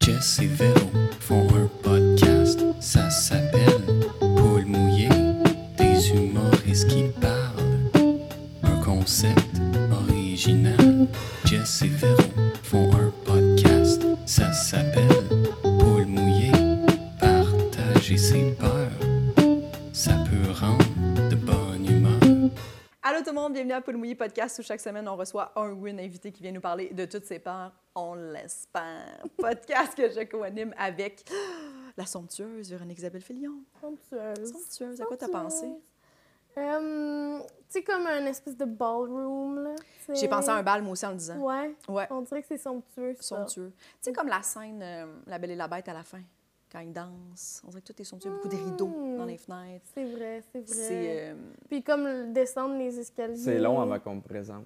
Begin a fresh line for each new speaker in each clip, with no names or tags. Chris et Véro font un podcast, ça s'appelle Paul mouillé, des humoristes qui parlent. Un concept original. Jess et Véro font un podcast, ça s'appelle Paul mouillé, partager ses peurs, ça peut rendre de bonne humeur.
Allô tout le monde, bienvenue à Poule Mouillée Podcast où chaque semaine on reçoit un ou une invitée qui vient nous parler de toutes ses peurs, on l'espère. Podcast que je co-anime avec la somptueuse Véronique Isabelle Filion.
Somptueuse.
Somptueuse, à quoi t'as pensé?
Euh, tu sais, comme un espèce de ballroom, là. tu sais.
J'ai pensé à un bal moi aussi en le disant.
Ouais.
Ouais,
On dirait que c'est somptueux, ça.
somptueux. Tu sais, comme la scène euh, La Belle et la Bête à la fin, quand ils dansent. On dirait que tout est somptueux, beaucoup de rideaux dans les fenêtres.
C'est vrai, c'est vrai.
C'est. euh,
Puis comme le- descendre les escaliers.
C'est long avant qu'on me présente.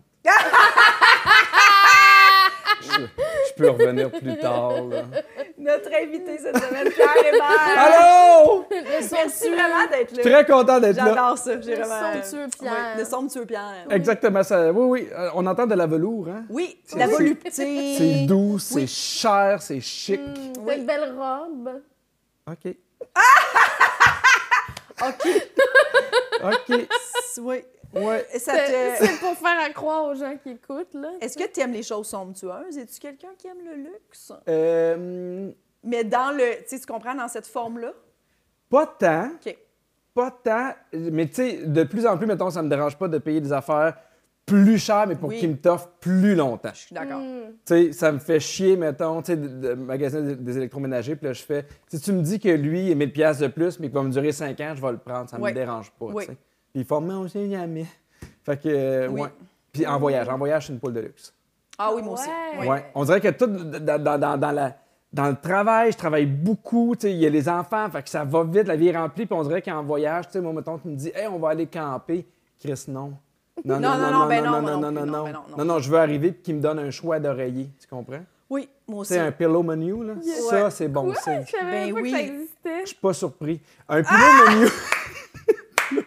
je, je peux revenir plus tard. Là.
Notre invitée cette semaine, Claire Hébert.
Allô!
Le
Merci
somptueux.
vraiment d'être là.
Très content d'être là.
Ah, J'adore ça, j'ai
Le
vraiment.
somptueux
Ouais,
Pierre.
le somptueux Pierre.
Exactement. Ça, oui, oui. euh, On entend de la velours, hein?
Oui,
C'est-
la
c'est-
volupté.
C'est doux,
Oui. Mm.
c'est cher, c'est chic.
Hum, t'as
Oui.
une belle robe.
OK.
OK.
OK.
Oui.
Ouais.
Ça
C'est
te-
c'est pour faire à croire aux gens qui écoutent, là.
Est-ce que tu aimes les choses somptueuses? Es-tu quelqu'un qui aime le luxe?
Euh,
Mais dans le. Tu sais, tu comprends, dans cette forme-là?
pas tant.
OK.
Pas tant. Mais tu sais, de plus en plus, mettons, ça me dérange pas de payer des affaires plus chères, mais pour
Oui.
qu'ils me t'offrent plus longtemps.
Je suis d'accord.
Hum.
Tu sais, ça me fait chier, mettons, tu sais, de, de magasiner des, des électroménagers, puis là, je fais, si tu me dis que lui, il est 1000 pièces de plus, mais qu'il va me durer 5 ans, je vais le prendre, ça
Oui.
me dérange pas,
Oui.
tu sais. Puis ils font, mais on sait jamais. Fait que, euh,
Oui.
ouais. Puis en voyage, en voyage, c'est une poule de luxe.
Ah oui, moi aussi.
Ouais.
Oui.
Ouais. On dirait que tout, dans, dans- dans- dans la- dans le travail, je travaille beaucoup, tu sais, il y a les enfants, fait que ça va vite, la vie est remplie, puis on dirait qu'en voyage, tu sais, moi, mettons, tu me dis, hey, on va aller camper. Chris, non. Non,
Non, non, non, ben non, moi non
non, non,
plus,
non,
non,
non,
ben non, non.
non, non, je veux arriver, puis qu'il me donne un choix d'oreiller, tu comprends?
Oui, moi
Tu
aussi.
sais, un pillow menu, là, ça, c'est bon
Quoi?
signe.
Je savais
Ben
même pas
oui.
que ça existait.
Je suis pas surpris. Un pillow
Ah!
menu...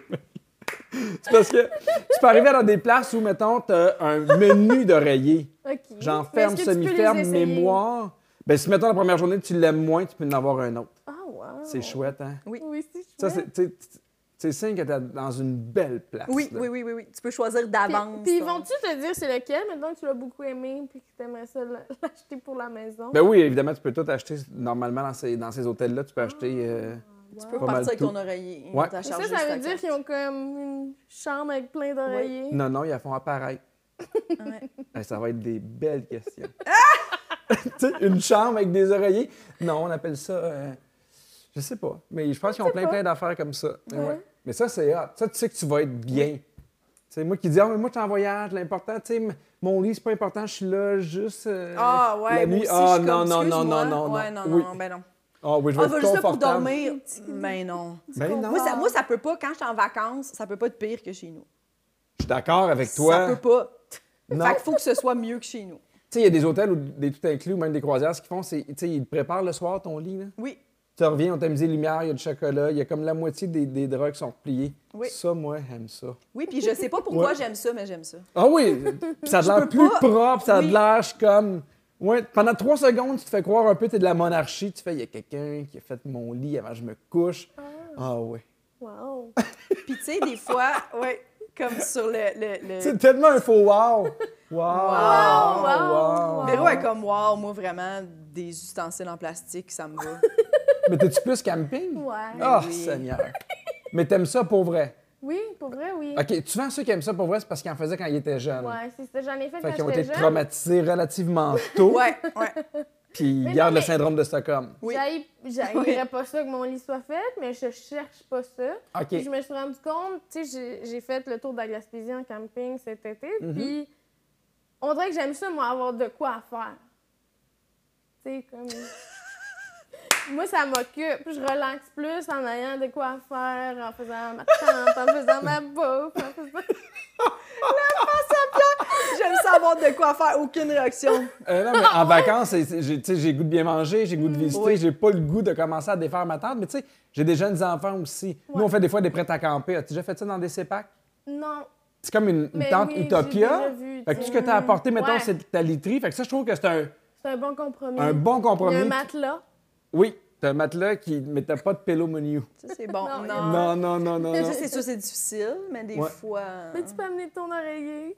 c'est parce que tu peux arriver dans des places où, mettons, t'as un menu d'oreiller.
OK.
Genre
Mais est-ce
ferme,
que tu peux les
semi-ferme,
essayer?
mémoire. Ben, si, mettons, la première journée, tu l'aimes moins, tu peux en avoir un autre.
Ah, wow.
C'est chouette, hein?
Oui, c'est chouette.
Ça, c'est... tu sais, tu- C'est signe que t'es dans une belle place.
Oui,
là.
oui, oui, oui, oui. Tu peux choisir
Puis-
d'avance.
Puis ils
hein.
vont-tu te dire c'est lequel maintenant que tu l'as beaucoup aimé puis que t'aimerais ça l- l'acheter pour la maison?
Ben oui, évidemment, tu peux tout acheter. Normalement, dans ces, dans ces hôtels-là, tu peux acheter... euh,
Tu peux
Pas
partir
mal
avec
tout.
ton oreiller. Ils
Ouais.
vont t'en
Mais ça,
charger
ça
jusqu'à
veut dire
quatre.
qu'ils ont comme une chambre avec plein d'oreillers.
Non, non, ils la font apparaître.
Ouais.
Eh, ça va être des belles questions. Tu sais, une chambre avec des oreillers. Non, on appelle ça. euh, je sais pas. Mais je pense qu'ils ont plein,
pas.
plein d'affaires comme ça. Mais, ouais.
Ouais.
mais ça, c'est hot. Ça, tu sais que tu vas être bien. Tu sais, moi qui dis, ah, mais moi, je suis en voyage, l'important, tu sais, m- mon lit, c'est pas important, je suis là juste. euh,
Ah, ouais.
la
moi
nuit.
aussi,
Ah,
je suis comme,
non, non, non,
excuse-moi.
non, non, non.
Ouais, non,
Oui.
non, ben non.
Ah oui, je vais
On
être
va juste là pour
confortable.
dormir. Mais non.
Ben non.
Moi ça, moi, ça peut pas, quand je suis en vacances, ça peut pas être pire que chez nous.
Je suis d'accord avec toi.
Ça peut pas.
Non.
Fait qu'il faut que ce soit mieux que chez nous.
Tu sais, il y a des hôtels ou des tout inclus, ou même des croisières, ce qu'ils font, c'est, tu sais, ils te préparent le soir ton lit, là.
Oui.
Tu reviens, on t'a mis des lumières, il y a du chocolat, il y a comme la moitié des, des draps qui sont repliés.
Oui.
Ça, moi, j'aime ça.
Oui, puis je sais pas pourquoi
Ouais.
j'aime ça, mais j'aime ça.
Ah oui! Puis ça a de
Je
l'air
peux
plus
pas-
propre, ça a de
Oui.
l'air, je suis comme. Ouais, pendant trois secondes, tu te fais croire un peu, t'es de la monarchie, tu fais, il y a quelqu'un qui a fait mon lit avant que je me couche. Ah oui.
Wow.
Oh,
Puis tu sais, des fois, ouais, comme sur le. le, le...
C'est tellement un faux wow! Wow!
Wow,
Oh, wow, wow.
Véro est comme, wow, moi vraiment, des ustensiles en plastique, ça me va.
Mais t'es-tu plus camping?
Ouais.
Ah,
Oui.
Seigneur! Mais t'aimes ça pour vrai?
Oui, pour vrai, oui.
Ok, tu vends ceux qui aiment ça pour vrai, c'est parce qu'ils en faisaient quand ils étaient jeunes.
Ouais, c'est ça. J'en ai fait,
Fait qu'ils
quand
ont été
j'étais jeune.
traumatisés relativement tôt,
Ouais, ouais.
puis ils
Mais
gardent
non,
le
mais-
syndrome de Stockholm.
Oui.
J'haï- J'haïrais pas ça que mon lit soit fait, mais je cherche pas ça.
OK.
Puis je me suis rendu compte, tu sais, j'ai- j'ai fait le tour de la Gaspésie en camping cet été,
Mhm.
puis on dirait que j'aime ça, moi, avoir de quoi à faire. Tu sais, comme... moi, ça m'occupe, je relaxe plus en ayant de quoi à faire, en faisant ma tente, en faisant ma bouffe, en faisant...
J'aime ça avoir de quoi faire, aucune réaction.
Euh, non, mais en vacances, c'est- c'est- j'ai tu sais, j'ai le goût de bien manger, j'ai le
Mm.
goût de visiter,
Oui.
j'ai pas le goût de commencer à défaire ma tente, mais tu sais, j'ai des jeunes enfants aussi. Nous,
Ouais.
on fait des fois des prêts à camper. As-tu déjà fait ça dans des CEPAC?
Non,
C'est comme une, une
mais
tente
oui, j'ai
Utopia.
déjà vu, tu
Fait que
sais.
tout ce que t'as apporté, mettons,
Ouais.
c'est ta literie. Fait que ça, je trouve que c'est un,
C'est C'est un bon compromis.
Un bon
Il y a un
compromis.
matelas.
Oui, t'as un matelas qui ne mettait pas de pillow menu.
Ça, c'est bon.
Non,
non.
Non, non, non, non, non.
Ça, c'est sûr, c'est difficile, mais des
Ouais.
fois.
Mais tu peux amener ton oreiller.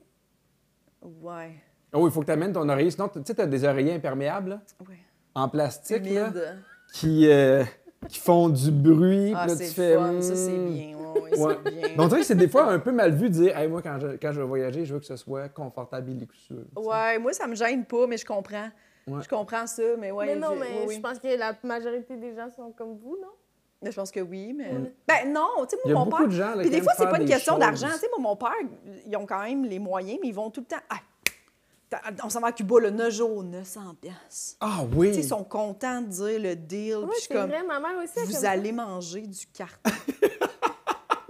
Ouais.
Oh, il faut que tu amènes ton oreiller. Sinon, tu sais, tu as des oreillers imperméables là,
Ouais.
en plastique là,
Humide.
qui, euh, qui font du bruit.
Ah,
puis là, tu
c'est
fais,
fun. Ça, c'est
hmm.
bien. Ouais, ouais,
Ouais.
c'est bien.
Mais on dirait que c'est des fois un peu mal vu de dire hey, Moi, quand je, quand je vais voyager, je veux que ce soit confortable et luxueux. Tu sais.
Ouais, moi, ça me gêne pas, mais je comprends.
Ouais.
Je comprends ça, mais ouais.
mais non,
je-
mais
oui,
je
oui.
pense que la majorité des gens sont comme vous, non?
Mais je pense que oui, mais.
Mm.
Ben non, tu sais,
Il y a
moi, mon
beaucoup
père.
de gens. Là,
Puis
qui
des
aiment
fois, c'est
faire
pas une
des
question
choses.
d'argent. Tu sais, moi, mon père, ils ont quand même les moyens, mais ils vont tout le temps. Ah, t'as- on s'en va à Cuba le 9 jours, 900 piastres.
Ah
Tu sais,
oui.
ils sont contents de dire le deal.
Oui,
puis je suis
c'est
comme,
vrai, ma mère aussi a
vous
comme
allez manger du carton.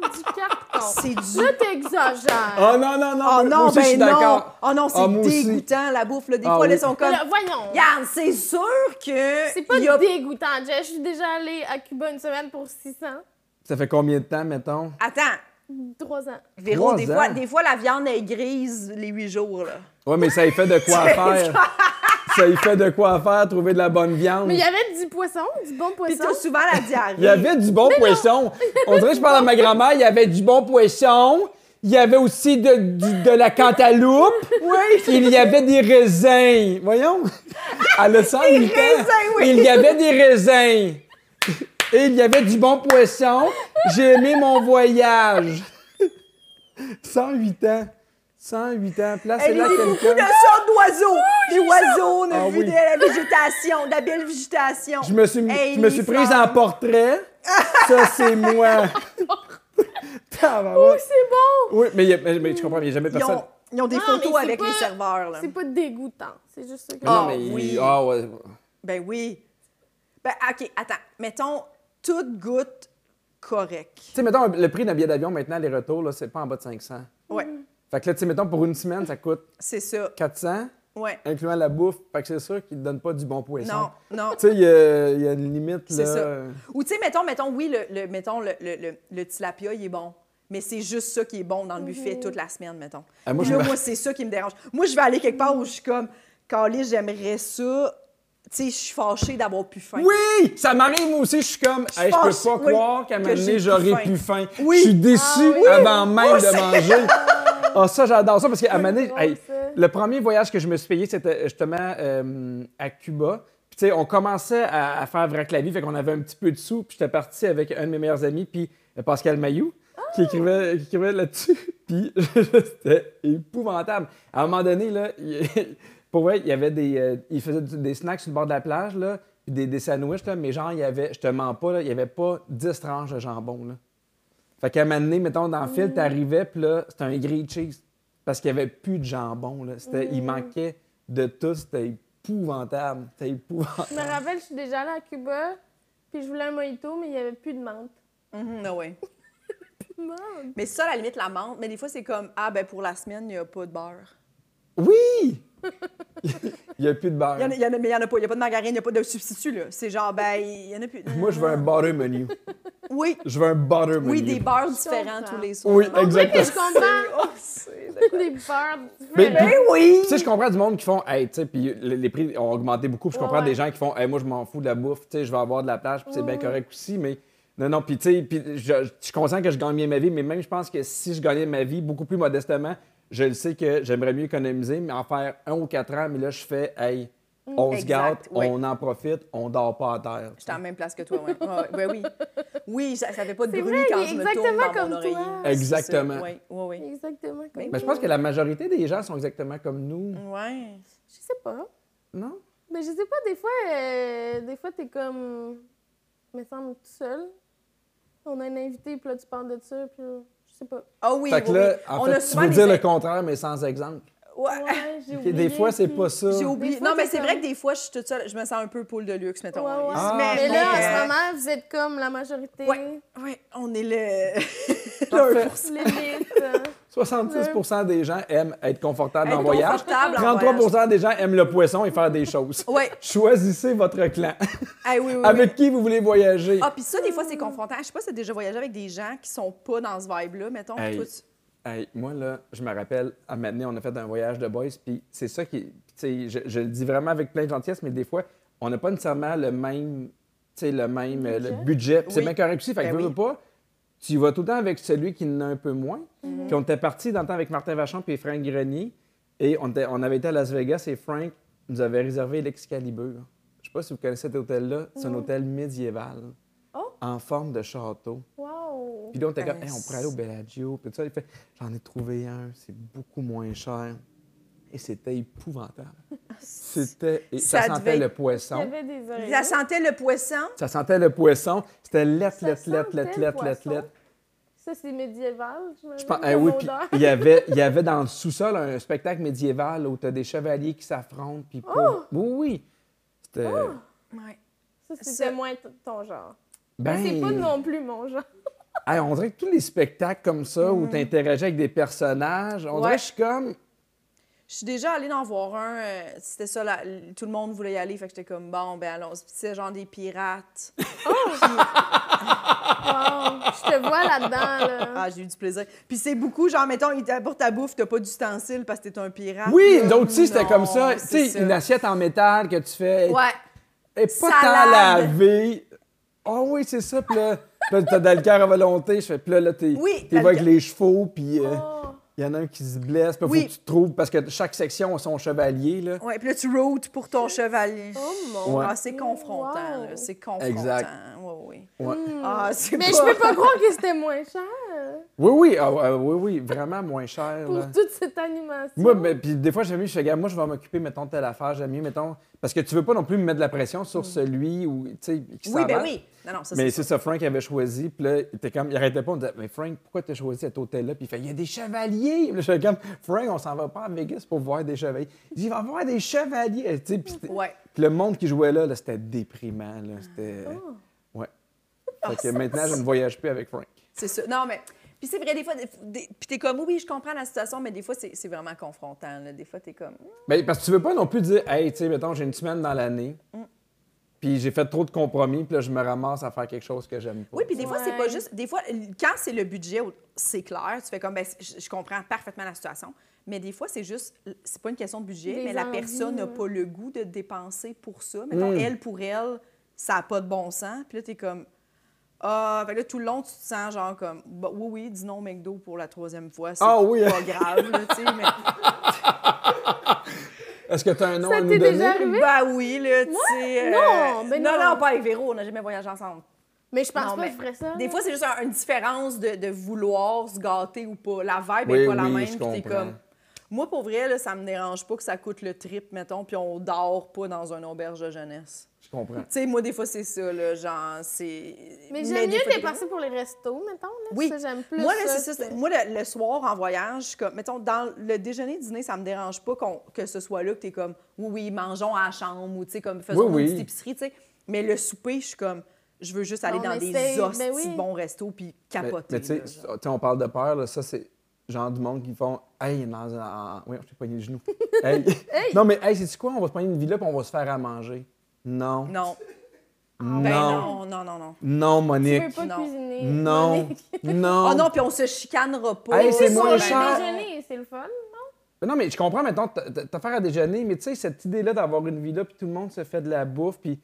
du carton.
C'est du
Là, t'exagères.
Oh non, non, non.
Ah
moi-
non,
moi aussi, je suis
ben non!
d'accord.
Ah non,
Ah,
c'est
moi aussi.
dégoûtant, la bouffe. Là. Des
Ah
fois, là,
oui.
ils sont comme...
Là, voyons.
Regarde, c'est sûr que...
C'est pas
il y a-
dégoûtant, Jess. Je suis déjà allée à Cuba une semaine pour 600.
Ça fait combien de temps, mettons
Attends,
Trois ans.
Véro,
Trois
des fois,
ans.
des fois, la viande est grise les huit jours. Là.
Ah,
Ouais, mais ça y fait de quoi à faire. ça y fait de quoi à faire, trouver de la bonne viande.
Mais il y avait du poisson, du bon
Puis
poisson.
t'as souvent la diarrhée.
Il y avait du bon poisson. On dirait que je parle à ma grand-mère, il y avait du bon poisson. Il y avait aussi de, du- de la cantaloupe. Oui. Il y avait des raisins. Voyons. À le sens Des
raisins, oui.
Il y avait des raisins. Et il y avait du bon poisson. J'ai aimé mon voyage. 108 ans. 108 ans.
Elle
Placez-la
a beaucoup de
quelqu'un.
sortes d'oiseaux. Des oiseaux, on a
Ah
vu
oui.
de la végétation, de la belle végétation.
Je me suis, mis-
Hey,
je me
les
suis prise
femmes.
en portrait. Ça, c'est moi.
Oh,
Tabarouette.
c'est bon!
Oui, mais, il y a- mais- mais tu comprends, il n'y a jamais
Ils
personne.
ont, ils ont des
Non, Ah, mais
photos
c'est
avec
pas-
les serveurs. Là.
C'est pas dégoûtant. C'est juste ça que
Mais non,
Ah,
mais-
oui.
ah, ouais.
Ben oui. Ben, OK, attends. Mettons, toute goutte correcte.
Tu sais, mettons, le prix d'un billet d'avion maintenant, les retours, là, c'est pas en bas de 500.
Ouais,
Mm.
Fait que là, tu sais, mettons, pour une semaine, ça coûte
c'est ça.
400,
Ouais.
incluant la bouffe. Fait que c'est sûr qu'ils ne donnent pas du bon poisson.
Non, non.
Tu sais, il y, a- il y a une limite,
C'est
là.
ça. Ou tu sais, mettons, mettons, oui, le, le- mettons, le, le, le, le tilapia, il est bon. Mais c'est juste ça qui est bon dans
Mhm.
le buffet toute la semaine, mettons.
Ah, moi,
Puis
je
là,
me-
moi, c'est ça qui me dérange. Moi, je vais aller quelque part où je suis comme, Calé, j'aimerais ça. Tu sais, je suis fâchée d'avoir plus faim.
Oui! Ça m'arrive, moi aussi, je suis comme, hey, je peux
pense-
pas
oui,
croire qu'à un
que
moment donné,
j'ai
j'aurai
plus
plus faim.
Oui.
Je suis déçu
oui.
avant même de manger. Ah, ça, j'adore ça parce qu'à un moment donné,
drôle,
hey,
ça.
le premier voyage que je me suis payé, c'était justement euh, à Cuba. Puis, tu sais, on commençait à, à faire vrac la vie, fait qu'on avait un petit peu de sous. Puis, j'étais parti avec un de mes meilleurs amis, puis euh, Pascal Mayou, qui écrivait, qui écrivait là-dessus. Puis, c'était épouvantable. À un moment donné, là, il- pour vrai, il y avait des. euh, il faisait du- des snacks sur le bord de la plage, là, puis des, des sandwichs, là, mais genre, il y avait, je te mens pas, là, il y avait pas 10 tranches de jambon, là. Fait qu'à un moment donné, mettons, dans le
Mm.
fil, t'arrivais, puis là, c'était un grilled cheese. Parce qu'il n'y avait plus de jambon, là. C'était-
Mm.
Il manquait de tout. C'était épouvantable. C'était épouvantable.
Je me rappelle, je suis déjà allée à Cuba, puis je voulais un mojito, mais il n'y avait plus de menthe.
Mhm, ah ouais.
Menthe?
Mais ça, à la limite, la menthe. Mais des fois, c'est comme, ah, ben pour la semaine, il n'y a pas de beurre.
Oui! il n'y a plus de beurre.
Il y en a, il y en a- mais il n'y en a pas. Il n'y a pas de margarine, il n'y a pas de substitut, là. C'est genre, ben, il n'y en a plus.
Moi, je veux un butter menu.
Oui,
Je veux un butter menu.
oui, des beurres différents
comprends.
tous les soirs.
Oui,
Mais
exactement.
je comprends
Oh, c'est-
des beurres
Mais-
différents.
Ben oui!
Tu sais, je comprends du monde qui font, hey, tu sais, puis les, les prix ont augmenté beaucoup. puis Je
Ouais,
comprends
ouais.
des gens qui font, hey, moi, je m'en fous de la bouffe, tu sais, je vais avoir de la plage, puis c'est bien correct aussi, mais. Non, non, puis tu sais, puis je, je suis conscient que je gagne bien ma vie, mais même je pense que si je gagnais ma vie beaucoup plus modestement, je le sais que j'aimerais mieux économiser, mais en faire un ou quatre ans, mais là, je fais, hey, on
Mm,
se
Exact,
gâte,
oui.
on en profite, on dort pas à terre.
J'étais en même place que toi, ouais. Ouais, ouais, oui. Oui, ça, ça fait pas de
C'est
bruit
vrai,
quand
il est
je me tourne
exactement
dans
comme
mon
toi.
oreiller.
Exactement.
Oui, oui, oui.
Exactement comme
Mais je pense que la majorité des gens sont exactement comme nous,
Ouais.
Je sais pas.
Mm.
non?
Mais je sais pas, des fois, euh, des fois, t'es comme. me semble tout seul. On a un invité, puis là, tu parles de ça, puis euh, je sais pas.
Ah oui,
fait que
oui,
là,
oui.
en
On a
fait, tu
souvent
veux
des-
dire le contraire, mais sans exemple.
Ouais.
Ouais, j'ai oublié.
Des fois, c'est
puis-
pas ça.
J'ai oublié.
Des fois,
non, mais
t'es
c'est
comme-
vrai que des fois, je suis toute seule. Je me sens un peu poule de luxe, mettons.
Ouais, ouais.
Ah,
Mais
bon,
là, en
euh,
ce moment, vous êtes comme la majorité.
Ouais. Ouais, on est le.
Parfait.
le-
L'élite. hein.
66 des gens aiment être confortables
Être
en voyage.
confortable en
33 des gens aiment le poisson et faire des choses.
Ouais.
Choisissez votre clan.
Ah oui, oui, oui.
Avec qui vous voulez voyager?
Ah, puis ça, des fois, c'est confrontant. Je sais pas si t'as déjà voyagé avec des gens qui sont pas dans ce vibe-là, mettons.
Hey.
Toi, tu-
Hey, moi, là, je me rappelle, à un moment donné, on a fait un voyage de boys, puis c'est ça qui. puis tu sais, je, je le dis vraiment avec plein de gentillesse, mais des fois, on n'a pas nécessairement le même, tu sais, le même euh, le budget.
Budget.
puis C'est
Oui.
bien correct aussi, fait que
Ben
veux,
oui.
veux pas. Tu y vas tout le temps avec celui qui en a un peu moins.
Mhm.
Puis on était parti dans le temps avec Martin Vachon et Frank Grenier, et on, était- on avait été à Las Vegas, et Frank nous avait réservé l'Excalibur. Je sais pas si vous connaissez cet hôtel-là, c'est un
Non.
hôtel médiéval,
Oh!
en forme de château.
Wow!
Puis là, on était comme,
Nice.
Hey, on pourrait aller au Bellagio. Puis tout ça, il fait, j'en ai trouvé un, c'est beaucoup moins cher. Et c'était épouvantable. C'était. et Ça,
Ça devait-
sentait le
Il y
poisson.
avait des oreilles.
Ça sentait le poisson.
Ça sentait le poisson. C'était lette,
Ça
lette, lette,
sentait
lette,
le
lette, lette,
poisson.
lette.
Ça, c'est médiéval, je
Je pense- eh oui, puis il y avait, il y avait dans le sous-sol un spectacle médiéval où t'as des chevaliers qui s'affrontent. Puis
Oh!
pour- Oui, oui. C'était.
Ouais.
Ça,
Ça-
c'était moins t- ton genre.
Ben,
Mais c'est pas non plus mon genre.
hey, on dirait que tous les spectacles comme ça
Mm-hmm.
où t'interagis avec des personnages, on
Ouais.
dirait que je suis comme.
Je suis déjà allée en voir un. euh, C'était ça, la- l- tout le monde voulait y aller. Fait que j'étais comme, bon, ben allons. Puis c'est genre des pirates.
Wow! Je te vois là-dedans, là.
Ah, j'ai eu du plaisir. Puis c'est beaucoup, genre, mettons, ils t'apportent ta bouffe, t'as pas d'ustensile parce que t'es un pirate.
Oui,
là.
d'autres aussi, c'était
Non,
comme ça. Tu
c'est
sais, une assiette en métal que tu fais.
Ouais.
Et pas tant
salade.
lavée. Ah oui, c'est ça. Puis là, puis là, t'as dans le cœur à volonté. Je fais, puis là, là t'es
Oui,
t'es
dans
vois
le
avec les chevaux, puis euh,
Oh.
il y en a un qui se blesse. Puis là,
Oui.
faut que tu te trouves, parce que chaque section a son chevalier, là.
Ouais, puis là, tu routes pour ton chevalier.
Oh mon
Ouais.
Ah, c'est confrontant,
Wow. Hmm.
là. C'est confrontant.
Exact.
Ouais, oui.
Ouais.
Ah, c'est
Mais je peux pas croire que c'était moins cher
Oui, oui, ah, ah, oui, oui, vraiment moins cher.
pour
là.
toute cette animation.
Moi, ben, puis des fois, j'aime mieux, je fais, Regarde, moi, je vais m'occuper, mettons, de telle affaire, j'aime mieux, mettons, parce que tu veux pas non plus me mettre de la pression sur celui où, tu sais, qui
Mm. Oui,
s'en
ben
va.
oui. Non, non, ça,
Mais
c'est
c'est ça, Frank avait choisi, puis là, il était comme, il arrêtait pas, on disait, mais Frank, pourquoi t'as choisi cet hôtel-là? Puis il fait, il y a des chevaliers! Puis là, je fais comme, Frank, on s'en va pas à Vegas pour voir des chevaliers. Il dit, il va voir des chevaliers! Et tu sais, puis c'était-
Ouais. Ah.
puis le monde qui jouait là, là, c'était déprimant, là, c'était... Ouais. Fait que maintenant, je ne voyage plus avec Frank.
C'est ça. Non, mais. Puis c'est vrai, des fois, des- des- puis t'es comme, oui, je comprends la situation, mais des fois, c'est c'est vraiment confrontant. là. Des fois, t'es comme,
Ben, parce que tu veux pas non plus dire, hey, tu sais, mettons, j'ai une semaine dans l'année,
Mm.
puis j'ai fait trop de compromis, puis là, je me ramasse à faire quelque chose que j'aime pas.
Oui, puis des fois, c'est pas
Ouais.
juste. Des fois, quand c'est le budget, c'est clair. Tu fais comme, ben, je, je comprends parfaitement la situation. Mais des fois, c'est juste, c'est pas une question de budget,
Des
mais la
envies,
personne n'a
ouais.
pas le goût de dépenser pour ça. Mettons,
Mm.
elle, pour elle, ça n'a pas de bon sens. Puis là, t'es comme, ah, fait que là, tout le long, tu te sens genre comme, bah, oui, oui, dis non au McDo pour la troisième fois. C'est
Ah oui!
pas grave, là, tu sais, mais.
Est-ce que tu as un nom
Ça
à nous
t'est
donner?
déjà arrivé?
bah oui, là, tu sais. euh,
Non, ben
non,
non.
pas avec Véro, on n'a jamais voyagé ensemble.
Mais je pense
Non,
pas
mais
que je ferais ça.
Des
là.
fois, c'est juste un- une différence de, de vouloir se gâter ou pas. La vibe
Oui,
est pas la
oui,
même. puis
je
t'es
comprends.
comme. Moi, pour vrai, là, ça me dérange pas que ça coûte le trip, mettons, puis on dort pas dans une auberge de jeunesse.
Je comprends.
Tu sais, moi, des fois, c'est ça, là, genre, c'est...
Mais
des
j'aime mieux
fois, t'es
dépenser pour les restos, mettons. Là.
oui.
Ça, j'aime plus.
moi, là,
ça
c'est ça.
que-
c'est- Moi, le, le soir en voyage, je suis comme, mettons, dans le déjeuner, dîner, ça me dérange pas qu'on- que ce soit là que t'es comme, oui, oui, mangeons à la chambre ou, tu sais, comme, faisons
Oui,
une
oui.
petite épicerie, tu sais. Mais le souper, je suis comme, je veux juste aller
On
dans des
essaye,
hosties
ben oui.
bons restos puis
Mais,
capoter.
mais tu sais,
là, genre.
tu sais, on parle de peur, là, ça, c'est genre du monde qui font Hey, dans un. Oui, on s'est poigné le genou. Hey. Non, mais hey, c'est-tu quoi? On va se poigner une villa puis on va se faire à manger. Non.
Non.
Non.
Ben non,
non.
non, non, non.
Tu
Monique.
veux pas
Non.
cuisiner.
Non.
Monique.
Non.
Oh non, puis on se chicanera pas.
Hey, c'est
Ils sont
moins
Ben
cher.
non.
déjeuner, c'est le fun.
Mais non, mais je comprends, mettons, t'as- t'as t'as affaire à déjeuner, mais tu sais, cette idée-là d'avoir une villa puis tout le monde se fait de la bouffe puis.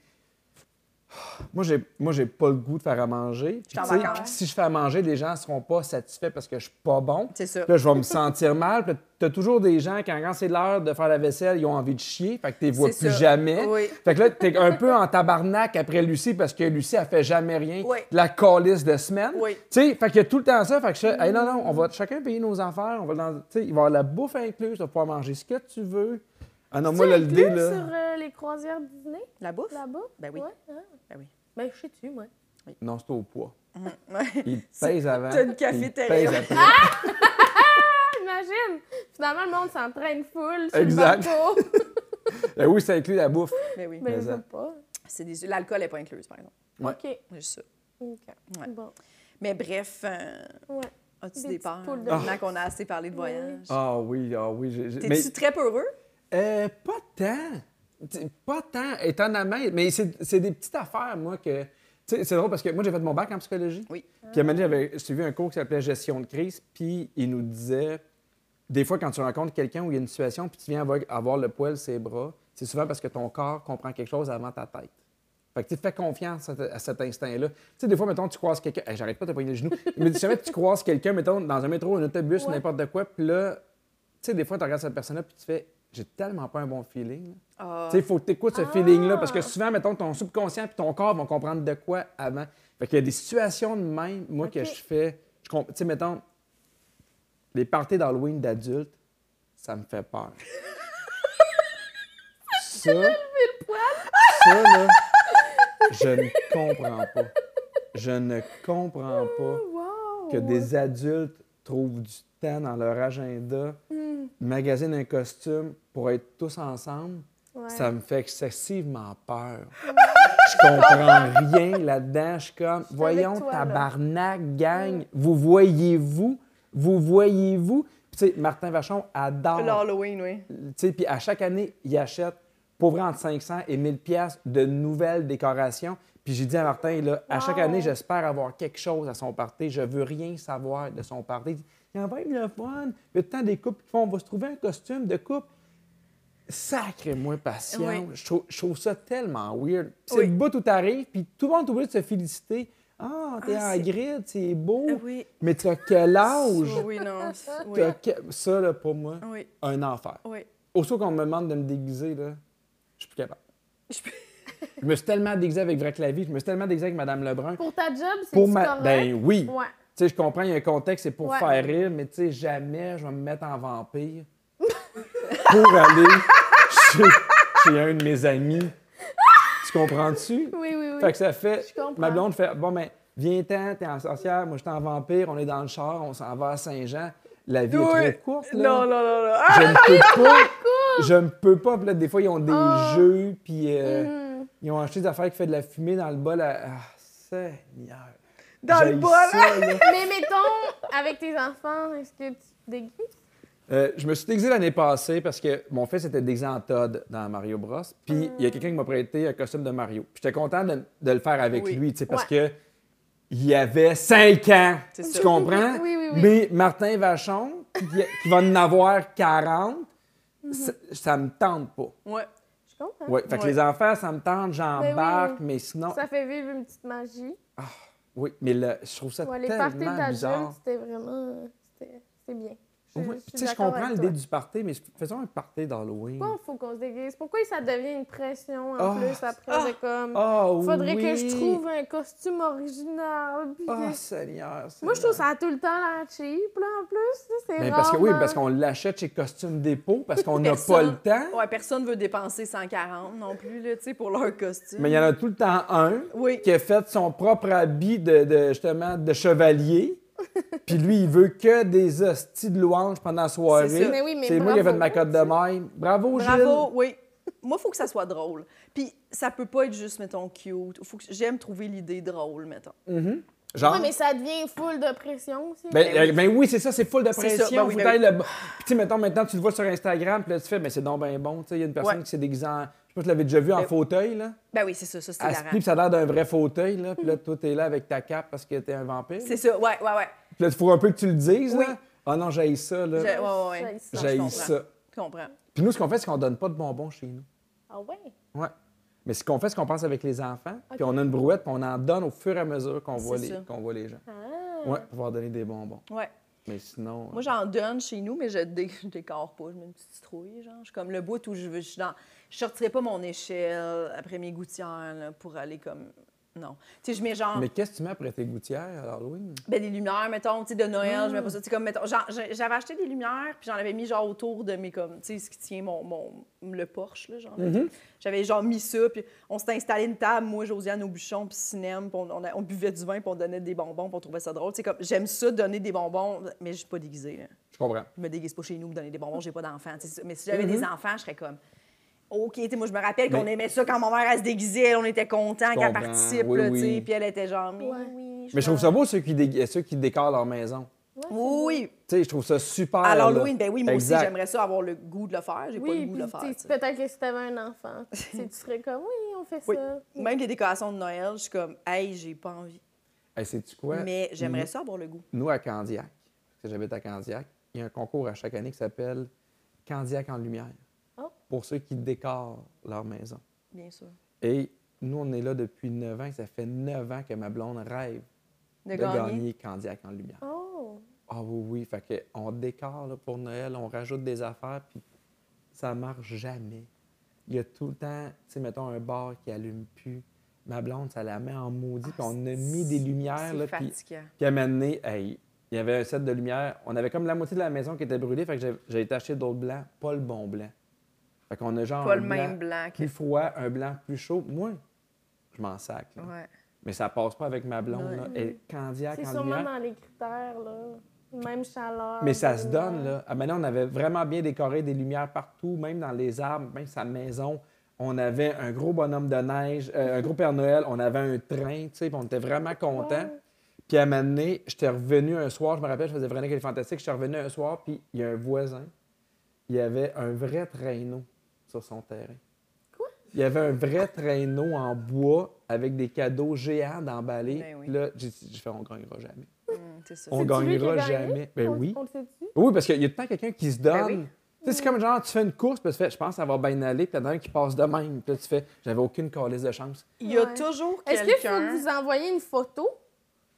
Moi, j'ai, moi, j'ai pas le goût de faire à manger. Puis,
en
tu sais,
vacances.
puis si je fais à manger, les gens seront pas satisfaits parce que je suis pas bon.
C'est ça.
Puis Là, je vais me sentir mal. Puis là, T'as toujours des gens qui, quand c'est l'heure de faire la vaisselle, ils ont envie de chier. Fait que t'es vois plus
C'est ça.
jamais.
Oui.
Fait que là, t'es un peu en tabarnak après Lucie parce que Lucie, elle fait jamais rien.
Oui.
de La calice de semaine.
Oui.
Tu sais, fait qu'il y a tout le temps ça. Fait que je fais, Hey, non, non, on va chacun payer nos affaires. On va dans, tu sais, il va y avoir la bouffe incluse. Tu vas pouvoir manger ce que tu veux. Ah non, moi,
tu
là, le
inclus
dé, là.
sur euh, les croisières Disney,
La bouffe?
là-bas?
Ben oui.
Ouais, hein?
Ben oui.
Ben, je sais-tu, moi.
Non, c'est au poids.
Ben
Il te pèse avant.
T'as une
puis il te
cafétéria. Ah!
pèse après.
Ah, Imagine! Finalement, le monde s'entraîne full sur
Exact.
le bateau.
Ben oui, ça inclut la bouffe.
Ben oui.
Mais
Mais
je
ça.
veux pas.
C'est des... L'alcool n'est pas incluse, par exemple.
Ouais.
OK.
Juste ça.
OK.
Ouais.
Bon.
Mais bref, euh,
Ouais.
as-tu
Des
des,
petites
peurs? Ah.
poules de-
Maintenant qu'on a assez parlé de voyage.
Ah oui, ah oui. j'ai- j'ai-
T'es-tu
mais-
très peureux?
Euh, pas tant. T- Pas tant, étonnamment. Mais c'est c'est des petites affaires, moi, que Tu sais, c'est drôle parce que moi, j'ai fait mon bac en psychologie.
Oui.
Puis à un moment donné, j'avais suivi un cours qui s'appelait Gestion de crise, puis il nous disait des fois, quand tu rencontres quelqu'un où il y a une situation, puis tu viens avoir, avoir le poil, ses bras, c'est souvent parce que ton corps comprend quelque chose avant ta tête. Fait que tu fais confiance à, à cet instinct-là. Tu sais, des fois, mettons, tu croises quelqu'un. Hey, J'arrête pas de te poigner le genou. Mais tu sais, tu croises quelqu'un, mettons, dans un métro, un autobus,
Ouais.
n'importe de quoi, puis là, tu sais, des fois, tu regardes cette personne-là, puis tu fais J'ai tellement pas un bon feeling. là.
Ah.
Tu sais, il faut que tu écoutes ce feeling-là parce que souvent, mettons, ton subconscient puis ton corps vont comprendre de quoi avant. Fait qu'il y a des situations de même, moi, que
Ok.
je fais. je comp- Tu sais, mettons, les parties d'Halloween d'adultes, ça me fait peur. ça. Ça, là, je ne comprends pas. Je ne comprends pas
Wow!
que des adultes trouvent du temps dans leur agenda, magasinent un costume pour être tous ensemble,
Ouais.
ça me fait excessivement peur. Je comprends rien là-dedans. Je suis comme, voyons,
toi, là.
tabarnak, gang, vous voyez-vous? Vous voyez-vous? Puis, tu sais, Martin Vachon adore
L'Halloween, oui.
tu sais, puis à chaque année, il achète pour vrai entre 500 et 1000 pièces de nouvelles décorations. Puis j'ai dit à Martin, là, à chaque
Wow.
année, j'espère avoir quelque chose à son party. Je veux rien savoir de son party. Il dit, il va être le fun. Il y a tout le temps des couples qui font, on va se trouver un costume de couple. Sacré-moi patient.
Oui.
Je, trouve, je trouve ça tellement weird. Puis C'est
Oui.
le bout où t'arrives, puis tout le monde est obligé de se féliciter. Ah, t'es
Ah,
en
c'est-
grid, c'est beau.
Euh, oui. Ah,
Mais t'as quel âge?
Oui, non. Oui.
T'as que- Ça, là, pour moi,
Oui.
un enfer.
Oui.
Aussitôt qu'on me demande de me déguiser, là, je suis plus capable.
Je peux-
Je me suis tellement déguisé avec Vrac la vie, je me suis tellement déguisé avec Madame Lebrun.
Pour ta job, c'est
Pour
pour
ma.
correct?
Ben oui!
Ouais.
Tu sais, je comprends, il y a un contexte, c'est pour
Ouais.
faire rire, mais tu sais, jamais je vais me mettre en vampire pour aller chez, chez un de mes amis. Tu comprends-tu?
Oui, oui, oui.
Fait que ça fait.
Je comprends.
Ma blonde fait Bon, ben, viens-t'en, t'es en sorcière, moi, j'étais en vampire, on est dans le char, on s'en va à Saint-Jean. La vie est
Oui.
trop courte, là.
Non, non, non, non. Ah! Oh.
Je ne peux pas. Je ne peux pas. Puis là, des fois, ils ont des jeux, puis euh,
Mm.
ils ont acheté des affaires qui font de la fumée dans le bol. à- Ah, Seigneur.
Dans le
J'haïs
bol.
ça, là.
Mais mettons, avec tes enfants, est-ce que tu te déguises?
Euh, je me suis déguisé l'année passée parce que mon fils était déguisé en Todd dans Mario Bros. Puis il y a quelqu'un qui m'a prêté un costume de Mario. Puis j'étais content de, de le faire avec
Oui.
lui, tu sais, parce que il avait 5 ans.
C'est
tu
ça.
comprends?
Oui, oui, oui.
Mais Martin Vachon, qui, qui va en avoir 40,
Mm-hmm.
ça, ça me tente pas.
Ouais.
Je comprends.
Oui, fait que
Ouais.
les enfants, ça me tente,
Ben
j'embarque,
oui.
mais sinon.
Ça fait vivre une petite magie.
Oui, mais le- je trouve ça
Ouais, les parties
tellement
d'adultes,
bizarre.
c'était vraiment. C'était c'était bien. Je-
Oui,
je suis
Tu sais, je
d'accord
comprends
avec
l'idée
toi.
du party, mais faisons un party d'Halloween.
Pourquoi il faut qu'on se déguise? Pourquoi ça devient une pression en
Ah.
plus après de comme.
Ah oui!
Faudrait que je trouve un costume original. puis que-
Oh, Seigneur,
Moi, je trouve ça a tout le temps l'air cheap, là, en plus. là, C'est hein.
Mais parce que oui,
rarement-
parce qu'on l'achète chez Costume Dépôt, parce qu'on n'a pas le temps.
Ouais, personne veut dépenser 140 non plus, là, tu sais, pour leur costume.
Mais il y en a tout le temps un
Oui.
qui a fait son propre habit de, de, justement de chevalier. Puis lui, il veut que des hosties de louanges pendant la soirée.
C'est ça.
Mais oui, mais
C'est moi qui ai fait
bravo,
ma cote de maille. Bravo, Gilles!
Bravo, oui. Moi, faut que ça soit drôle. Puis ça peut pas être juste, mettons, cute. Faut que j'aime trouver l'idée drôle, mettons.
Mhm. Genre,
Ouais, mais ça devient full de pression aussi.
Ben,
Ben oui.
euh, ben oui, c'est ça, c'est full de
C'est ça,
pression.
ben oui,
faut
ben
tailler le... Puis tu sais, mettons, maintenant, tu le vois sur Instagram, puis là, tu fais, mais c'est donc ben bon. Tu sais, il y a une personne
Ouais.
qui s'est déguisée en... Je sais pas si tu l'avais déjà vu en
Ben-
fauteuil, là.
Ben oui, c'est ça, ça, c'est
Elle se plie,
hilarant.
puis ça a l'air d'un vrai fauteuil, là. Puis là, toi, t'es là avec ta cape parce que t'es un vampire.
C'est ça, ouais, ouais, ouais.
Puis là, il faut un peu que tu le dises,
Oui.
là. Ah non, j'ai ça,
Je-
là.
ouais, ouais, ouais. Non,
J'haïs ça.
je
J'ai
comprends.
ça.
Je comprends.
Puis nous, ce qu'on fait, c'est qu'on donne pas de bonbons chez nous.
Ah ouais?
Ouais. Mais ce qu'on fait, c'est qu'on passe avec les enfants, puis on a une brouette, puis on en donne au fur et à mesure qu'on voit,
C'est
les...
ça.
qu'on voit les gens.
Ah.
Ouais, pour pouvoir donner des bonbons.
Ouais.
Mais sinon... euh,
Moi, j'en donne chez nous, mais je dé- je décore pas. Je mets une petite citrouille, genre. Je suis comme le bout où je veux. Je, suis dans... je sortirais pas mon échelle après mes gouttières, là, pour aller comme. Non. Tu sais, je mets genre.
Mais qu'est-ce que tu mets après tes gouttières à Halloween?
ben, des lumières, mettons, tu sais, de Noël, je mets pas ça. Tu sais, comme, mettons, genre, j'ai- j'avais acheté des lumières, puis j'en avais mis, genre, autour de mes, comme, tu sais, ce qui tient mon, mon- le Porsche, là, genre. J'avais, genre, mis ça, puis on s'était installé une table, moi, Josiane au bouchon, puis cinéma, puis on, on a- on buvait du vin, puis on donnait des bonbons, puis on trouvait ça drôle. Tu sais, comme, j'aime ça, donner des bonbons, mais je suis pas déguisée, là.
Je comprends.
Je me déguise pas chez nous, pour donner des bonbons, j'ai pas d'enfants, tu sais, Mais si j'avais des enfants, je serais comme... OK, tu sais, moi, je me rappelle qu'on
Mm-hmm. Mais-
aimait ça quand ma mère, elle se déguisait, elle, on était content qu'elle
comprends.
participe,
Oui,
là, tu
oui.
sais, puis elle était genre... Mais
Ouais.
oui,
Mais je trouve ça beau ceux qui, dé- ceux qui décorent leur maison.
Oui,
Tu sais, je trouve ça super.
À
Ah, là.
l'Halloween, ben oui, moi
Exact.
aussi, j'aimerais ça avoir le goût de le faire. J'ai pas le
Oui,
goût de
puis
le faire.
tu-
tu sais.
peut-être que si t'avais un enfant, tu tu serais comme oui, on fait
Oui.
ça.
Même les décorations de Noël, je suis comme, hey, j'ai pas envie.
Hey, sais-tu quoi?
Mais j'aimerais
Nous-
ça avoir le goût.
Nous, à Candiac, parce que j'habite à Candiac, il y a un concours à chaque année qui s'appelle Candiac en lumière
Oh.
pour ceux qui décorent leur maison.
Bien sûr.
Et nous, on est là depuis 9 ans. et Ça fait 9 ans que ma blonde rêve
De,
de,
gagner.
gagner Candiac en lumière.
Oh!
Ah oui, oui. Fait que on décore là, pour Noël, on rajoute des affaires, puis ça marche jamais. Il y a tout le temps, tu sais, mettons un bar qui allume plus. Ma blonde, ça la met en maudit, puis on a mis des lumières, là,
Ah, C'est
puis
fatigant.
puis à un moment donné, hey, il y avait un set de lumière. On avait comme la moitié de la maison qui était brûlée, fait que j'ai- j'ai été acheter d'autres blancs, pas le bon blanc. Fait qu'on a genre
Pas
un
le même blanc que-
plus froid, un blanc plus chaud. Moi, je m'en sac. là.
Ouais.
Mais ça passe pas avec ma blonde.
Ouais.
là. Elle est candiaque
C'est
en
sûrement
lumière.
dans les critères, là. Même chaleur. euh,
Mais ça se
lumière.
donne, là. Ah, maintenant, on avait vraiment bien décoré des lumières partout, même dans les arbres, même sa maison. On avait un gros bonhomme de neige, euh, un gros Père Noël, on avait un train, tu sais, puis on était vraiment contents. Puis à un moment donné, j'étais revenu un soir, je me rappelle, je faisais Véronique et les Fantastiques, j'étais revenu un soir, puis il y a un voisin, il y avait un vrai traîneau sur son terrain.
Quoi?
Il y avait un vrai traîneau en bois avec des cadeaux géants d'emballés.
Ben oui.
Puis Là, j'ai j'ai fait, on gagnera jamais.
mm,
Hum, c'est ça.
On
C'est-tu lui qui a
gagnera
gagné?
jamais. Ben
on,
oui.
On le sait-tu?
Oui, parce qu'il y a tout le temps quelqu'un qui se donne.
Ben oui.
Tu sais, c'est comme genre, tu fais une course, puis tu fais, je pense, ça va bien aller, puis t'as un qui passe de même. Puis là, tu fais, j'avais aucune calice de chance.
Il y a
Ouais.
toujours
Est-ce qu'il faut
quelqu'un.
que vous envoyiez une photo?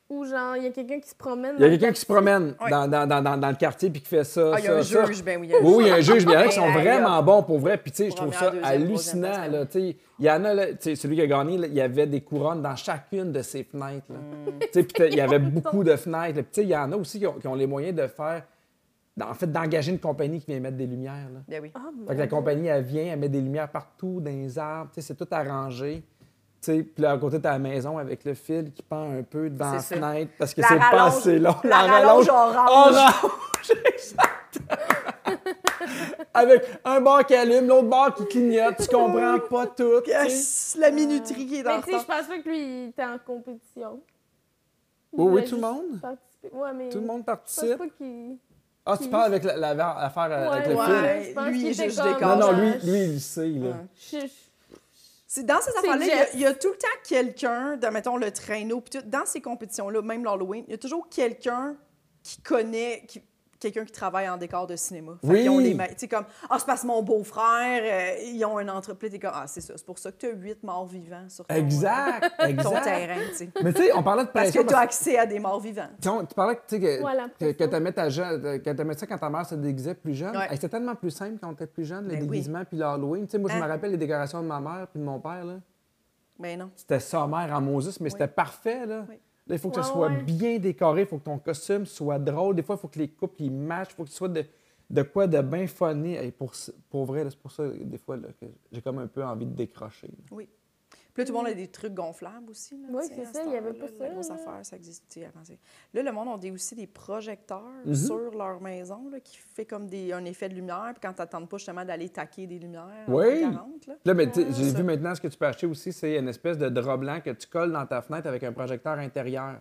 Ou genre, il y a quelqu'un qui se promène?
Il y a
dans-
quelqu'un qui se promène
Ouais.
dans, dans, dans, dans, dans le quartier, puis qui fait ça.
Ah, il y a
ça,
un
ça.
juge, ben oui, il y a un juge.
Oui, oui, il y a un juge, mais il y en a qui sont
Ben, là,
vraiment bons pour vrai. Puis, tu sais, je
Première,
trouve ça
deuxième, troisième
hallucinant.
place,
Là, tu sais. il y en a, là, tu sais, celui qui a gagné, là, il y avait des couronnes dans chacune de ses fenêtres. là.
Hmm.
Tu sais, puis t'as- il y avait beaucoup de fenêtres. là. Puis, tu sais, il y en a aussi qui ont, qui ont les moyens de faire, en fait, d'engager une compagnie qui vient mettre des lumières. là.
Ben oui.
Ah, mon
Fait que la
Dieu.
compagnie, elle vient, elle met des lumières partout, dans les arbres, tu sais, c'est tout arrangé. Tu sais, Puis là, à côté, t'as la maison avec le fil qui pend un peu devant la
C'est ça.
fenêtre parce que
La
c'est pas
rallonge-
assez long. Oh,
la rallonge orange.
Orange, exactement. avec un bar qui allume, l'autre bar qui clignote, tu comprends pas tout. tu sais.
Yes, la minuterie qui est dans
Mais
le
tu sais, je
temps.
pense pas que lui, il était en compétition. Il
Oui, oui,
voulait
tout
juste
le monde.
participer. Ouais, mais
Tout le monde
Je pense
participe.
pas qu'il...
Ah, tu parles avec la- la- l'affaire euh, avec le
Ouais,
fil.
ouais.
je pense
Lui,
qu'il
il
était
juge
comme- euh,
des
Non, non, lui,
Je-
lui, il le sait, là.
Ouais.
je- je-
C'est dans ces affaires-là, il y a-
Jess.
il y, a tout le temps quelqu'un, de, mettons le traîneau, puis tout, dans ces compétitions-là, même l'Halloween, il y a toujours quelqu'un qui connaît, qui- quelqu'un qui travaille en décor de cinéma. Fait
Oui.
qu'ils ont les ma- Tu sais, comme, ah, c'est parce que mon beau-frère, euh, ils ont un entreprise. T'es comme, ah, c'est ça, c'est pour ça que tu as huit morts vivants sur ton,
Exact,
euh, ton
exact. Ben,
terrain, tu sais.
Mais tu sais, on parlait de
Parce que
pression
tu as accès à des morts vivants.
Tu, sais, tu parlais que, tu sais, que,
Ouais, la
que,
pression.
t'aimais ta jeune- euh, que t'aimais ça quand ta mère se déguisait plus jeune.
Ouais.
Hey, C'était tellement plus simple quand on était plus jeune, le
Ben oui.
déguisement puis l'Halloween. Tu sais, moi, je
Hein?
me rappelle les décorations de ma mère puis de mon père. là.
Mais non.
C'était sommaire en Moses, mais c'était parfait. Là.
Oui.
Là, il faut que ça
Ouais,
soit
ouais.
bien décoré, il faut que ton costume soit drôle. Des fois, il faut que les couples ils matchent, il faut que ce soit de, de quoi de bien funny. Hey, pour, ce- pour vrai, là, c'est pour ça, des fois, là, que j'ai comme un peu envie de décrocher. là.
Puis là, tout le monde a des trucs gonflables aussi. Là,
Mm. Oui,
tu sais,
c'est
à
ça,
cette
il y avait
heure-là,
pas ça,
La grosse
là.
affaire, ça existait avant. c'est- Là, le monde a des- aussi des projecteurs
Mm-hmm.
Mhm.
sur leur maison là, qui fait comme des, un effet de lumière. Puis quand t'attends pas justement d'aller taquer des lumières en
Oui.
40, là.
Là, mais tu sais,
Ah.
j'ai
Ça.
vu maintenant ce que tu peux acheter aussi, c'est une espèce de drap blanc que tu colles dans ta fenêtre avec un projecteur intérieur.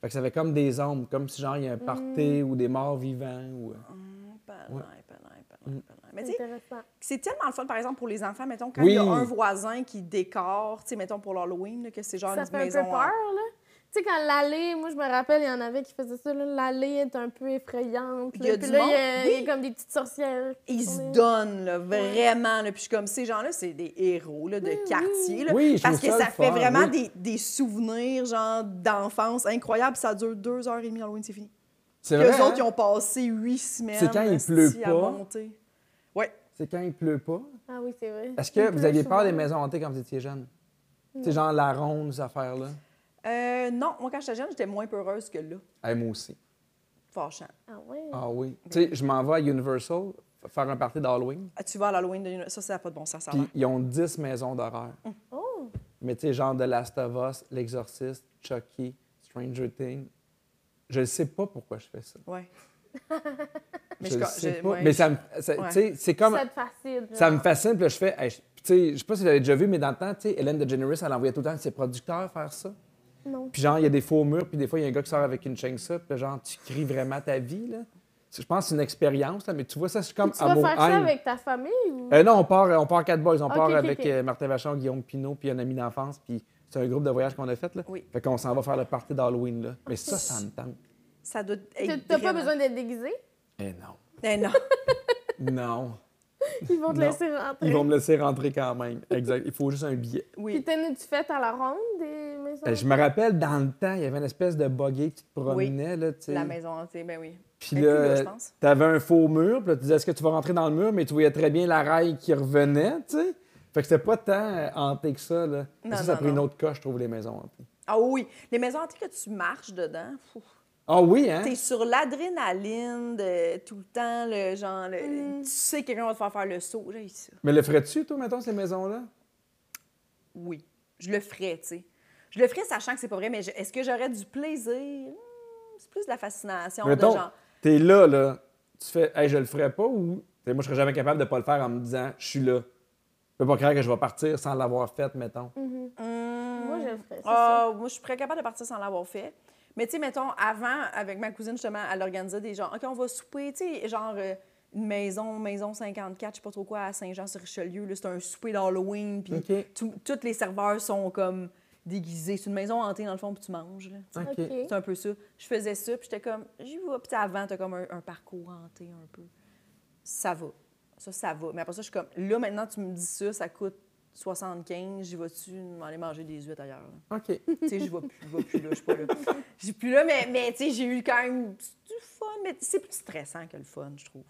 Fait que ça fait comme des ombres, comme si genre il y a un party ou des morts vivants. Ou... euh.
Hum, palin,
Ouais.
palin, palin, palin. Mais tu
C'est
sais,
Mm. intéressant.
c'est tellement le fun, par exemple, pour les enfants, mettons, quand il
Oui.
y a un voisin qui décore, tu sais, mettons pour l'Halloween, là, que c'est genre
Ça
une
fait un peu
maison. hein.
peur,
en-
là. Tu sais, quand l'allée, moi, je me rappelle, il y en avait qui faisaient ça, là, l'allée est un peu effrayante.
Il y a
là.
du
Puis là, il y a-
monde,
il y,
oui.
a comme des petites sorcières. qui
Ils se
sont là.
donnent, là, vraiment. Là. Puis je suis comme, ces gens-là, c'est des héros là, de
Oui, oui.
quartier. là.
Oui, je
parce que
trouve
ça,
ça le
fait
fun,
vraiment
oui.
des, des souvenirs, genre, d'enfance incroyables. Ça dure deux heures et demie, Halloween, c'est fini.
C'est
Les
vrai,
autres,
hein?
ils ont passé huit semaines
C'est quand il
esti,
pleut
à
pas.
monter. Ouais.
c'est quand il pleut pas.
Ah oui, c'est vrai.
Est-ce
Il
que
pleut
vous aviez peur
souvent.
des maisons hantées quand vous étiez jeune? C'est genre la ronde, ces affaires-là.
Euh, non, moi, quand j'étais jeune, j'étais moins peureuse que là.
Ah, moi aussi.
Fâchant.
Ah ouais.
Ah oui. Tu sais, je m'en vais à Universal f- faire un party d'Halloween,
Ah, Tu vas à l'Halloween, de- ça, ça n'a pas de bon sens. Ça a
puis
l'air.
ils ont 10 maisons d'horreur.
Oh!
Mais tu sais, genre The Last of Us, L'Exorciste, Chucky, Stranger Things. Je ne sais pas pourquoi je fais ça.
Ouais.
Mais
je-
je, sais
je-
pas.
ouais,
mais
je-
ça me, ça-
ouais.
tu sais, c'est comme,
Ça te fascine.
ça me
genre.
fascine. Puis là, je fais, hey, je- tu sais, je sais pas si vous l'avez déjà vu, mais dans le temps, tu sais, Hélène DeGeneres, elle envoyait tout le temps ses producteurs faire ça.
Non.
Puis genre, il y a des faux murs, puis des fois, il y a un gars qui sort avec une chaîne ça, puis là, genre, tu cries vraiment ta vie, là. je pense que c'est une expérience, là, mais tu vois, ça, c'est comme
Tu vas faire ça
Haine.
avec ta famille ou.
Euh, non, on part, on part quatre boys. On
Ok,
part
ok,
avec
ok.
euh, Martin Vachon, Guillaume Pinault, puis un ami d'enfance. Puis c'est un groupe de voyage qu'on a fait. Là.
Oui.
Fait qu'on s'en va faire le party d'Halloween. là. Mais ça, ça me tente.
Ça doit
Euh,
T'as
être
t'as pas
vraiment-
besoin d'être déguisé?
Eh non.
Eh non.
Non.
Ils vont te
Non.
laisser rentrer.
Ils vont me laisser rentrer quand même. Exact. Il faut juste un billet.
Puis
Oui.
t'en as-tu fait à la ronde des maisons?
Euh, je me rappelle, dans le temps, il y avait une espèce de buggy qui te promenait. Là, tu sais.
La maison hantée, ben oui.
Puis
Mais plus là, je
là,
pense.
t'avais un faux mur, puis là, tu disais, est-ce que tu vas rentrer dans le mur? Mais tu voyais très bien la raille qui revenait, tu sais. Fait que c'était pas tant euh, hanté que ça, là. Mais
Non,
ça, ça a
non,
pris une
non.
autre coche, je trouve, les maisons hantées.
Ah oui, les maisons hantées que tu marches dedans, fou.
Ah oui, hein?
T'es sur l'adrénaline de tout le temps, le genre, le- tu sais que quelqu'un va te faire faire le saut. Là, ici.
Mais le ferais-tu, toi, mettons, ces maisons-là?
Oui, je le ferais, tu sais. Je le ferais sachant que c'est pas vrai, mais je- est-ce que j'aurais du plaisir? Hmm, c'est plus de la fascination de
Mettons,
genre.
t'es là, là, tu fais, hey, je le ferais pas ou. T'sais, moi, je serais jamais capable de pas le faire en me disant, je suis là. Je peux pas croire que je vais partir sans l'avoir fait, mettons.
Mm,
Moi, je le ferais. c'est
Ah, moi, je serais capable de partir sans l'avoir fait. Mais tu sais, mettons, avant, avec ma cousine, justement, elle organisait des gens. OK, on va souper, tu sais, genre euh, une maison, maison 54, je sais pas trop quoi, à Saint-Jean-sur-Richelieu. là, C'est un souper d'Halloween, puis
OK.
tout- tous les serveurs sont comme déguisés. C'est une maison hantée, dans le fond, puis tu manges. là, tu sais.
OK.
OK.
C'est un peu ça. Je faisais ça, puis j'étais comme, j'y vais. Puis t'sais, avant, t'as comme un, un parcours hanté un peu. Ça va. Ça, ça va. Mais après ça, je suis comme, là, maintenant, tu me dis ça, ça coûte 75, j'y vas-tu m'aller manger des huîtres ailleurs? là?
OK.
Tu sais, je vais plus, je vais plus là, je suis pas là. Je suis plus là, mais, mais tu sais, j'ai eu quand même du fun, mais c'est plus stressant que le fun, je trouve.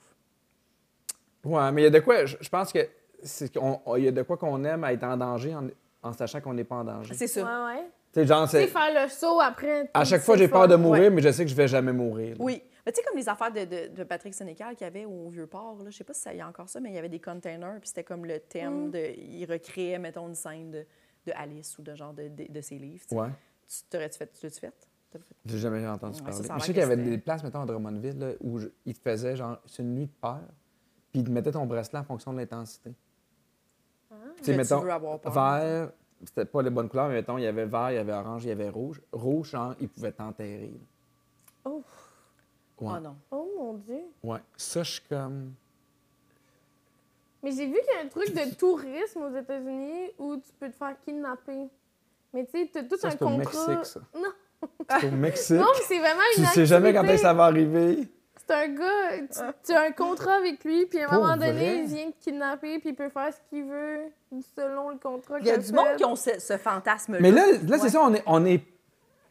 Ouais, mais il y a de quoi, je je pense que c'est qu'on- on- il y a de quoi qu'on aime à être en danger en, en sachant qu'on n'est pas en danger.
C'est ça.
Ouais, ouais.
T'sais, genre,
Tu sais,
c'est.
faire le saut après.
À
tu-
chaque fois,
c'est
j'ai
le
peur
fun.
de mourir,
Ouais.
mais je sais que je vais jamais mourir. là.
Oui. Mais tu sais, comme les affaires de, de- de Patrick Sénécal qu'il y avait au Vieux-Port, là, je sais pas si ça y a encore ça, mais il y avait des containers, puis c'était comme le
Mm.
thème de. Il recréait, mettons, une scène de, de Alice ou de genre de, de- de ses livres. tu sais.
Ouais.
Tu t'aurais-tu fait? Tu l'as-tu fait? T'as fait?
J'ai jamais entendu
Ouais, ça, ça a
parler. Mais je
l'air
sais qu'il y
que
avait
c'était-
des places, mettons, à Drummondville, là, où je- ils te faisaient genre, c'est une nuit de peur, puis ils te mettaient ton bracelet en fonction de l'intensité. Tu sais,
Que Ah, tu
mettons,
veux avoir peur.
vert, c'était pas les bonnes couleurs, mais mettons, il y avait vert, il y avait orange, il y avait rouge. Rouge, genre, ils pouvaient t'enterrer. là.
Oh.
Ouais.
Oh non.
Oh mon Dieu.
Ouais. Ça, je suis comme.
Mais j'ai vu qu'il y a un truc de tourisme aux États-Unis où tu peux te faire kidnapper. Mais tu sais, t'as tout
Ça,
un
c'est au
contrat.
Mexique, ça.
Non,
C'est au Mexique.
non, mais c'est vraiment
tu
une
sais jamais quand
activité.
est-ce que ça va arriver.
C'est un gars,
Ah.
tu, tu as un contrat avec lui, puis à un
Pour
moment donné,
vrai?
il vient te kidnapper, puis il peut faire ce qu'il veut selon le contrat
Il y a
que
du
fait.
monde qui ont ce, ce fantasme-là.
Mais là, là c'est
Ouais.
ça, on est, on, est,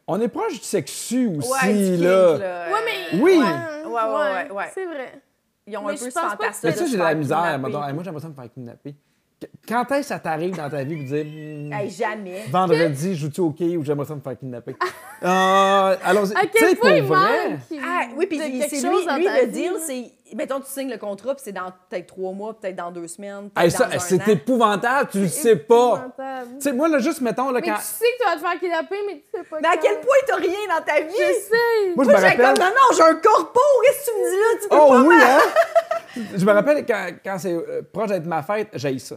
on est proche du sexu aussi.
Ouais, du kink,
là.
là.
Ouais, mais.
Oui!
Ouais,
euh, Ouais, ouais, ouais, ouais.
C'est vrai.
Ils ont
Mais
un
je
peu ce
pense pas que-
fantasme
Mais ça, j'ai de la misère. mettons. Hey, moi, j'aimerais ça me faire kidnapper. Qu- Quand est-ce que ça t'arrive dans ta vie de dire hmm,
jamais.
vendredi, joue-tu au hockey ou j'aimerais ça me faire kidnapper? Euh, alors,
À
tu sais,
quel point
pour
il
vrai,
manque il-
Ah, oui, puis
de
il-
quelque
c'est lui,
chose dans
lui
ta
le
vie,
deal,
là.
c'est. Mettons, tu signes le contrat, puis c'est dans peut-être trois mois, peut-être dans deux semaines. peut-être
hey,
dans
ça,
un
c'est
an.
épouvantable, tu le sais pas.
épouvantable.
Tu sais, moi, là, juste, mettons, là,
Mais
quand.
tu sais que tu vas te faire kidnapper, mais tu sais pas.
Mais à
quand.
quel point t'as rien dans ta vie?
Je sais.
Moi, je
Moi,
me
j'étais
rappelle.
comme, non, non, j'ai un corpo, qu'est-ce que tu me dis là? Tu peux
Oh
pas
oui,
mal.
hein? Je me rappelle quand, quand c'est euh, proche d'être ma fête, j'ai ça.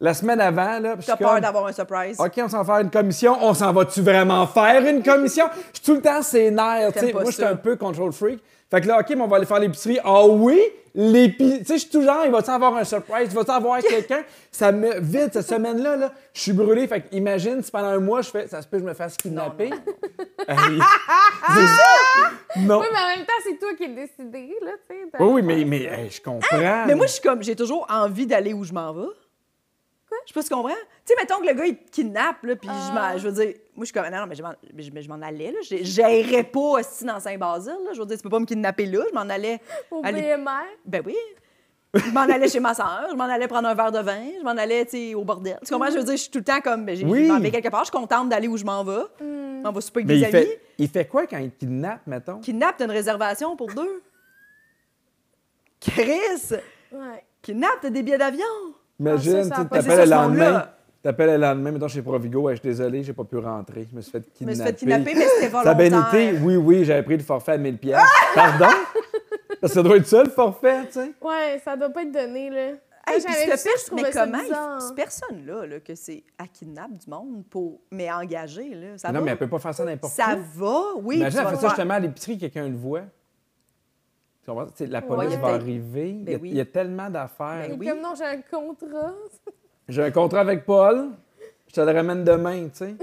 La semaine avant, là. puis je
T'as
suis
peur
comme,
d'avoir un surprise.
OK, on s'en va faire une commission. On s'en va-tu vraiment faire une commission? Je suis tout le temps sénère. tu
T'aimes
sais.
pas
Moi, je suis
ça.
un peu control freak. Fait que là, OK, mais on va aller faire l'épicerie. Ah oui? L'épicerie. Tu sais, je suis tout genre, il va-tu avoir un surprise? Il va-tu avoir quelqu'un? Ça me vide cette semaine-là. Là, je suis brûlé. Fait que imagine si pendant un mois, je fais, ça se peut que je me fasse kidnapper. Hey, c'est ça?
Oh.
Non.
Oui, mais en même temps, c'est toi qui es décidé, là, tu sais. t'as-
Oui, oui, mais, mais hey, je comprends.
Hein? Mais moi, je suis comme, j'ai toujours envie d'aller où je m'en vais. Quoi? Je sais pas si tu comprends. Tu sais, mettons que le gars, il te kidnappe, là, puis je
Ah.
m'en- je veux dire, moi, je suis comme, non, non, mais je m'en- mais je mais je m'en allais, là. Je- J'irais pas aussi dans Saint-Basile, là. Je veux dire, tu peux pas me kidnapper là. Je m'en allais.
Au
aller-
BMR.
Ben oui. Je m'en allais chez ma soeur, je m'en allais prendre un verre de vin, je m'en allais, tu sais, au bordel. Tu comprends? Je veux dire, je suis tout le temps comme, ben, j'ai
Oui.
je m'en vais quelque part, je suis contente d'aller où je m'en vais.
Hmm,
On va souper avec des
Mais il
amis. Ah,
fait, il fait quoi quand il te kidnappe, mettons?
Kidnappe, t'as une réservation pour deux. Chris!
Ouais.
Kidnappe, t'as des billets d'avion.
Imagine,
Ah, ça, ça
tu
a
sais,
pas-
Mais c'est
t'appelles
ça,
le
ce
lendemain.
monde-là.
T'appelles le lendemain, mettons chez Provigo, Ouais, je suis désolé, j'ai pas pu rentrer. Je me suis fait
Je
kidnapper.
me suis fait kidnapper, mais c'était
Ça a
volontaire. Ah!
bien été? Oui, oui, j'avais pris le forfait à 1000 pièces. Pardon? Parce que ça doit être ça, le forfait, tu sais.
Ouais, ça doit pas être donné, là.
Hey,
Moi,
puis cette
j'avais vu ça, je
pers-
trouvais
mais
ça
comment il-
bizarre.
cette personne-là, là, que c'est à kidnappe du monde pour mais engagée, là, ça
non,
va?
mais elle peut pas faire ça n'importe
ça
où.
va, oui.
Imagine,
tu
elle
vas
fait ça
faire-
justement à l'épicerie, quelqu'un le voit. Tu comprends? Tu sais, la
Ouais, il
police
y a
va
peut-être-
arriver. il, y a,
Ben oui.
il y a tellement d'affaires.
Ben
Et
oui.
comme non, j'ai un contrat.
J'ai un contrat avec Paul. Je te le ramène demain, tu sais.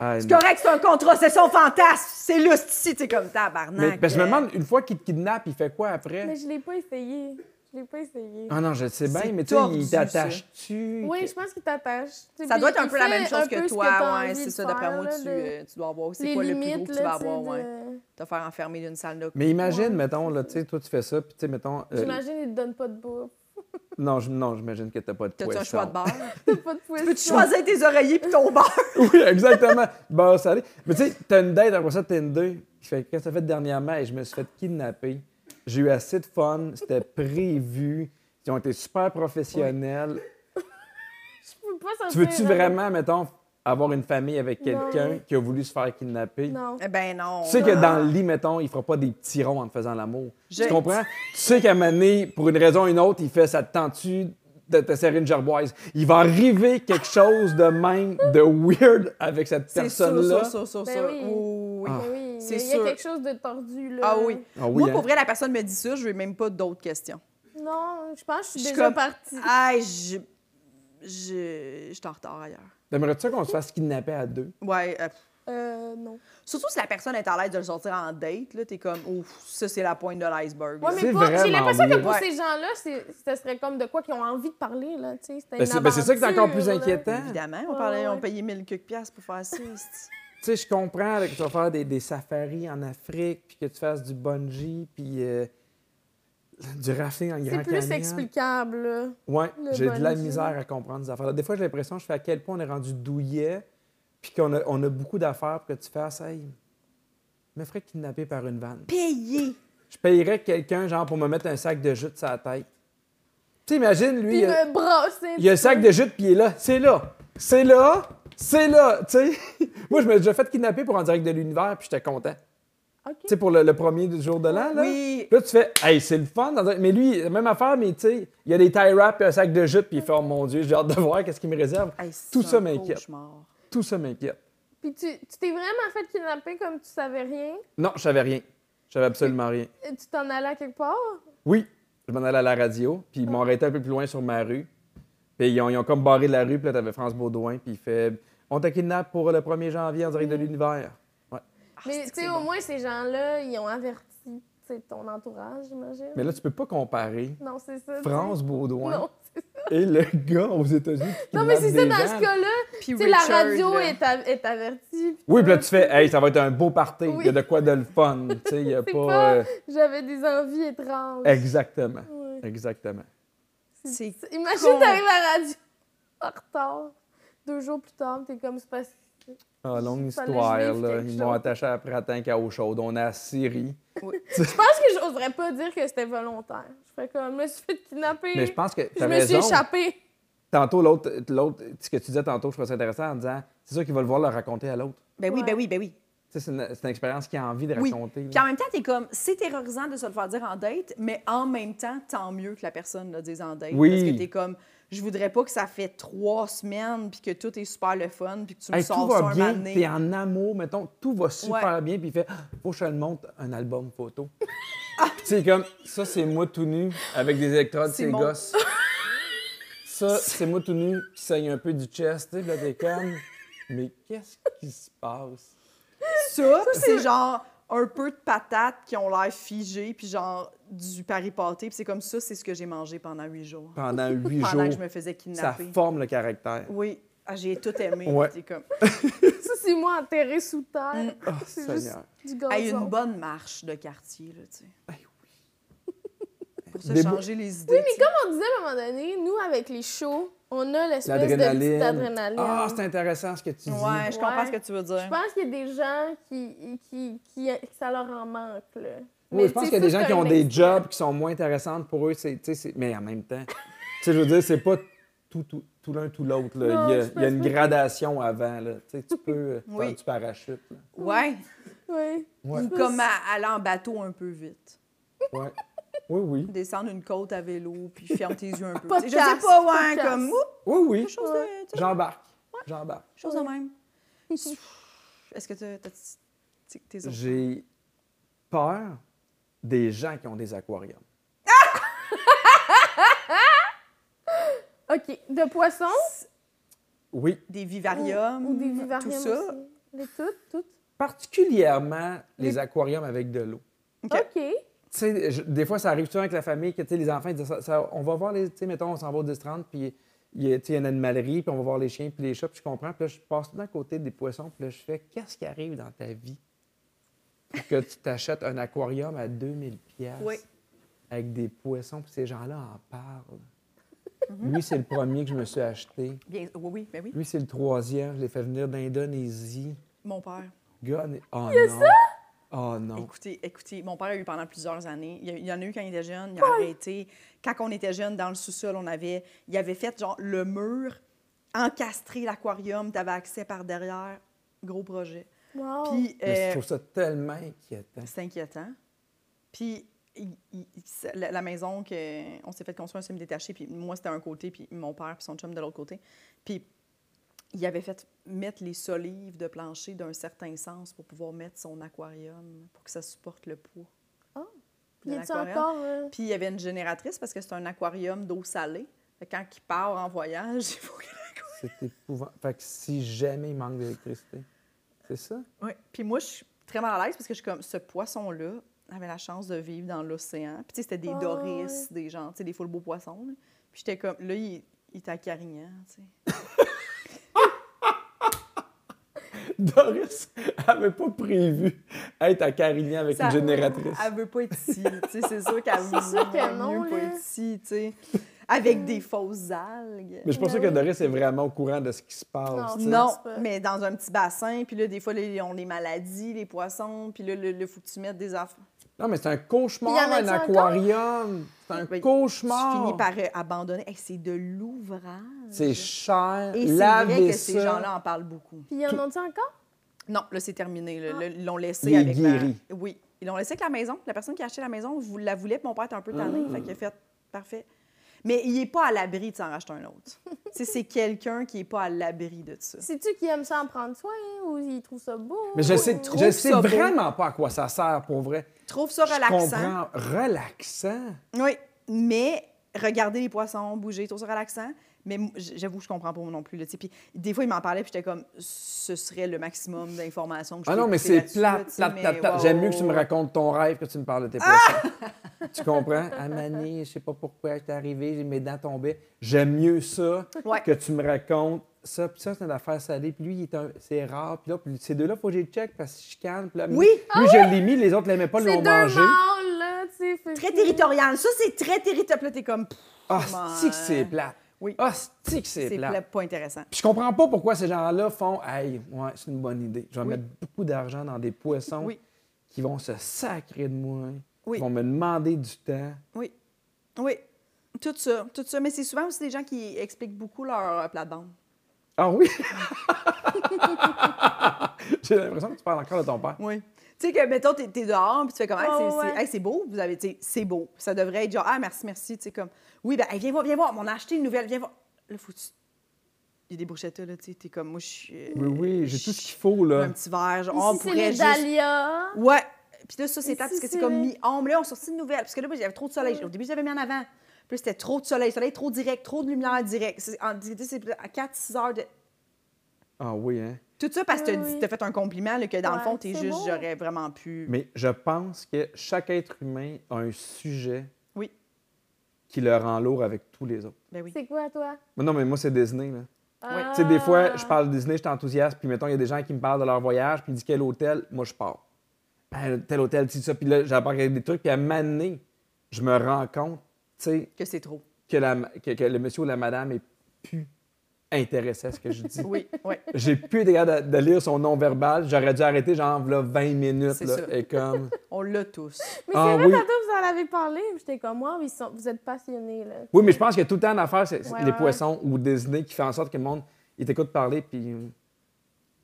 Ah,
C'est
non.
correct, c'est un contrat, c'est son fantasme. C'est lustre ici, t'es comme
Mais,
tabarnak.
ben, je me demande, une fois qu'il te kidnappe, il fait quoi
Mais
après?
je l'ai pas essayé. Je l'ai pas essayé.
Ah non, je sais
C'est
bien, mais tu sais,
tordu,
il
ça.
t'attache-tu?
Oui, je pense qu'il t'attache. Tu sais,
Ça
puis
doit être un
il
peu la
fait
même
un
chose
peu
que
ce t'as
toi, ouais,
envie
c'est
de
ça. D'après
faire,
moi,
là,
tu,
de-
euh, tu dois avoir. C'est
les
quoi le plus gros
limites,
que tu vas
là, tu sais,
avoir, ouais? Euh, Te
de-
faire enfermer d'une salle de.
Mais imagine,
Ouais.
mettons, là, tu sais, toi, tu fais ça, puis tu sais, mettons. euh,
J'imagine qu'il te donne pas de bouffe.
non, je- non, j'imagine que t'as pas de
T'as-tu
poisson.
un choix de beurre?
T'as pas de poisson.
Peux-tu choisir tes oreillers puis ton beurre?
Oui, exactement. Bon, ça allait. Mais tu sais, t'as une date, après ça, t'as une deux. Je fais, qu'est-ce que t'as fait dernièrement? Et je me suis fait kidnapper. J'ai eu assez de fun. C'était prévu. Ils ont été super professionnels.
Je peux pas sortir.
Tu veux-tu
là.
vraiment, mettons, avoir une famille avec quelqu'un
Non.
qui a voulu se faire kidnapper?
Non.
Eh ben non.
Tu sais que dans le lit, mettons, il fera pas des petits ronds en te faisant l'amour.
Je-
Tu comprends? Tu sais qu'à Mané, pour une raison ou une autre, il fait ça te tente-tu de te serrer une gerboise. Il va arriver quelque chose de même, de weird avec cette
C'est sûr,
personne-là.
sûr, sûr, sûr,
Ben
sûr.
oui.
Oui, oui.
Ah.
Mais oui,
C'est
il y a
sûr.
quelque chose de tordu, là.
Ah oui.
Ah oui,
Moi,
hein?
pour vrai, la personne me dit ça, je veux même pas d'autres questions.
Non, je pense que je suis
Je suis
déjà
comme- ah.
partie.
Aïe, je. Je. Je suis en retard ailleurs.
T'aimerais-tu qu'on se fasse kidnapper à deux?
Ouais. euh,
Euh, non.
surtout si la personne est à l'aise de le sortir en date, là, t'es comme, ouf, ça, c'est la pointe de l'iceberg.
Ouais,
là.
C'est
mais pas- j'ai
vraiment
l'impression que
weird.
pour
Ouais.
ces gens-là, c'est- ce serait comme de quoi qu'ils ont envie de parler, là, tu sais. C'était
Ben,
une
c'est- ben, c'est ça qui est encore
aventure,
plus
là.
inquiétant.
Évidemment, on
Ah. Ouais,
parlait, on
ouais.
payait 1000 quelques piastres pour faire ça. c'est-
Tu sais, je comprends là, que tu vas faire des, des safaris en Afrique, puis que tu fasses du bungee, puis euh, du rafting en Grand
C'est
Canyon.
plus explicable, là.
Oui,
Le
j'ai de la
bungee.
misère à comprendre ces affaires-là. Des fois, j'ai l'impression que je fais à quel point on est rendu douillet, puis qu'on a, on a beaucoup d'affaires pour que tu fasses. Hey, je me ferais kidnapper par une vanne.
Payé!
Je payerais quelqu'un, genre, pour me mettre un sac de jute sur la tête. Tu sais, imagine, lui,
Puis
il a,
me brosser.
il a le sac de jute, puis il est là. C'est là! C'est là! C'est là! Tu sais, moi, je me suis déjà fait kidnapper pour en direct de l'univers, puis j'étais content.
OK.
Tu sais, pour le, le premier du jour de l'an, là.
Oui!
Puis Là, tu fais, hey, c'est le fun. dans un- Mais lui, la même affaire, mais tu sais, il y a des tie wraps et un sac de jute, puis il fait, oh mon Dieu, j'ai hâte de voir qu'est-ce qu'il me réserve.
Hey,
Tout
c'est
ça
un
m'inquiète.
cauchemar.
Tout ça m'inquiète.
Puis tu tu t'es vraiment fait kidnapper comme tu savais rien.
Non, je savais rien. Je savais absolument rien.
Et Tu t'en allais à quelque part.
Oui, je m'en allais à la radio, puis ils m'ont arrêté un peu plus loin sur ma rue. Puis ils ont, ils ont comme barré la rue, puis là, t'avais France Baudouin, puis il fait, on te kidnappe pour le 1er janvier en direct de l'univers.
Ah,
Mais
c'est que
tu sais,
c'est
au
bon.
moins, ces gens-là, ils ont averti tu sais, ton entourage, j'imagine.
Mais là, tu peux pas comparer
Non, c'est ça. tu sais.
France Baudouin
Non, c'est-
et le gars aux États-Unis. qui
non mais
kidnappe
c'est ça,
des
dans
gens.
ce cas-là,
Puis
tu sais, la
Richard,
radio
là.
est, av- est avertie. puis
Oui,
tout.
puis là, tu fais, hey, ça va être un beau party. Il y a
Oui.
de quoi de le fun. Tu sais, il n'y a
C'est
pas.
pas-
euh,
J'avais des envies étranges.
Exactement.
Ouais.
Exactement.
C'est
C'est- Imagine, t'arrives à la radio en retard. Deux jours plus tard, t'es comme, c'est parce
Ah, longue
Fallait
histoire,
que je vive
là.
quelque
Ils m'ont
chose.
attaché après à tank à eau chaude. On est à Syrie.
Je pense que j'oserais pas dire que c'était volontaire. Je ferais comme, je me suis fait kidnapper.
Mais je pense que
puis
t'as
je me suis
raison.
échappée.
Tantôt, l'autre, l'autre, ce que tu disais tantôt, je trouvais ça intéressant en disant, c'est sûr qu'ils vont le voir le raconter à l'autre.
Ben oui, ben oui, ben oui.
Tu sais, c'est une, c'est une expérience qu'il a envie de
Oui.
raconter. là.
Puis en même temps, t'es comme, c'est terrorisant de se le faire dire en date, mais en même temps, tant mieux que la personne le dise en date.
Oui.
Parce que t'es comme, je voudrais pas que ça fait trois semaines, puis que tout est super le fun, puis que tu me
Hey, tout
sors ça
va
un
bien,
moment donné.
t'es en amour, mettons, tout va super bien, puis il fait Ah, Faut que je te le montre un album photo. Puis tu sais, comme ça, c'est moi tout nu avec des électrodes,
C'est
c'est
mon-
gosse. ça, c'est moi tout nu qui saigne un peu du chest, tu sais, puis là, t'es comme Mais qu'est-ce qui se passe?
Ça, puis c'est genre un peu de patates qui ont l'air figées, puis genre du pari pâté, puis c'est comme ça, c'est ce que j'ai mangé pendant huit jours.
Pendant huit
Pendant que je
jours,
me faisais
ça
kidnapper.
forme le caractère.
Oui, Ah, j'ai tout aimé.
Ouais.
T'es comme,
Ça, c'est moi enterrée sous terre.
Oh,
C'est juste
Seigneur.
du gazon.
Mm. Hey, une bonne marche de quartier, là, tu sais. Pour se
Des beaux-
changer les idées. tu sais.
Comme on disait à un moment donné, nous, avec les shows, on a l'espèce de petite
L'adrénaline.
adrénaline.
Ah, c'est intéressant ce que tu dis.
Ouais, je comprends
Ouais.
ce que tu veux
Je
dire.
pense qu'il y a des gens qui, qui, qui, que ça leur en manque, là.
Oui, je pense
tu
qu'il
sais,
y a des
ça,
gens
c'est
qui
un
ont des
ex-
jobs qui sont moins intéressantes pour eux, c'est, tu sais, c'est- mais en même temps, tu sais, je veux dire, c'est pas tout, tout, tout l'un, tout l'autre. là.
Non,
Il y a,
je
il y a une
pense pas.
gradation avant. Là. Tu sais, tu peux euh,
Oui.
faire du parachute. là.
Ouais.
Oui.
Ouais.
Ou comme à- aller en bateau un peu vite.
Ouais. Oui, oui.
Descendre une côte à vélo, puis ferme tes yeux un peu.
Podcast,
Tu sais, je sais pas, ouais,
podcast.
comme, oups,
Oui, oui.
quelque chose de, tu sais,
J'embarque. J'embarque.
quelque chose de même. Est-ce que t'as- t'as- tu sais que t'es
J'ai peur des gens qui ont des aquariums.
OK. De poissons
Oui,
Des
ou-
vivariums.
ou, des vivariums
Hum, Tout ça.
aussi? De tout, tout.
particulièrement les aquariums avec de l'eau.
OK.
OK.
Tu sais, je- des fois, ça arrive souvent avec la famille que tu sais, les enfants ils disent ça- ça- on va voir les. Tu sais, mettons, on s'en va au 10-30, puis il y, a- tu sais, il y a une animalerie, puis on va voir les chiens, puis les chats, puis je comprends. Puis là, je passe tout à côté des poissons, puis là, je fais qu'est-ce qui arrive dans ta vie pour que tu t'achètes un aquarium à 2000 pièces
Oui.
avec des poissons, puis ces gens-là en parlent.
Mhm.
Lui, c'est le premier que je me suis acheté.
Bien, oui, oui, ben oui.
Lui, c'est le troisième. Je l'ai fait venir d'Indonésie.
Mon père.
Gars, on est- oh non. Oh non.
Écoutez, écoutez, mon père a eu pendant plusieurs années. Il y a- il y en a eu quand il était jeune, il a arrêté. Quand on était jeune, dans le sous-sol, on avait, il avait fait genre le mur, encastré l'aquarium, t'avais accès par derrière. Gros projet.
Wow.
Puis,
Oh. Mais
euh,
je trouve ça tellement inquiétant.
c'est inquiétant. Puis, il- il- il- ça- la, la maison que on s'est fait construire un semi-détaché, puis moi, c'était un côté, puis mon père, puis son chum de l'autre côté. Puis, il avait fait mettre les solives de plancher d'un certain sens pour pouvoir mettre son aquarium, pour que ça supporte le poids.
Ah.
de
y a-tu
l'aquarium.
encore. euh,
Puis il y avait une génératrice parce que c'est un aquarium d'eau salée. Fait que Quand il part en voyage, il faut qu'il-
C'est épouvantable. Fait que si jamais il manque d'électricité, c'est ça?
Puis moi, je suis très mal à l'aise parce que je suis comme, ce poisson-là avait la chance de vivre dans l'océan. Puis tu sais, c'était des
Ah,
doris, des gens, tu sais, des full beaux poissons. là. Puis j'étais comme, là, il, il était à Carignan, tu sais.
Doris avait pas prévu être à Carignan avec
Ça-
une génératrice.
Elle veut pas être ici. tu sais, c'est sûr qu'elle veut
sûr que non,
mieux pas
là. Mm.
être ici, tu sais. Avec des fausses algues.
Mais je pense
Ben
que
oui.
Doris est vraiment au courant de ce qui se passe.
Non,
tu sais.
Non,
c'est pas-
mais dans un petit bassin. Puis là, des fois, là, ils ont les maladies, les poissons. Puis là, il faut que tu mettes des affaires.
Non, mais c'est un
Il y
cauchemar,
en a-tu
un
encore?
aquarium. C'est un
Ben,
cauchemar.
Tu finis par euh, abandonner. Hey, c'est de l'ouvrage.
C'est cher.
Et c'est vrai
Lavez
que ces
ça.
gens-là en parlent beaucoup.
Puis, y en ont-tu encore?
Non, là, c'est terminé. là.
Ah.
Là, Ils l'ont laissé
Il est
avec
guéri.
la... Oui. Ils l'ont laissé avec la maison. La personne qui a acheté la maison vous la voulait, puis mon père était un peu tanné.
Mm.
Fait qu'il a fait « Parfait ». Mais il n'est pas à l'abri de s'en racheter un autre. Tu sais, c'est quelqu'un qui n'est pas à l'abri de ça.
Sais-tu qu'ils aiment ça en prendre soin ou ils trouvent ça beau?
Mais je sais,
trouve
je sais
ça beau.
vraiment pas à quoi ça sert pour vrai.
Trouve ça
Je
relaxant.
comprends. Relaxant.
Oui, mais regarder les poissons bouger, tout ça relaxant. Mais m- j- j'avoue, je comprends pas moi non plus. Là, tu sais. puis des fois, il m'en parlait, puis j'étais comme, ce serait le maximum d'informations que je
Ah
peux
non, mais
écouter
c'est
là-dessus, là,
plate,
tu sais,
plate,
mais
plate, plate.
wow,
J'aime mieux que tu me
wow, Ah!
racontes ton rêve que tu me parles de tes poissons. tu comprends? Amani, je sais pas pourquoi j'étais arrivé, mes dents tombaient. J'aime mieux ça
Ouais.
que tu me racontes ça. Puis ça, c'est une affaire salée. Puis lui, il est un- c'est rare. Puis là, puis ces deux-là, faut que j'ai check parce que je chicane. Puis là,
Oui!
lui, je l'ai mis, les autres l'aimaient pas,
C'est deux
l'ont mangé.
mâles, là, tu sais. fait
Très
que-
territorial. Ça, c'est très territorial. Puis là, t'es comme, pff,
Ah,
Comment?
c'est que c'est plate.
Oui.
Ah, c'est que c'est
c'est
plate.
pla- pas intéressant.
Puis je comprends pas pourquoi ces gens-là font Hey, ouais, c'est une bonne idée. Je vais
Oui.
mettre beaucoup d'argent dans des poissons
Oui.
qui vont se sacrer de moi,
Oui.
qui vont me demander du temps.
Oui. Oui. Tout ça, tout ça. Mais c'est souvent aussi des gens qui expliquent beaucoup leur euh, plate-bande.
Ah oui! J'ai l'impression que tu parles encore de ton père.
Oui. Tu sais que, mettons, t'es es dehors, puis tu fais comme, hey,
Ouais,
c'est-
Ah ouais,
c'est
ouais.
hey, c'est beau, vous avez, tu sais, c'est beau. Ça devrait être genre, ah, merci, merci, tu sais, comme, oui, ben, hey, viens voir, viens voir, on a acheté une nouvelle, viens voir. Là, faut que tu- Il y a des brochettes, là, tu sais, t'es comme, moi, je suis. euh,
Oui, oui, j'ai tout ce qu'il faut, là.
Un petit verre, genre, on
Ici, c'est
pourrait
les
juste.
dahlias.
Ouais. Puis là, ça, c'est
Ici,
tard parce que c'est
c'est
comme
les-
mi-ombre. Là, on sortit une nouvelle. Parce que là, moi, j'avais trop de soleil. Au début, j'avais mis en avant. Puis là, c'était trop de soleil. Soleil trop direct, trop de lumière direct. C'est en- tu sais, c'est à 4-6 heures de.
Ah oui, hein.
Tout ça parce que
Oui,
t'as dit-
oui.
t'as fait un compliment, là, que dans le
Ouais,
fond, t'es
c'est
juste,
beau.
j'aurais vraiment pu.
Mais je pense que chaque être humain a un sujet
Oui.
qui le rend lourd avec tous les autres.
Ben oui.
C'est quoi, toi?
Mais non, mais moi, c'est Disney, là.
Ouais.
Ah.
Tu sais, des fois, je parle de Disney, je suis enthousiaste, puis mettons, il y a des gens qui me parlent de leur voyage, puis ils disent quel hôtel, moi, je pars. Ben, tel hôtel, tu ça, puis là, j'apprends des trucs, puis à m'amener, je me rends compte, tu sais,
Que c'est trop.
que, la- que- que le monsieur ou la madame est plus intéressé à ce que je dis.
Oui, oui.
J'ai plus été capable de, de lire son non-verbal, j'aurais dû arrêter, genre, là, 20 minutes,
C'est
là,
ça.
et comme...
On l'a tous.
Mais
Ah
c'est vrai,
oui.
tantôt, vous en avez parlé. puis J'étais comme, moi, ils sont... vous êtes passionnés, là.
Oui, mais je pense que tout le temps, l'affaire, c'est c'est
Ouais,
les
ouais, ouais.
poissons ou Disney qui fait en sorte que le monde, il t'écoute parler, puis...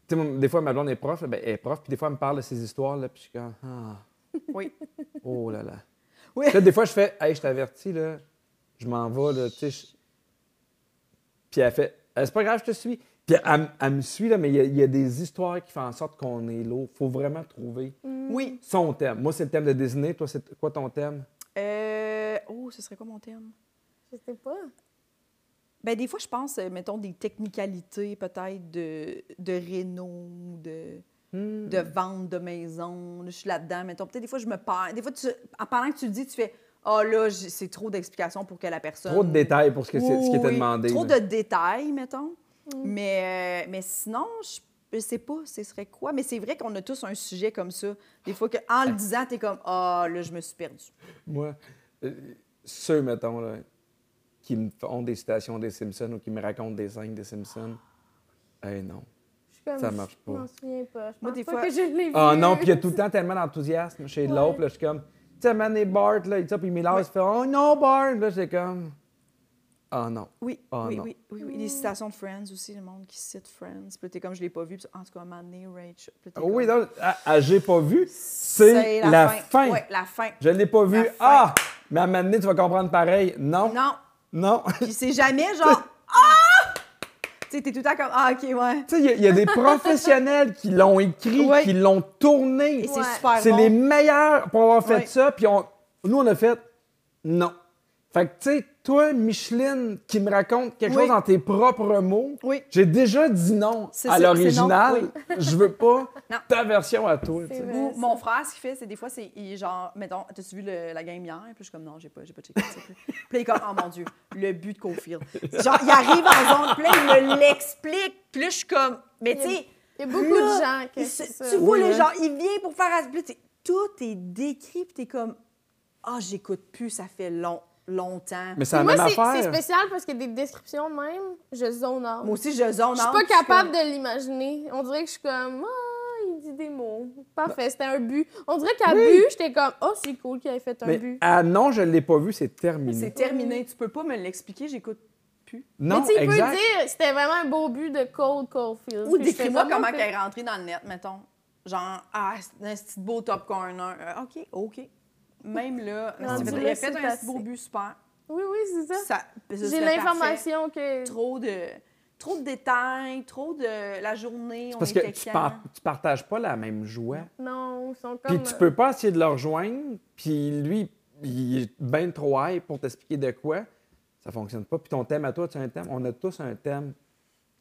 Tu sais, moi, des fois, ma blonde est prof, ben, elle est prof, puis des fois, elle me parle de ces histoires, là, puis je suis comme... Ah.
Oui.
Oh là là.
Oui.
Là, des fois, je fais, hey, je t'avertis, là, je m'en vais, là, tu sais. je- Puis elle fait, Ah, c'est pas grave, je te suis. Puis elle, elle me suit, là, mais il y a- il y, a des histoires qui font en sorte qu'on est lourd. faut vraiment trouver
Oui.
son thème. Moi, c'est le thème de Disney. Toi, c'est quoi ton thème?
Euh, Oh, ce serait quoi mon terme?
Je sais pas.
Ben, des fois, je pense, euh, mettons, des technicalités peut-être de, de réno, ou de,
Hmm.
de vente de maison. Là, Je suis là-dedans, mettons. Peut-être des fois, je me perds. Des fois, tu, en parlant que tu le dis, tu fais Ah là, j'ai- c'est trop d'explications pour que la personne.
Trop de détails pour ce, que c'est- ce qui
Oui,
était
oui.
demandé.
Trop
là.
de détails, mettons. Mais, euh, mais sinon, je je sais pas ce serait quoi. Mais c'est vrai qu'on a tous un sujet comme ça. Des fois, que, en le
Ben.
disant, t'es comme Ah là, je me suis perdue.
Moi, euh, ceux, mettons, là, qui me font des citations des Simpsons ou qui me racontent des scènes des Simpsons, eh non.
Je suis comme,
Ça marche
Je
pas.
m'en souviens pas. Je
Moi,
pense
des
pas
fois-
que je l'ai vu.
Ah non, puis il y a tout le temps tellement d'enthousiasme chez
Ouais.
l'autre. là, Je suis comme, tu sais, Man et Bart, là, il dit ça, puis il m'élance, il fait Oh non, Bart! Puis Là, c'est comme, Ah non.
Oui,
Ah,
oui,
non.
oui, oui, oui. Les citations de Friends aussi, le monde qui cite Friends. Puis là, t'es comme, je l'ai pas vu. Puis en tout cas, à un moment donné, Rachel. Puis là, t'es
Oui,
comme,
non, ah, ah, j'ai pas vu. C'est la, fin.
Oui, la fin.
Je l'ai pas
La
vu.
fin.
Ah! Mais à un moment donné, tu vas comprendre pareil. Non.
Non,
Non.
puis c'est jamais genre, ah! Tu sais, t'es tout le temps comme, ah, OK, ouais.
tu sais, il y a- il y, a des professionnels qui l'ont écrit,
Ouais.
qui l'ont tourné.
Et c'est
Ouais.
super
C'est
bon.
les meilleurs pour avoir fait
Ouais.
ça. Puis on- nous, on a fait non. Fait que, tu sais, toi, Micheline, qui me raconte quelque
Oui.
chose dans tes propres mots,
Oui.
j'ai déjà dit non
C'est
à
ça, c'est
l'original.
non,
Je veux pas
Non.
ta version à toi. tu sais.
C'est vrai.
Ou
ça.
mon frère, ce qu'il fait, c'est des fois, c'est il est genre, mettons, t'as-tu vu le- la game hier? Puis je suis comme, non, j'ai pas, j'ai pas checké. ça. Puis là, il est comme, oh mon Dieu, le but de Cofield. Genre, il arrive en zone, puis là, il me l'explique. Puis là, je suis comme, mais tu sais,
Il y a beaucoup
Là,
de gens qui
il
c'est
se-
ça.
Tu vois,
Oui,
le
hein.
genre, il vient pour faire à Tout est décrit, puis t'es comme, ah, j'écoute plus, ça fait long, longtemps.
Mais c'est la
Moi,
même
c'est- c'est
affaire.
spécial parce que des descriptions même, je zone out.
Moi aussi, je zone
Je suis
out,
pas
puis je suis
capable de l'imaginer. On dirait que je suis comme, ah, il dit des mots. Parfait, c'était un but. On dirait qu'à
Oui.
but, j'étais comme, oh, c'est cool qu'il ait fait un
Mais
but.
ah non, je l'ai pas vu, c'est
comme,
terminé.
C'est terminé, tu peux pas me l'expliquer, j'écoute plus.
Non,
mais tu sais, il peut
exact.
dire, c'était vraiment un beau but de Cold Caulfield.
Ou
Puis je fais
décris-moi
comme,
comment
ok.
qu'elle est rentrée dans le net, mettons. Genre, ah, c'est un petit beau top corner. Euh, OK, OK. Même là, c'est
Rendu
fait-
là,
il a
c'est
fait un
assez.
petit beau but, super.
Oui, oui, c'est ça.
Ça- ce
J'ai
serait parfait.
l'information que.
Trop de, trop de détails, trop de la journée, on
Parce
est
que
quelqu'un.
tu, par- tu partages pas la même joie.
Non, ils sont comme.
Puis
euh,
tu peux pas essayer de le rejoindre, puis lui, il est bien trop high pour t'expliquer de quoi. Ça fonctionne pas. Puis ton thème à toi, tu as un thème. On a tous un thème.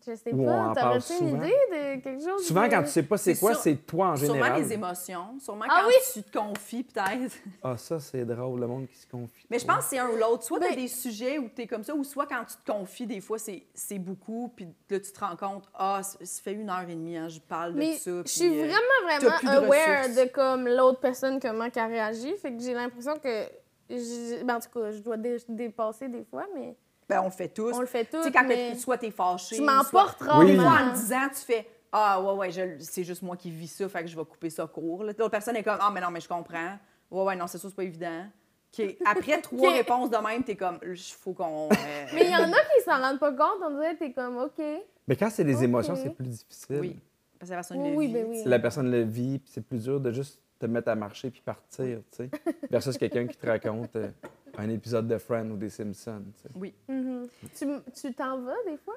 Je sais
Ou on en
pas,
parle
t'aurais-tu une
souvent.
idée de quelque chose?
Souvent,
de-
quand tu sais pas c'est
C'est
quoi,
sûr-
c'est toi en
Sûrement
général.
les émotions, sûrement
Ah
quand
oui?
tu te confies peut-être.
Ah, ça, c'est drôle, le monde qui se confie.
Mais je pense que c'est un ou l'autre. Soit tu
Ben-
des sujets où tu es comme ça, ou soit quand tu te confies, des fois, c'est c'est beaucoup, puis là, tu te rends compte, ah, ça ça fait une heure et demie, hein, je parle
Mais
de ça.
je suis
puis, euh,
vraiment,
t'as plus
vraiment
de
aware
ressources.
de comme l'autre personne, comment qu'elle réagit. Fait que j'ai l'impression que. j'ai- ben, en tout cas, je dois dé- dépasser des fois, mais
ben, on le fait tous.
on le fait tout.
Tu sais, quand
mais
t'es- soit t'es fâché,
Je m'emporte
Oui.
Des fois, en
rarement.
le disant, tu fais Ah, ouais, ouais, je- c'est juste moi qui vis ça, fait que je vais couper ça court. Là, L'autre personne est comme Ah, mais non, mais je comprends. Ouais, ouais, non, c'est sûr, c'est pas évident. OK. Après trois
Ok.
réponses de même, t'es comme Il faut qu'on. euh,
Mais il y en a qui s'en rendent pas compte. On dirait que t'es comme, OK.
Mais quand c'est des
Ok.
émotions, c'est plus difficile.
Oui. Parce que la personne
Oui,
le
oui,
vit,
ben oui.
tu sais.
La personne le vit, puis c'est plus dur de juste te mettre à marcher puis partir, tu sais. Versus quelqu'un qui te raconte euh, un épisode de Friends ou des Simpsons, tu sais.
Mm-hmm.
Mhm. Tu m- Tu t'en vas des fois?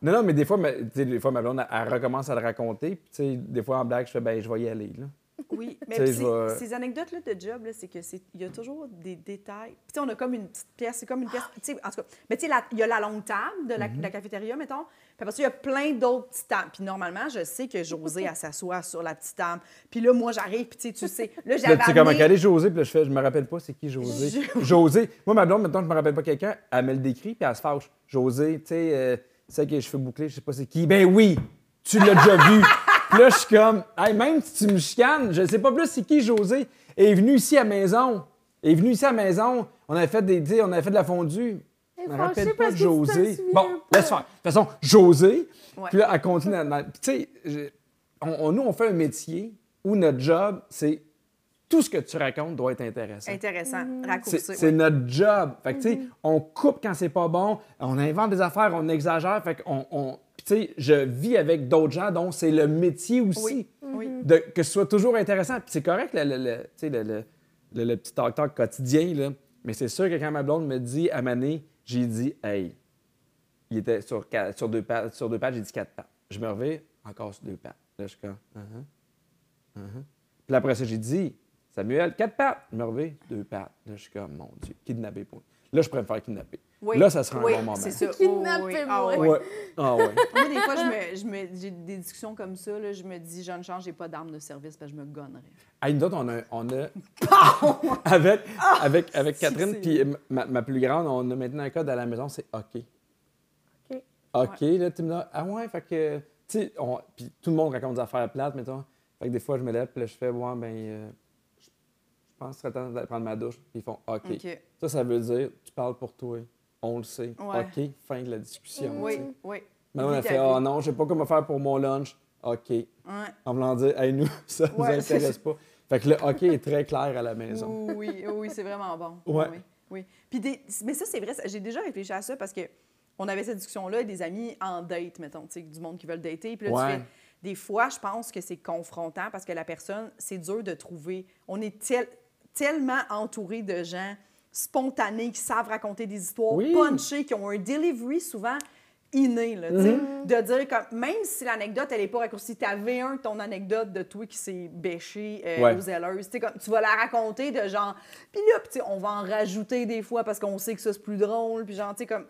Non, non, mais des fois, ma, tu sais, des fois, ma blonde, elle, elle recommence à le raconter. Puis, tu sais, des fois, en blague, je fais, ben, je vais y aller, là.
Oui, mais
Tu sais,
puis
je
ces-
vais-
ces anecdotes-là de job, là, c'est que c'est il y a toujours des détails. Puis tu sais, on a comme une petite pièce, c'est comme une pièce, tu sais, en tout cas, mais tu sais, la- il y a la longue table de
Mm-hmm.
la, de la cafétéria, mettons, puis après ça, il y a plein d'autres petites tables. Puis normalement, je sais que José, elle s'assoit sur la petite table. Puis là, moi, j'arrive, puis tu sais, tu sais, là,
Là,
j'avais
tu sais comment
amené-
qu'elle est, José? Puis là, je fais, je me rappelle pas c'est qui José. José. Moi, ma blonde, maintenant, je me rappelle pas quelqu'un, elle me le décrit, puis elle se fâche. José, tu sais, euh, celle qui a les cheveux bouclés, je sais pas c'est qui. Ben oui, tu l'as déjà vu. Puis là, je suis comme, hey, même si tu me chicanes, je sais pas plus c'est qui José. est venu ici à la maison. est venu ici à la maison. On avait fait des, tu sais, on avait fait de la fondue.
Elle est
Je me
fâchée
rappelle pas
parce
de
que tu t'en
José.
souviens
Bon,
pas.
laisse faire. De toute façon, José.
Ouais.
Puis là, elle continue. à- Puis Tu sais, je- on, on- nous, on fait un métier où notre job, c'est tout ce que tu racontes doit être intéressant.
Intéressant,
C'est
raccourci. ouais. Mm-hmm.
c'est notre job. Fait que, tu sais, on coupe quand c'est pas bon, on invente des affaires, on exagère. Fait qu'on. on- Puis, tu sais, je vis avec d'autres gens, donc c'est le métier aussi.
Oui, Mm-hmm. oui.
De- que ce soit toujours intéressant. Puis c'est correct, le, le- le- tu sais, le- le- le- le petit talk-talk quotidien, là. mais c'est sûr que quand ma blonde me dit à Mané, j'ai dit « Hey, il était sur, qua- sur, deux, pattes, sur deux pattes, j'ai dit quatre pattes. Je me reviens, encore sur deux pattes. Là, je suis comme, uh-huh, uh-huh. Puis après ça, j'ai dit, Samuel, quatre pattes. Je me reviens, deux pattes. Là, je suis comme, mon Dieu, kidnappé, point. Là, je pourrais me faire kidnapper.
Oui.
Là, ça serait un
Oui,
bon moment.
c'est ça. Oui, oui. Ah,
Kidnappez-moi.
oui.
Ouais. Ah, ouais.
Moi, des fois, je me- je me- j'ai des discussions comme ça. là, je me dis, jeune chance, j'ai pas d'arme de service parce que je me gonnerais.
Hey, nous autres, on a. On a... avec, avec, avec Catherine,
c'est-
puis ma, ma plus grande, on a maintenant un code à la maison, c'est OK.
OK.
OK, là, tu me dis, ah ouais, fait que. Tu sais, on... puis tout le monde raconte des affaires plates, mettons. Fait que des fois, je me lève, puis là, je fais, ouais, ben, euh, je je pense que c'est temps d'aller prendre ma douche. Puis ils font OK.
OK.
Ça, ça veut dire, tu parles pour toi. On le sait.
Ouais.
OK, fin de la discussion.
Oui,
tu sais.
oui.
Mais on a
Vite
fait,
à
oh non, je sais pas comment faire pour mon lunch. OK
Ouais.
en voulant dire, hey, nous, ça nous
Ouais,
intéresse
c'est-
pas. Fait que le hockey est très clair à la maison.
Oui, oui, oui, c'est vraiment bon.
Ouais.
Oui, oui. Puis des- mais ça, c'est vrai, ça- j'ai déjà réfléchi à ça parce que on avait cette discussion-là, des amis en date, mettons, tu sais, du monde qui veulent dater. Puis là, tu
Ouais.
fais- des fois, je pense que c'est confrontant parce que la personne, c'est dur de trouver. On est tel- tellement entouré de gens spontanés qui savent raconter des histoires,
Oui.
punchés, qui ont un delivery souvent inné, là, tu sais.
Mm-hmm.
de dire comme, même si l'anecdote, elle n'est pas raccourcie, t'avais un de ton anecdote de toi qui s'est bêché euh,
Ouais.
aux zèleuse. Tu sais, comme, tu vas la raconter de genre. Puis là, puis tu sais, on va en rajouter des fois parce qu'on sait que ça, c'est plus drôle. Puis genre, tu sais, comme.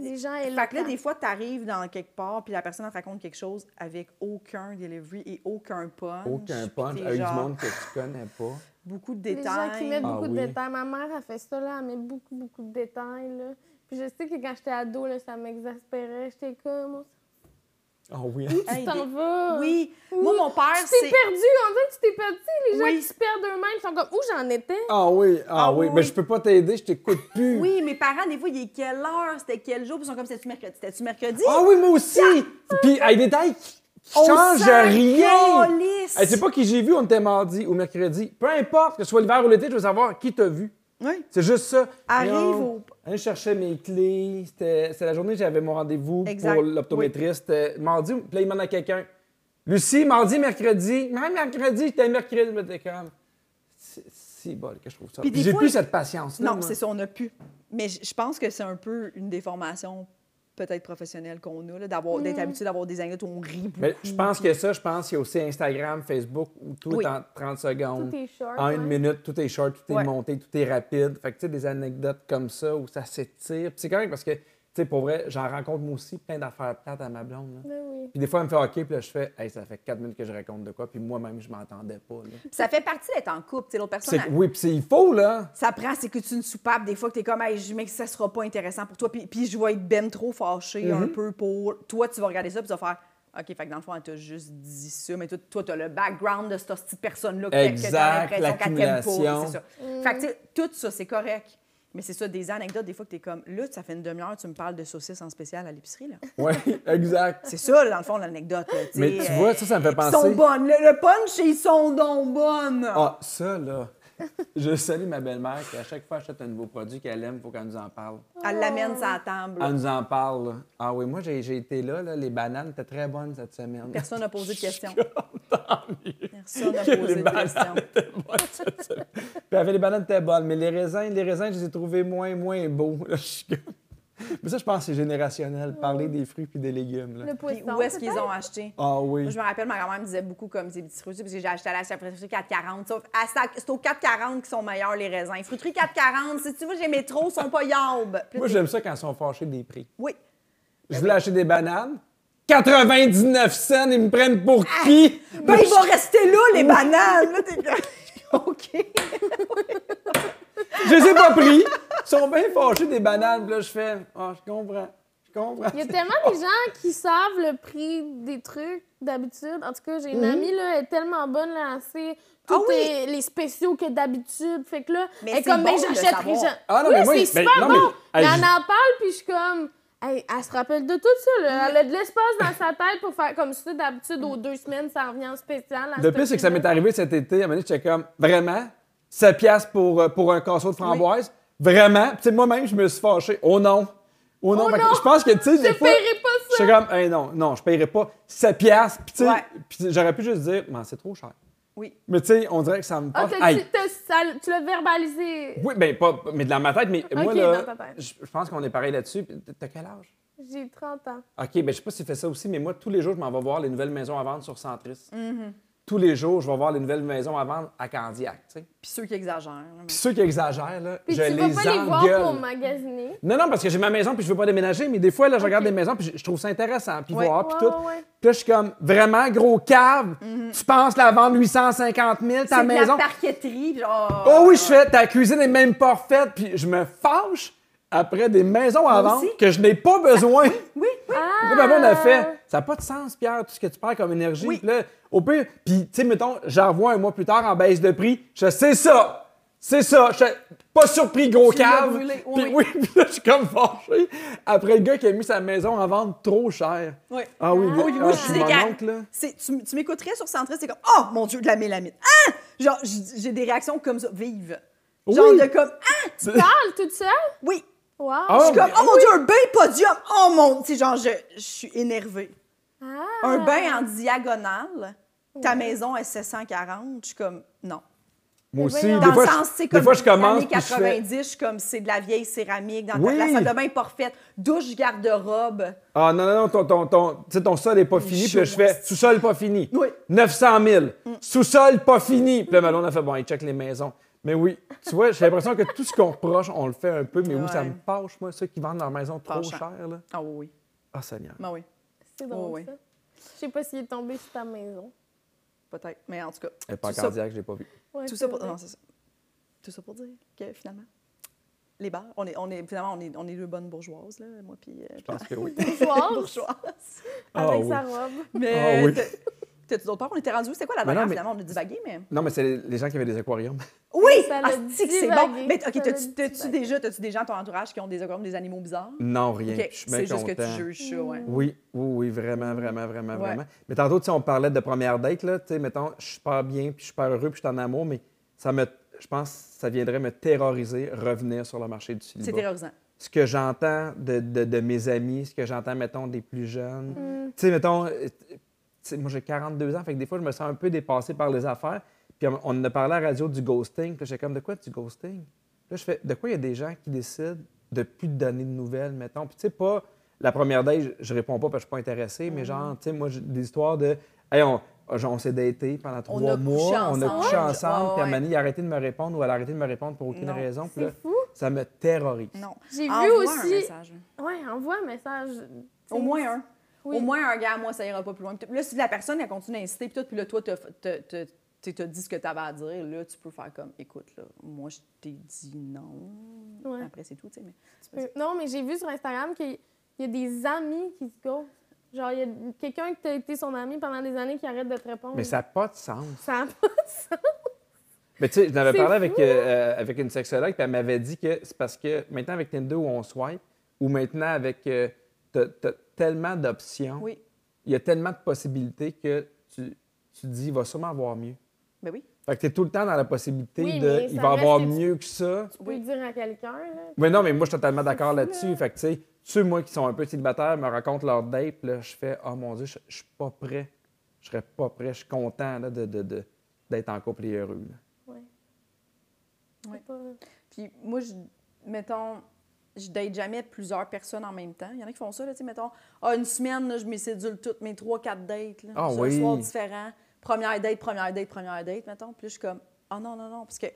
Les gens éloquents.
Fait que là, des fois, t'arrives dans quelque part, puis la personne elle te raconte quelque chose avec aucun delivery et aucun punch.
Aucun
Puis
punch Ah,
t'es
avec
genre,
du monde que tu connais pas.
Beaucoup de
Les gens qui
détails.
mettent beaucoup
Ah
de
oui.
détails. Ma mère, elle fait ça, là. Elle met beaucoup, beaucoup de détails, là. Puis je sais que quand j'étais ado, là, ça m'exaspérait. J'étais comme... on s'en-
Ah oui.
Hey,
Tu t'en
des-
vas!
Oui.
Oui.
Moi, mon père,
Tu t'es
c'est.
perdu! On dirait que tu t'es perdu! Les gens
Oui.
qui se perdent eux-mêmes sont comme... Où j'en étais?
Ah oui, ah,
Ah
oui.
oui.
Mais je peux pas t'aider, je t'écoute plus.
Oui, mes parents, des fois, il est quelle heure, c'était quel jour, puis ils sont comme, c'était-tu mercredi? C'était-tu mercredi?
Ah oui, moi aussi! Puis, hey, détail qui qui
On
change
s'en
rien!
calisse.
Hey, c'est pas qui j'ai vu, on était mardi ou mercredi. Peu importe, que ce soit l'hiver ou l'été, je veux savoir qui t'a vu.
Oui.
C'est juste ça.
Hein? Arrive
Non.
au-
Hein, je cherchais mes clés. C'était c'était la journée que j'avais mon rendez-vous
Exact.
pour l'optométriste. C'était Mardi, puis là, il demande à quelqu'un. Lucie, mardi, mercredi. Même mercredi, j'étais mercredi. Je me comme. C'est si bol que je trouve ça.
Puis des
J'ai
fois,
plus
il-
cette patience-là.
Non,
moi.
c'est ça, on n'a plus. Mais je je pense que c'est un peu une déformation peut-être professionnelle qu'on a, là, d'avoir, d'être habitué d'avoir des anecdotes où on rit beaucoup.
Mais je pense
Mhm.
que ça, je pense qu'il y a aussi Instagram, Facebook, où tout
Oui.
est en 30 secondes.
Tout est short,
En
ouais.
une minute, tout est short, tout est
Ouais.
monté, tout est rapide. Fait que, tu sais, des anecdotes comme ça où ça s'étire. Puis c'est correct parce que, tu sais, pour vrai, j'en rencontre moi aussi plein d'affaires plates à ma blonde. là.
Ben oui.
Puis des fois, elle me fait OK, puis là, je fais, hey, ça fait quatre minutes que je raconte de quoi, puis moi-même, je m'entendais pas. Là.
Puis Ça fait partie d'être en couple, tu sais, l'autre personne.
C'est-
elle-
oui, puis c'est- il faut, là.
Ça prend, c'est que tu une soupape des fois que t'es comme, hey, je- mais que ça sera pas intéressant pour toi. Puis, puis je vais être ben trop fâchée
Mhm.
un peu pour. Toi, tu vas regarder ça, puis tu vas faire. OK, fait que dans le fond, elle t'a juste dit ça, mais toi, toi, t'as le background de cette petite personne-là que t'as- que t'as
Exact,
l'impression qu'elle t'aime pas.
l'accumulation.
C'est ça. Fait que, tu sais, tout ça, c'est correct. Mais c'est ça, des anecdotes, des fois que t'es comme, là, ça fait une demi-heure, tu me parles de saucisses en spécial à l'épicerie, là.
Oui, exact.
C'est ça, là, dans le fond, l'anecdote. là, sais,
Mais tu
euh,
vois, ça, ça me fait
Ils sont
penser.
bonnes. Le, le punch, ils sont donc bonnes.
Ah, ça, là. Je salue ma belle-mère qui, à chaque fois, achète un nouveau produit qu'elle aime, il faut qu'elle nous en parle.
Elle l'amène sur la table.
Elle nous en parle. là. Ah oui, moi, j'ai j'ai été là, là. Les bananes étaient très bonnes cette semaine.
Personne n'a posé de questions. Personne n'a
Que
posé
les
de
bananes
questions.
étaient bonnes cette semaine. Puis elle fait, les bananes étaient bonnes, mais les raisins, les raisins, je les ai trouvés moins, moins beaux. Là, je suis comme- Mais ça, je pense que c'est générationnel, parler des fruits puis des légumes. Là.
Le
Puis
poisson,
où est-ce qu'ils
peut-être?
ont acheté?
Ah oui.
Moi, je me rappelle, ma grand-mère me disait beaucoup comme ces petits fruits, parce que j'ai acheté à la fruiterie 440. Sauf à ça- C'est aux 440 qui sont meilleurs, les raisins. Fruiterie 440, si tu veux, j'aimais trop, ils sont pas yambes. Puis là,
Moi,
t'es-
j'aime ça quand ils sont fâchés des prix.
Ben Oui.
Je voulais acheter des bananes. 99 cents, ils me prennent pour qui?
Ben, il va rester là, les bananes. Là, t'es comme, OK.
Je les ai pas pris. Ils sont bien fâchés des bananes. Puis là, je fais, ah, je comprends. Je comprends.
Il y a tellement des gens qui savent le prix des trucs d'habitude. En tout cas, j'ai une amie là, elle est tellement bonne là, elle sait
Mhm. Ah
tous
oui!
les- les spéciaux que d'habitude. Fait que là,
Mais
elle est
c'est
comme
bon
mais
de le
j'achèterai
savoir.
jamais.
Ah non,
oui,
mais moi,
c'est
ben,
super
non, mais-
bon. Mais,
hey,
elle
je-
en parle puis je suis comme hey, elle se rappelle de tout ça là.
Mhm.
Elle a de l'espace dans sa tête pour faire comme ça d'habitude aux deux semaines ça revient en spécial. à
Le
ce
pire, c'est que ça
prix-là.
m'est arrivé cet été. À un moment donné, j'étais comme, vraiment? 7 piastres pour, euh, pour un casseau de framboise? Vraiment? Puis tu sais, moi-même, je me suis fâché. Oh non! Oh non!
Oh
Fait que
non!
Je pense que, tu sais,
Je
des fois...
paierai pas ça.
J'étais comme, hey, non, non, je paierai pas 7 piastres. Puis tu sais,
Ouais.
puis j'aurais pu juste dire, mais c'est trop cher.
Oui.
Mais tu sais, on dirait que ça me
Ah,
passe.
t'as- tu
Aïe.
t'as- ça- tu l'as verbalisé.
Oui, ben pas, mais dans ma tête, mais moi,
Ok,
là,
dans ta tête.
je je pense qu'on est pareil là-dessus. Puis T'as quel âge?
J'ai 30 ans.
OK, ben je sais pas si tu fais ça aussi, mais moi, tous les jours, je m'en vais voir les nouvelles maisons à vendre sur Centris.
Mm-hmm.
Tous les jours, je vais voir les nouvelles maisons à vendre à Candiac, tu sais.
Puis ceux qui exagèrent.
Puis ceux qui exagèrent, là,
Puis
je
tu
les
vas pas les voir
engueule.
pour magasiner.
Non, non, parce que j'ai ma maison puis je veux pas déménager, mais des fois, là, je regarde
Ok.
des maisons puis je- je trouve ça intéressant, puis
Ouais.
voir, puis tout.
Ouais, ouais. Mhm.
Puis là, je suis comme, vraiment, gros cave, tu penses la vendre 850 000, ta
C'est de
maison?
la parqueterie, puis genre...
Oh oui, je fais, ta cuisine est même pas refaite, puis je me fâche après des maisons à
Moi
vendre
aussi.
que je n'ai pas besoin.
Oui, oui.
Ah!
Là, ma blonde a fait, ça n'a pas de sens, Pierre, tout ce que tu perds comme énergie.
Oui.
Puis là, au pire, puis tu sais, mettons, j'en revois un mois plus tard en baisse de prix, je fais, c'est ça, c'est ça, je fais, pas surpris, gros
Tu l'as
cave.
brûlé, oui,
Puis
oui.
oui, puis là, je suis comme fâché après le gars qui a mis sa maison en vente trop cher.
Oui.
Ah oui,
Ah.
oui,
Moi,
ah,
je
je suis
disais,
mon
gars,
oncle, là.
c'est- tu, m- tu m'écouterais sur Centris, c'est comme Oh mon Dieu, de la mélamine. Ah! Genre, j- j'ai des réactions comme ça, vives. Genre
Oui.
de comme Ah!
Tu parles toute seule?
Oui!
Wow!
Ah,
Je suis comme
mais-
Oh mon Dieu, un bain podium! Oh mon Tu sais, genre, je, je suis énervée.
Ah!
Un bain en diagonale, ta maison est 740, je suis comme Non.
Moi aussi,
voyons.
des
Dans
fois,
le
je-
sens, c'est
des
comme
fois, je commence,
années
puis je fais,
90, je suis comme c'est de la vieille céramique, dans ta-
Oui.
la salle de bain est pas refaite, douche, garde-robe.
Ah non, non, non, ton, ton, ton, tu sais, ton sol est pas fini. Puis là, je fais sous-sol pas fini.
Oui.
900 000.
Mm.
Sous-sol pas fini. Puis là, Malone a fait bon, il check les maisons. Mais oui, tu vois, j'ai l'impression que tout ce qu'on reproche, on le fait un peu, mais oui, ça
Ouais.
me fâche, moi, ceux qui vendent leur maison trop
Fâchant.
cher. Là.
Ah oui, oui,
Ah, Seigneur.
Ben oui,
C'est drôle,
Oh, ouais.
ça. Je sais pas s'il est tombé sur ta maison.
peut-être. Mais en tout cas,
Elle est pas
tout ça-
cardiaque, je l'ai pas vu.
Ouais,
Tout
c'est
ça, pour,
vrai.
non, c'est ça. Tout ça pour dire que finalement, les bars, on est, on est, finalement, on est, on est deux bonnes bourgeoises, là, moi puis euh,
Je pense que oui.
Bourgeoise,
bourgeoise.
avec
Ah,
sa
oui.
robe.
Mais
Ah oui.
t'as- t'as-tu d'autres parts? On était rendu, c'était quoi la
Mais non,
dernière?
mais-
Finalement, on a divagué, mais...
Non, mais c'est les, les gens qui avaient des aquariums.
Oui!
Ça l'a
Ah, c'est que c'est bon!
divagué,
Mais OK,
ça l'a
t'as-tu t'as-tu
divagué.
déjà, t'as-tu des gens à ton entourage qui ont des aquariums, des animaux bizarres?
Non, rien.
OK,
Je suis bien
c'est juste que
content.
tu juges ça, ouais.
Oui, oui, oui, vraiment, vraiment, vraiment,
Ouais.
vraiment. Mais tantôt, tu sais, on parlait de première date, là, tu sais, mettons, je suis super bien, puis je suis super heureux, puis je suis en amour, mais ça me, je pense que ça viendrait me terroriser, revenir sur le marché du
C'est
célibat.
terrorisant.
Ce que j'entends de, de- de mes amis, ce que j'entends, mettons, des plus jeunes.
Mm.
Tu sais, mettons, euh, tu sais, moi, j'ai 42 ans, fait que des fois, je me sens un peu dépassé par les affaires. Puis on, on en a parlé à la radio du ghosting, puis là, j'étais comme, de quoi du ghosting? Là, je fais, de quoi il y a des gens qui décident de plus te donner de nouvelles, mettons? Puis tu sais, pas la première date, je, je réponds pas parce que je suis pas intéressé,
Mm.
mais genre, tu sais, moi, j'ai des histoires de, hey, on, genre, on s'est daté pendant
On
trois
a
mois,
couché
on a
ensemble.
couché ensemble,
Ouais,
puis à un
ouais.
moment donné, il a arrêté de me répondre ou elle a arrêté de me répondre pour aucune
Non.
raison. Puis
C'est
là,
fou.
ça me terrorise.
Non.
J'ai vu
Envoie
aussi-
un message.
Ouais, envoie un message.
Au moins un.
Oui.
Au moins un gars, moi, ça ira pas plus loin. Puis Là, si la personne, elle continue d'insister, puis tout, puis là, toi, t'as- t'as- t'as t'as- t'as dit ce que t'avais à dire, là, tu peux faire comme, écoute, là, moi, je t'ai dit non.
Ouais.
Après, c'est tout, tu sais, mais...
Euh, Non, mais j'ai vu sur Instagram qu'il y a des amis qui se ghostent. Genre, il y a quelqu'un qui t'a été son ami pendant des années qui arrête de te répondre.
Mais ça n'a pas de sens.
Ça a pas-
Mais tu sais, je n'avais
C'est
parlé
fou,
avec, euh, euh, avec une sexologue, puis elle m'avait dit que c'est parce que maintenant avec Tinder où on swipe, ou maintenant avec. euh, t'as t'as tellement d'options,
Oui,
il y a tellement de possibilités que tu, tu dis, il va sûrement avoir mieux.
ben oui.
Fait que tu es tout le temps dans la possibilité
Oui,
de.
mais
Il
ça
va
reste
avoir
que tu-
mieux que ça.
Tu peux le dire à quelqu'un, là.
Mais non, mais moi, je suis totalement d'accord là-dessus. Fait que, tu sais, ceux, moi, qui sont un peu célibataires, me racontent leur date, puis là, je fais, oh mon Dieu, je je suis pas prêt. Je serais pas prêt. Je suis content là, de- de- de- d'être en couple et heureux. là.
Ouais.
Ouais.
C'est pas-
Puis moi, je, mettons, je date jamais plusieurs personnes en même temps. Il y en a qui font ça, là, tu sais, mettons, ah, une semaine, là, je m'écédule toutes mes trois, quatre dates, là,
Ah
sur
oui.
un soir différent. Première date, première date, première date, mettons. Puis là, je suis comme, ah non, non, non, parce que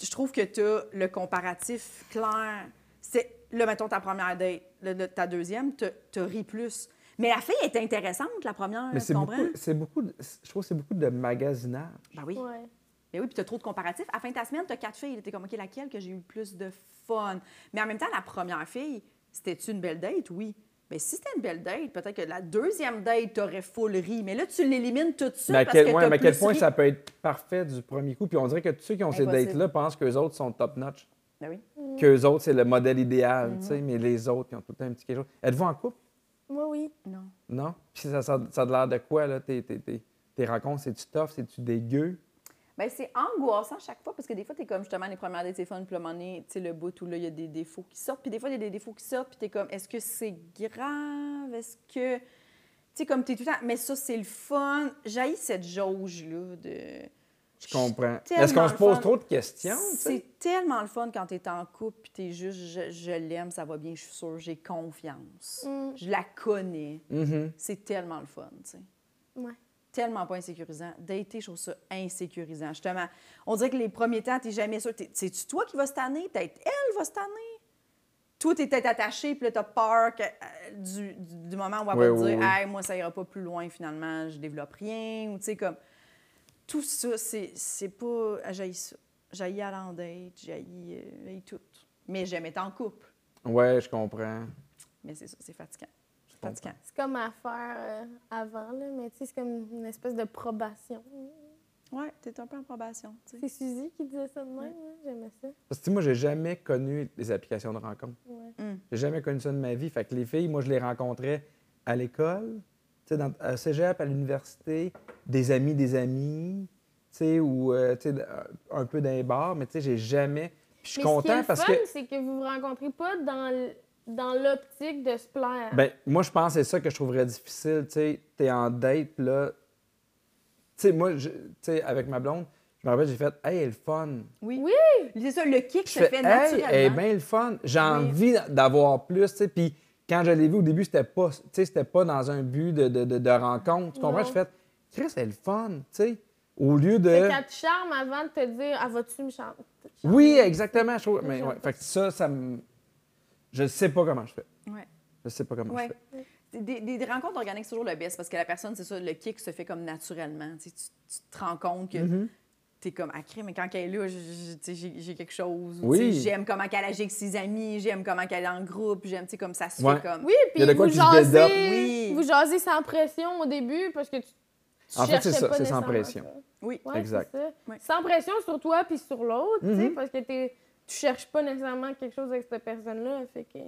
je trouve que tu as le comparatif clair. C'est, là, mettons, ta première date, là, là, ta deuxième, tu ris plus. Mais la fille est intéressante, la première,
Mais
tu
c'est
comprends?
beaucoup, c'est beaucoup de- je trouve que c'est beaucoup de magasinage.
Ben oui.
Ouais.
Mais oui, puis t'as trop de comparatifs. À la fin de ta semaine, t'as quatre filles. T'es comme, OK, laquelle que j'ai eu le plus de fun? Mais en même temps, la première fille, c'était-tu une belle date? Oui. Mais si c'était une belle date, peut-être que la deuxième date, t'aurais full ri. Mais là, tu l'élimines tout de suite
Mais à
parce
quel,
que
ouais,
t'as
mais à quel
plus
point
ri.
ça peut être parfait du premier coup. Puis on dirait que tous ceux qui ont ces
Impossible.
dates-là pensent qu'eux autres sont top-notch.
Ben oui.
Qu'eux autres, c'est le modèle idéal, tu
Mm.
sais, mais les autres, ils ont tout le temps un petit quelque chose. Êtes-vous en couple?
Moi, oui.
Non.
Non? Puis ça, ça, ça a l'air de quoi, là? Tes, tes, tes, tes rencontres, c'est-tu tough? C'est-tu dégueu?
Ben, c'est angoissant chaque fois parce que des fois, t'es comme justement les premières dates, c'est fun, puis le moment donné, tu sais, le bout où là, il y a des défauts qui sortent. Puis des fois, il y a des défauts qui sortent, puis t'es comme, est-ce que c'est grave? Est-ce que. Tu sais, comme t'es tout le temps, mais ça, c'est le fun. J'haïs cette jauge-là de.
Je comprends.
tellement
Est-ce qu'on se pose
le fun.
trop de questions? tu sais?
C'est tellement le fun quand t'es en couple puis t'es juste je, je l'aime, ça va bien, je suis sûre, j'ai confiance.
Mm.
Je la connais.
Mhm.
C'est tellement le fun, tu sais.
Ouais.
Tellement pas insécurisant. Dater, je trouve ça insécurisant, justement. On dirait que les premiers temps, t'es jamais sûr. T'es- C'est-tu toi qui vas se tanner? Peut-être elle va se tanner. Toi, t'es peut-être attaché, puis là, t'as peur que, euh, du, du- du moment où elle
Oui,
va te
oui,
dire
oui.
Hey, moi, ça ira pas plus loin, finalement, je développe rien. » Ou tu sais, comme... Tout ça, c'est c'est pas... ah, J'haïs ça. J'haïs aller en date, j'haïs euh, j'haïs tout. Mais j'aime être en couple.
Ouais, je comprends.
Mais c'est ça, c'est fatigant. C'est
comprends.
fatigant.
C'est comme à faire euh, avant, là, mais tu sais, c'est comme une espèce de probation.
Ouais, t'es un peu en probation, tu sais.
C'est Suzy qui disait ça de même, hein, j'aimais ça.
Parce que tu sais, moi, j'ai jamais connu les applications de rencontre.
Ouais.
Mm.
J'ai jamais connu ça de ma vie. Fait que les filles, moi, je les rencontrais à l'école, tu sais, dans- à cégep, à l'université, des amis, des amis, tu sais, ou euh, tu sais, d- un peu dans les bars, mais tu sais, j'ai jamais. Puis
Mais ce qui
je suis
est
content
le
parce
fun,
que.
c'est que vous vous rencontrez pas dans l- dans l'optique de se plaire.
Ben, moi, je pense que c'est ça que je trouverais difficile. Tu sais, t'es en date, puis là. Tu sais, moi, je- tu sais, avec ma blonde, je me rappelle, j'ai fait, hey, elle est le fun.
Oui.
Oui!
C'est ça, le kick
Je
se
fais,
fait
hey,
naturellement.
elle est bien le fun. J'ai envie d'avoir plus, tu sais. Puis quand je l'ai vu au début, c'était pas, tu sais, c'était pas dans un but de, de, de, de rencontre. Tu comprends?
Non.
Je fais, Chris, elle est le fun, tu sais. Au lieu de.
Fait qu'elle te charme avant de te dire Ah, vas-tu me char- te charmer?
Oui, exactement. Je trouve-
C'est
Mais
genre-
ouais, fait que ça, ça me. Je sais pas comment je fais.
Ouais.
Je sais pas comment
Ouais.
je fais.
Des, des- des rencontres organiques, c'est toujours le best parce que la personne, c'est ça, le kick se fait comme naturellement. Tu, sais, tu- tu te rends compte que
Mm-hmm.
t'es comme accré, mais quand elle est là, je- je- tu sais, j'ai j'ai quelque chose. Ou,
Oui.
tu sais, J'aime comment qu'elle agit avec ses amis, j'aime comment qu'elle est en groupe, j'aime tu sais, comme ça se
Ouais.
fait comme.
Oui,
Il y a de
puis
quoi
vous
qui se build up.
jasez,
Oui.
vous jasez sans pression au début parce que tu, tu
En fait, c'est
cherchais
ça,
pas
c'est sans
nécessairement
pression.
ça.
Oui.
Ouais,
Exact.
c'est ça.
Ouais.
Sans pression sur toi puis sur l'autre, tu sais,
Mhm.
parce que t'es- tu cherches pas nécessairement quelque chose avec cette personne-là. Fait que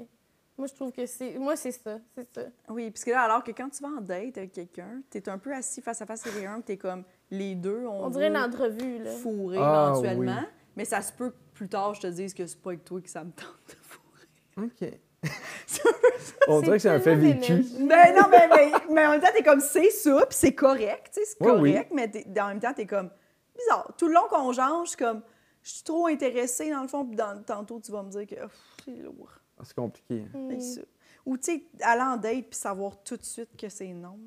moi, je trouve que c'est. Moi, c'est ça. C'est ça.
Oui, parce que là, alors que quand tu vas en date avec quelqu'un, t'es un peu assis face à face avec quelqu'un, puis t'es comme les deux, on,
On dirait une
veut
entrevue, là.
fourrer
Ah,
éventuellement. Mais ça se peut que plus tard, je te dise que c'est pas avec toi que ça me tente de fourrer.
OK. On dirait que c'est un fait
tellement
vécu.
d'énergie.
Ben non, mais, mais, mais en même temps, t'es comme c'est ça, puis c'est correct, tu sais, c'est
Oui,
correct,
oui.
mais t'es- en même temps, t'es comme bizarre. Tout le long qu'on genre, je suis comme, je suis trop intéressée dans le fond, puis dans- tantôt, tu vas me dire que Ouf, c'est lourd.
C'est compliqué. hein.
Mm.
c'est ça. Ou tu sais, aller en date, puis savoir tout de suite que c'est non.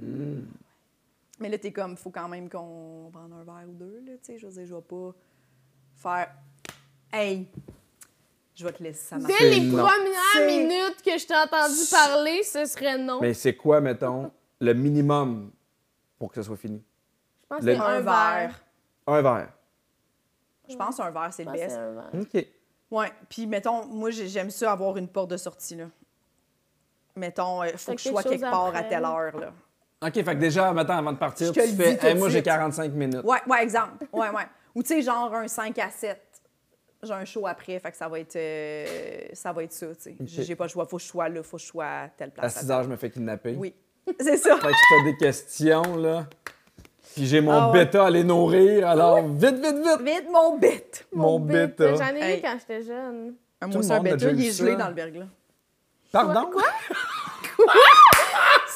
là. Mais là, t'es comme, faut quand même qu'on prenne un verre ou deux, là, tu sais, je veux dire, je vais pas faire, hey, je vais te laisser, ça marche.
Dès les
C'est non.
premières
C'est-
minutes que je t'ai entendu parler, ce serait non.
Mais c'est quoi, mettons, le minimum pour que ce soit fini?
je pense
le-
que c'est un verre.
Un verre.
Je pense un verre, c'est
Je
le
pense que
best.
c'est un verre.
OK.
Ouais, puis mettons, moi j'ai- j'aime ça avoir une porte de sortie là. Mettons, il faut
Fait
que je
quelque
sois quelque
chose
part à
après.
telle heure là.
OK, fait que déjà, maintenant, avant de partir,
Je te
tu
le
fais,
dis tout
Hey,
de
moi, j'ai
suite.
45 minutes.
Ouais, ouais, exemple. Ouais, ouais. Ou tu sais genre un 5 à 7. J'ai un show après, fait que ça va être euh, ça va être ça, tu sais. J'ai j'ai pas le choix, faut que je sois là, faut que je sois à telle
À
place.
6 heures, je me fais kidnapper.
Oui. C'est ça.
Fait que si t'as des questions, là, puis j'ai mon
Ah ouais.
bêta à les nourrir, alors vite, vite, vite!
Vite mon bête.
Mon
bête,
bêta.
J'en ai
Hey.
eu quand j'étais jeune.
Un
Tout le
mousse un
monde a
bêta,
déjà
il
eu
est gelé
ça.
dans le berglas.
Pardon?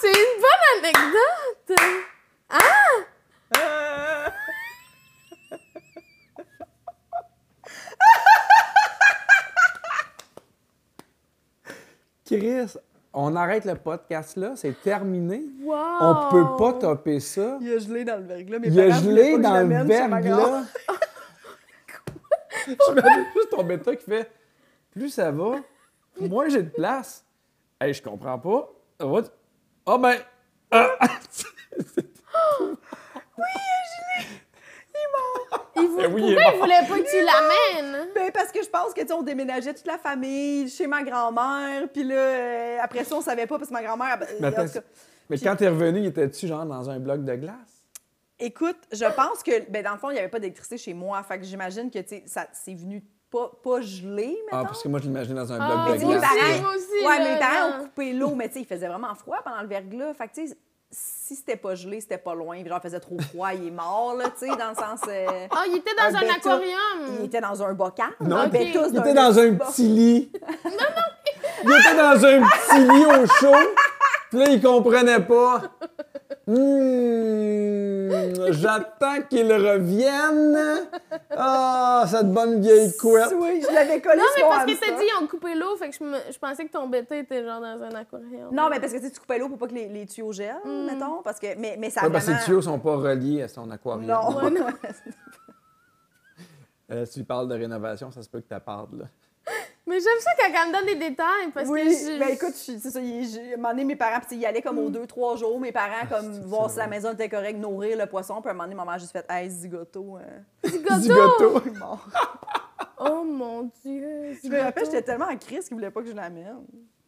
C'est une bonne anecdote!
Chris, on arrête le podcast là, c'est terminé.
Wow!
On peut pas topper ça.
Il est gelé dans le verglas. Mes
Il a
parents voulaient
gelé
pas que
dans
je
le
l'amène chez ma
verglas.
grand-mère.
Je me rappelle juste ton bêta qui fait plus ça va, moins j'ai de place. Hey, je comprends pas. Ah ouais, tu- Ah ben. ah!
Il vou-
Eh oui, il est
Pourquoi il
mort.
voulait pas que tu l'amènes?
Ben, parce que je pense que, tu sais, on déménageait toute la famille chez ma grand-mère, puis là, euh, après ça, on savait pas, parce que ma grand-mère... elle-
Mais
en
attends,
tout cas,
Mais quand t'es revenu, il était-tu genre dans un bloc de glace?
écoute, je pense que, ben, dans le fond, il n'y avait pas d'électricité chez moi, fait que j'imagine que, tu sais, ça- c'est venu pas, pas gelé,
Ah,
mettons.
parce que moi, je l'imaginais dans un
Ah,
bloc de
Mais mes
glace.
aussi,
là.
parents,
moi aussi,
ouais,
là,
mes parents
là.
ont coupé l'eau, mais tu sais, il faisait vraiment froid pendant le verglas. Fait que, tu sais, si c'était pas gelé, c'était pas loin. Puis Genre, il faisait trop froid, il est mort, là, tu sais, dans le sens. euh,
Ah, il était dans
Un
ben,
un,
bêta. il
aquarium!
était dans un bocal.
Non,
un
il-
bêtus
Il
d'un
était dans un
petit
petit lit. Il était dans un petit lit au chaud. Puis là, il comprenait pas. Puis Hmm, j'attends qu'il revienne. Ah, cette bonne vieille couette.
Oui, je l'avais collé
Non, mais
sur mon
parce que t'as
hamster.
dit, ils ont coupé l'eau, fait que je, me- je pensais que ton bébé était genre dans un aquarium.
Non, mais parce que tu sais, tu coupais l'eau pour pas que les, les tuyaux gèlent,
Mm.
mettons. Parce que, mais, mais ça a
Ouais, parce que
vraiment...
les tuyaux sont pas reliés à son aquarium.
Non.
Ouais,
Euh, si tu parles de rénovation, ça se peut que tu parles. Là.
Mais j'aime ça quand elle me donne des détails, parce
oui,
que je... Hmm.
ben écoute, je suis- c'est ça, il- j'ai- à un moment donné, mes parents, puis tu sais, ils allaient comme aux deux, trois jours, mes parents, comme
Ah, c'est
voir si
vrai.
la maison était correcte, nourrir le poisson, puis à un moment donné, maman a juste fait « Hey, zigoto! hein.
Petit gâteau!
Zigoto.
Bon.
Oh mon Dieu!
Je me rappelle,
Zigoto.
j'étais tellement en crise qu'ils voulaient pas que je l'amène.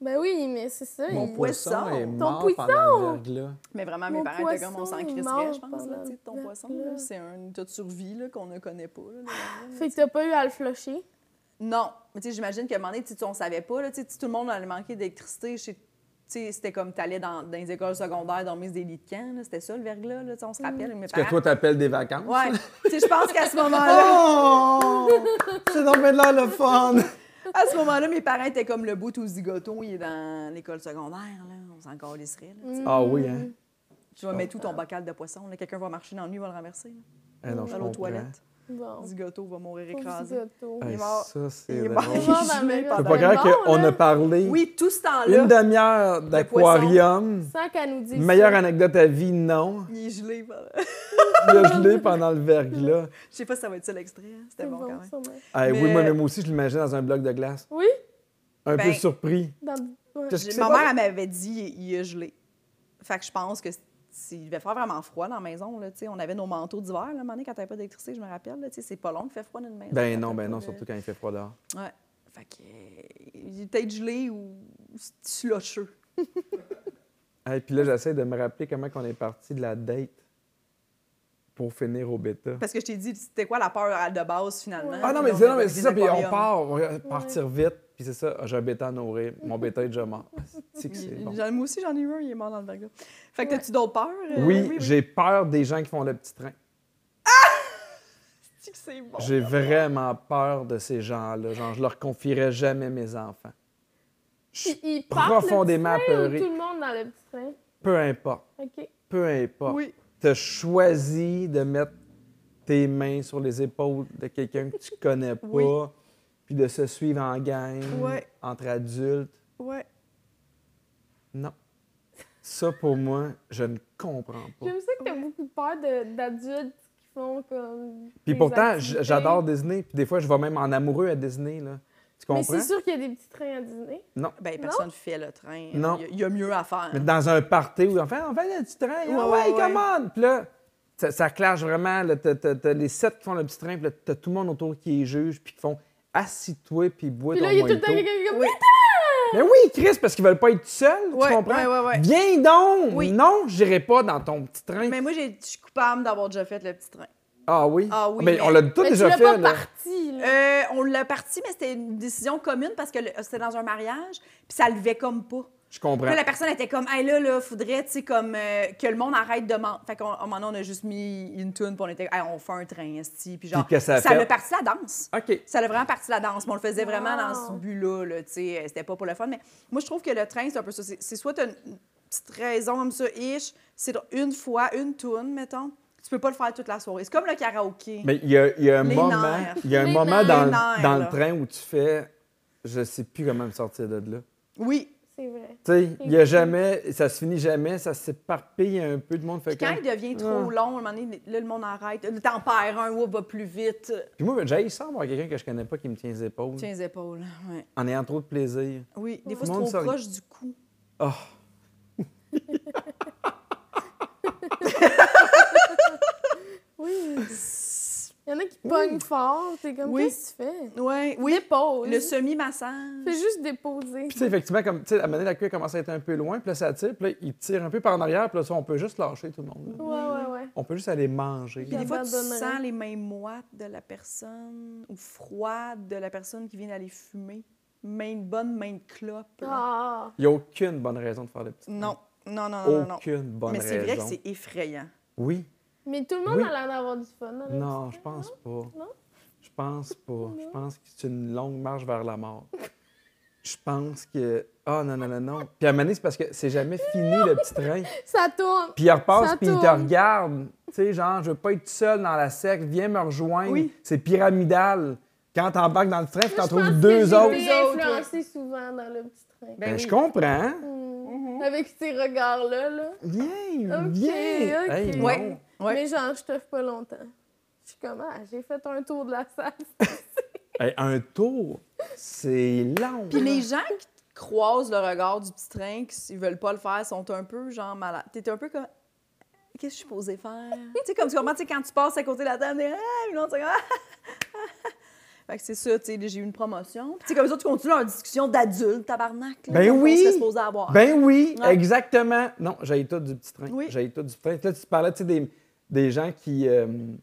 Ben oui, mais c'est ça.
Mon
il-
poisson,
poisson.
est
Ton
mort
poisson.
pendant le verglas.
Mais vraiment, mes
Mon
parents étaient comme « On
poisson,
s'en
il
crisserait,
meurt
je pense, là,
pendant
tu sais, ton
le
poisson.
plat.
là. C'est un tas de survie là, qu'on ne connaît pas. là, la vie.
Fait que t'as pas eu à le flusher.
Non. Mais tu sais, j'imagine qu'à un moment donné, tu sais, on savait pas, là, tu sais, tout le monde allait manquer d'électricité chez. tu sais, C'était comme t'allais dans, dans les écoles secondaires dormir sur des lits de camp. là. C'était ça, le verglas. Là, tu sais,
Mm.
on se rappelle. Mes
Ce que
parents...
toi, t'appelles des vacances.
Ouais. Tu sais, je pense qu'à ce moment-là,
Oh! C'est donc bien de l'air le fun! Eh
à ce moment-là, mes parents étaient comme le bout au zigoton, il est dans l'école secondaire. Là. On s'en câlisserait. là.
Ah
Mm.
oui, hein?
Tu vas mettre tout
Ah.
ton bocal de poisson. là. Quelqu'un va marcher dans le nuit, il va le renverser. là.
Eh non, je
Dans l'eau
comprends.
toilette.
Bon.
Zigoto va mourir
Pauvre
écrasé.
Zigoto.
Eh,
est mort.
Ça,
Il
c'est
est
drôle.
mort.
Il est mort dans
gelé
le
C'est
pendant-
pas
Ben
grave
non,
qu'on
là.
a parlé
Oui, tout ce temps-là,
une demi-heure d'aquarium.
Sans qu'elle nous dise
Meilleure
ça.
anecdote à vie, non.
il est gelé. voilà.
Il a gelé pendant le verglas.
Je sais pas si ça va être ça l'extrait. hein. C'était
C'est
bon, quand
bon,
même.
sûrement.
Eh
Mais-
Oui, moi-même aussi, je l'imaginais dans un bloc de glace.
Oui?
Un
Ben,
peu surpris.
Dans... ouais.
Qu'est-ce que
Ma
c'est?
mère, elle m'avait dit, il a gelé. Fait que je pense que c'est- il devait faire vraiment froid dans la maison. Là, tu sais. on avait nos manteaux d'hiver, là, un moment donné, quand t'avais pas d'électricité, je me rappelle. Là, tu sais, c'est pas long qu'il fait froid dans une maison.
Ben
quand
non,
t'as
ben
pas
non,
de-
surtout quand il fait froid dehors.
Ouais. Fait que, euh, il est peut-être gelé ou slocheux.
Et puis là, j'essaie de me rappeler comment on est parti de la date pour finir au bêta.
Parce que je t'ai dit, c'était quoi la peur de base, finalement?
Ouais.
Ah non,
Puis
mais
on
c'est non,
avait
mais c'est
des
ça, puis on
aquariums.
part, on va partir vite, puis c'est ça, Ah, j'ai un bêta à nourrir, mon bêta est déjà mort. C'est que c'est bon.
J'en- Moi aussi, j'en ai eu un, il est mort dans le verglas. Fait que
Ouais.
t'as-tu d'autres peurs? euh,
Oui, j'ai peur des gens qui font le petit train.
Tu que c'est bon. ben,
J'ai vraiment peur de ces gens-là. Genre, je leur confierai jamais mes enfants. Je suis
Ils- ils partent le
profondément
petit train ou
apeuré.
Tout le monde dans le petit train.
Peu importe,
OK.
peu importe.
Oui.
Tu as choisi de mettre tes mains sur les épaules de quelqu'un que tu connais pas,
Oui.
puis de se suivre en gang,
Ouais.
entre adultes.
Ouais.
Non. Ça, pour moi, je ne comprends pas.
J'aime ça que t'as beaucoup peur de- d'adultes qui font comme.
Puis
des
pourtant, j-
activités.
j'adore Disney. Puis des fois, je vais même en amoureux à Disney. Là. Tu
Mais
comprends?
c'est sûr qu'il y a des petits trains à dîner.
Ben,
Non?
personne fait le train.
Non.
Il y a- il y a mieux à faire.
Mais dans un party où on fait, on fait le petit train.
Ouais,
ah
ouais,
ouais,
ouais.
come on! Puis là, ça, ça clash vraiment. là, T'as t'as- t'as les sept qui font le petit train. Puis là, t'as tout le monde autour qui les juge. Puis qui font assis-toi. Puis bois
Puis
ton
là, il y a tout le
mojito.
temps quelqu'un qui Ah, est comme.
Oui.
Mais oui, Chris, parce qu'ils veulent pas être seuls.
Ouais,
tu comprends?
ouais, ouais, ouais.
Viens donc!
Oui.
Non, j'irai pas dans ton petit train.
Mais moi, j'ai- je suis coupable d'avoir déjà fait le petit train.
Ah oui?
Ah oui,
Mais,
mais-
on l'a tout
Mais tu
déjà
l'as
fait.
pas
là.
parti, là.
Euh, on l'a parti, mais c'était une décision commune parce que le- c'était dans un mariage, puis ça levait comme pas.
Je comprends.
Puis là, la personne était comme, hey, là, là, faudrait, tu sais, comme, euh, que le monde arrête de mentir. Fait qu'à un moment donné, on a juste mis une tune, puis on était, hey, on fait un train, esti. Puis genre,
Puis que ça a
ça
fait?
l'a parti la danse.
OK.
Ça l'a vraiment parti la danse, mais on le faisait vraiment dans ce
Wow.
but-là, là, tu sais, euh, c'était pas pour le fun. Mais moi, je trouve que le train, c'est un peu ça. C'est c'est soit t'as une une petite raison comme ça, ish, c'est une fois, une tune, mettons. Tu peux pas le faire toute la soirée. C'est comme le karaoké.
Mais il y a, il y a un
Les
moment,
nerfs.
il y a un
Les
moment
nerfs.
dans,
Les
le-
nerfs,
dans le
là.
train où tu fais je sais plus comment me sortir de là.
Oui,
C'est vrai.
Tu sais, il y a jamais ça se finit jamais, ça s'éparpille un peu de monde fait
Puis quand
comme-
il devient trop
Ouais.
long, à un moment donné, là, le monde arrête. Le temps perd un, ou va plus vite.
Puis moi j'ai ça avoir quelqu'un que je connais pas qui me tient les épaules
Tiens les épaules. ouais.
en ayant trop de plaisir.
Oui, des fois,
Tout le
c'est
monde
trop
s'en-
proche du cou.
Ah,
Oui. Il y en a qui
Oui.
pognent fort. T'es comme,
Oui.
qu'est-ce que tu fais?
Ouais, oui,
Dépose.
le semi-massage.
Fais juste déposer.
puis tu sais, effectivement comme tu sais à un moment donné, la queue commence à être un peu loin, puis là ça tire, puis là il tire un peu par en arrière, puis là ça, on peut juste lâcher tout le monde. là.
Ouais, ouais, ouais.
On peut juste aller manger.
Puis des fois, tu
J'abandonnerais.
sens les mains moites de la personne ou froides de la personne qui vient d'aller fumer. Main de bonne, main de clope. là.
Ah!
Il y a aucune bonne raison de faire le petit.
Non, non, non, non, non, non.
Aucune bonne
Mais c'est
raison.
vrai que c'est effrayant.
Oui.
Mais tout le monde
Oui.
a l'air d'avoir du fun. hein, dans le
Non,
petit
je
train,
pense pas.
Non?
Je pense pas. Je pense que c'est une longue marche vers la mort. je pense que. Ah, non, non, non, non. Puis à un moment donné, c'est parce que c'est jamais fini le petit train.
Ça tourne.
Puis il repasse,
Ça
puis il te
tourne.
regarde. Tu sais, genre, je veux pas être seul dans la secte, viens me rejoindre.
Oui.
C'est pyramidal. Quand t'embarques dans le train, puis
Moi,
t'en
je
trouves
pense que
deux
j'ai
autres.
été
Deux autres,
influencée souvent dans le petit train.
Ben, je comprends.
Hmm.
mm-hmm.
Avec ces regards-là, là.
Viens,
Ok,
viens.
ok.
Hey, non.
Ouais. Ouais.
Mais genre, je t'offre pas longtemps. Je suis comme, ah, j'ai fait un tour de la salle.
Hey, un tour, c'est long.
Puis les gens qui croisent le regard du petit train, qui s'ils veulent pas le faire, sont un peu genre malades. T'es un peu comme. Qu'est-ce que je suis posée faire? tu sais, comme tu comprends, tu sais, quand tu passes à côté de la table, t'es. Ah, puis l'autre, c'est comme. Ah, ah, ah. Fait que c'est ça, tu sais, j'ai eu une promotion. Puis tu sais, comme ça, tu continues leur discussion d'adulte, tabarnak. là,
Ben
qu'on
oui!
serait supposé avoir.
Ben oui,
Ouais.
exactement. Non, j'ai tout du petit train.
Ah. Oui.
J'ai tout du petit train. Là, tu parlais tu sais, des, des gens qui, euh, tu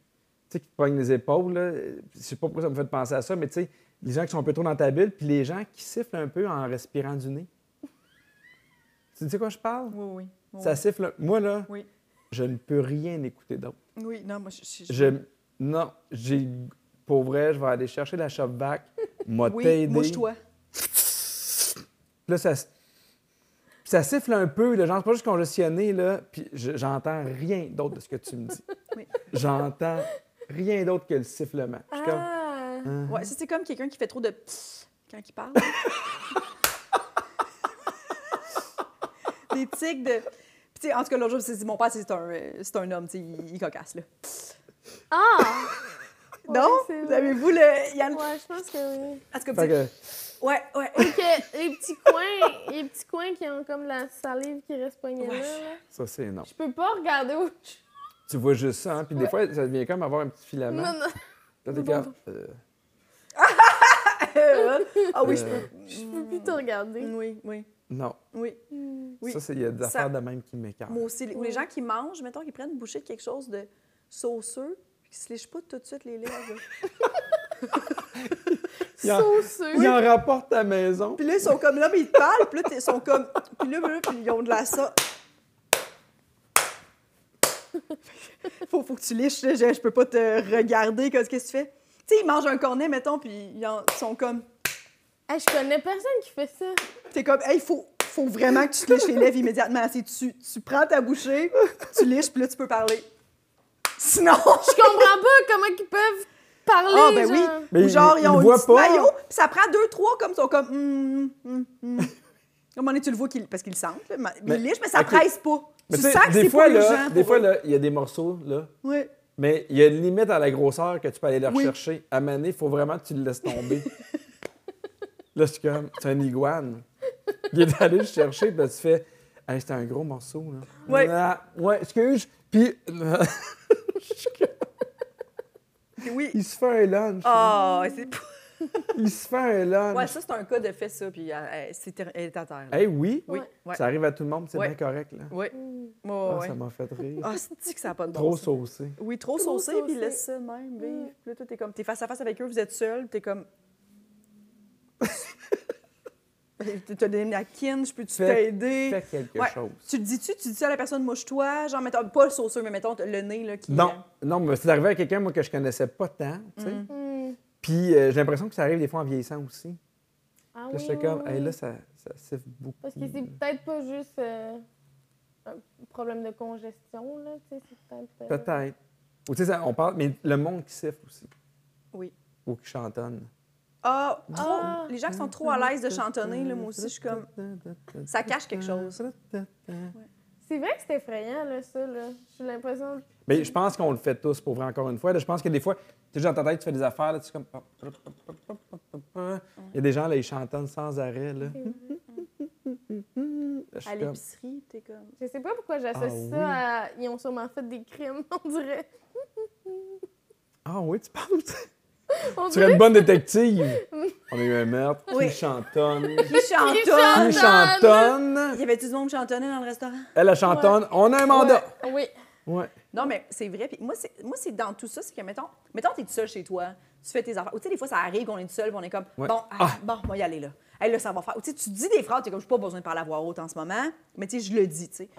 sais, qui te pognent les épaules. Là. Je sais pas pourquoi ça me fait penser à ça, mais tu sais, les gens qui sont un peu trop dans ta bulle, puis les gens qui sifflent un peu en respirant du nez. tu sais de quoi je parle?
Oui, oui. oui.
Ça siffle. un- Moi, là,
Oui.
je ne peux rien écouter d'autre.
Oui, non, moi, je. je-
Je... Non, j'ai. Pour vrai, je vais aller chercher la shop vac, m'a
Oui,
t'aider.
mouche-toi.
Puis là, ça, s- puis ça siffle un peu, là, genre, c'est pas juste congestionné, là, puis je- j'entends rien d'autre de ce que tu me dis.
Oui.
J'entends rien d'autre que le sifflement. Je suis comme,
Ah!
Hein?
Ouais, ça, c'est comme quelqu'un qui fait trop de quand il parle. Des tics de. Puis, tu sais, en tout cas, l'autre jour, c'est mon père, c'est un, euh, c'est un homme, tu sais, il, il cocasse, là.
Ah!
non?
Ouais, c'est
Vous
vrai.
avez-vous le. Yann?
Ouais, je pense que oui.
En tout cas,
Fait
petit-
que,
Ouais, ouais.
Ou que les petits coins, les petits coins qui ont comme la salive qui reste pognée là, là.
ça, c'est non.
Je peux pas regarder où je suis.
Tu vois juste ça, hein, puis des fois, ça devient comme avoir un petit filament.
Non, non.
Là, t'es comme, euh,
Euh, ah oui, je
Euh,
peux.
Je peux plus te regarder.
Oui, oui,
non.
oui.
Mm.
Oui.
Ça, c'est- il y a des
Ça-
affaires de même qui m'écartent.
Moi aussi, les- ou
Ouais.
les gens qui mangent, mettons, qui prennent une bouchée de quelque chose de sauceux, puis qui se lèchent pas tout de suite les lèvres.
Il y en-
Sauceux.
Il en rapporte ta maison.
Puis là, ils sont comme là, mais ils te parlent, puis là, t'es- ils sont comme. Puis là, là, puis ils ont de la ça. faut, faut que tu liches, là, je, je peux pas te regarder, qu'est-ce que tu fais? Tu sais, ils mangent un cornet, mettons, puis ils, en- ils sont comme.
Hey, je connais personne qui fait ça.
T'es comme, hey, faut, faut vraiment que tu te liches les lèvres immédiatement. C'est tu, tu prends ta bouchée, tu liches, puis là, tu peux parler. Sinon,
Je comprends pas comment ils peuvent parler.
Ah, ben oui.
genre.
Mais
ou genre,
il-
ils ont
il
une
voit
petite
pas.
maillot, puis ça prend deux, trois, comme, ils sont comme... Hum, hum, hum, hum. À un moment donné, tu le vois, qu'ils- parce qu'ils le sentent, là, mais,
Mais-
ils lichent, mais ça
ok.
presse pas.
Mais
tu
tu sais,
sens que
des
c'est
fois,
pour les
là,
gens.
des
pour
fois,
eux.
là, il y a des morceaux, là,
Ouais.
Mais il y a une limite à la grosseur que tu peux aller leur
Oui.
chercher. À Mané, il faut vraiment que tu le laisses tomber. là, je suis comme, c'est un iguane. Il est allé le chercher, puis là, tu fais, hey, c'était un gros morceau. Là.
Ouais.
Ah, ouais, excuse. Puis,
Puis oui.
il se fait un lunch.
Ah, c'est...
Il se fait un lunch.
Ouais, ça, c'est un cas de fait, ça, puis elle, elle- c'est ter- elle est à terre. là.
Hey, oui.
Oui. Ouais.
Ça arrive à tout le monde, c'est
Ouais.
bien correct. Là.
Oui.
Ah,
Moi, ouais.
Ça m'a fait rire.
Ah, c'est que ça n'a pas de bon
Trop
sens.
saucé.
Oui, trop,
Trop
saucé, puis
saucé.
laisse ça de même vivre.
Mm.
Puis là, toi, t'es comme, t'es face à face avec eux, vous êtes seul, puis t'es comme... T'as donné la kin, je peux-tu
Fait-
t'aider?
Fais quelque
Ouais.
chose.
Tu le dis-tu, tu dis ça à la personne, mouche-toi, genre, mettons, pas le sauceur, mais mettons le nez, là, qui...
Non, non, mais c'est arrivé à quelqu'un moi que je connaissais pas tant, tu sais.
Mm.
Hmm.
Puis euh, j'ai l'impression que ça arrive des fois en vieillissant aussi.
Ah
Là,
oui,
j'étais
oui,
comme,
oui.
hey, là, Mm. ça, ça siffle beaucoup.
Parce que c'est peut-être pas juste euh, un problème de congestion, là. tu sais, C'est peut-être. euh,
Peut-être. Ou tu sais, ça- on parle, mais le monde qui siffle aussi.
Oui.
Ou qui chantonne.
Ah, trop...
Ah.
Les gens qui sont trop à l'aise de chantonner, là, moi aussi, je suis comme... Ça cache
Ah.
quelque chose.
C'est vrai que c'est effrayant, là, ça, là. J'ai l'impression.
Mais je pense qu'on le fait tous, pour vrai, encore une fois. Là, je pense que des fois, tu sais, dans ta tête, tu fais des affaires, là, tu es comme. Il y a des gens, là, ils chantonnent sans arrêt, là.
c'est vrai.
Je suis
À
comme,
l'épicerie, t'es comme...
Je sais pas pourquoi j'associe
Ah oui.
ça à. Ils ont sûrement fait des crimes, on dirait.
Ah oui, tu parles.
On
tu serais
dirait.
une bonne détective. On a eu un meurtre, qui
Oui.
chantonne.
Qui chantonne?
Qui chantonne.
Il y avait-tu du monde qui chantonnait dans le restaurant?
Elle, la chantonne. On a un mandat.
Ouais. Oui.
Ouais.
Non, mais c'est vrai. Puis moi, c'est, moi, c'est dans tout ça, c'est que, mettons, mettons, t'es tout seul chez toi, tu fais tes affaires. Ou tu sais, des fois, ça arrive qu'on est tout seul, puis on est comme,
Ouais.
bon, ah, bon, on va y aller là. Hey, là, ça va faire. Ou tu sais, tu dis des phrases, t'es comme, j'ai pas besoin de parler à voix haute en ce moment, mais tu sais, je le dis, tu sais.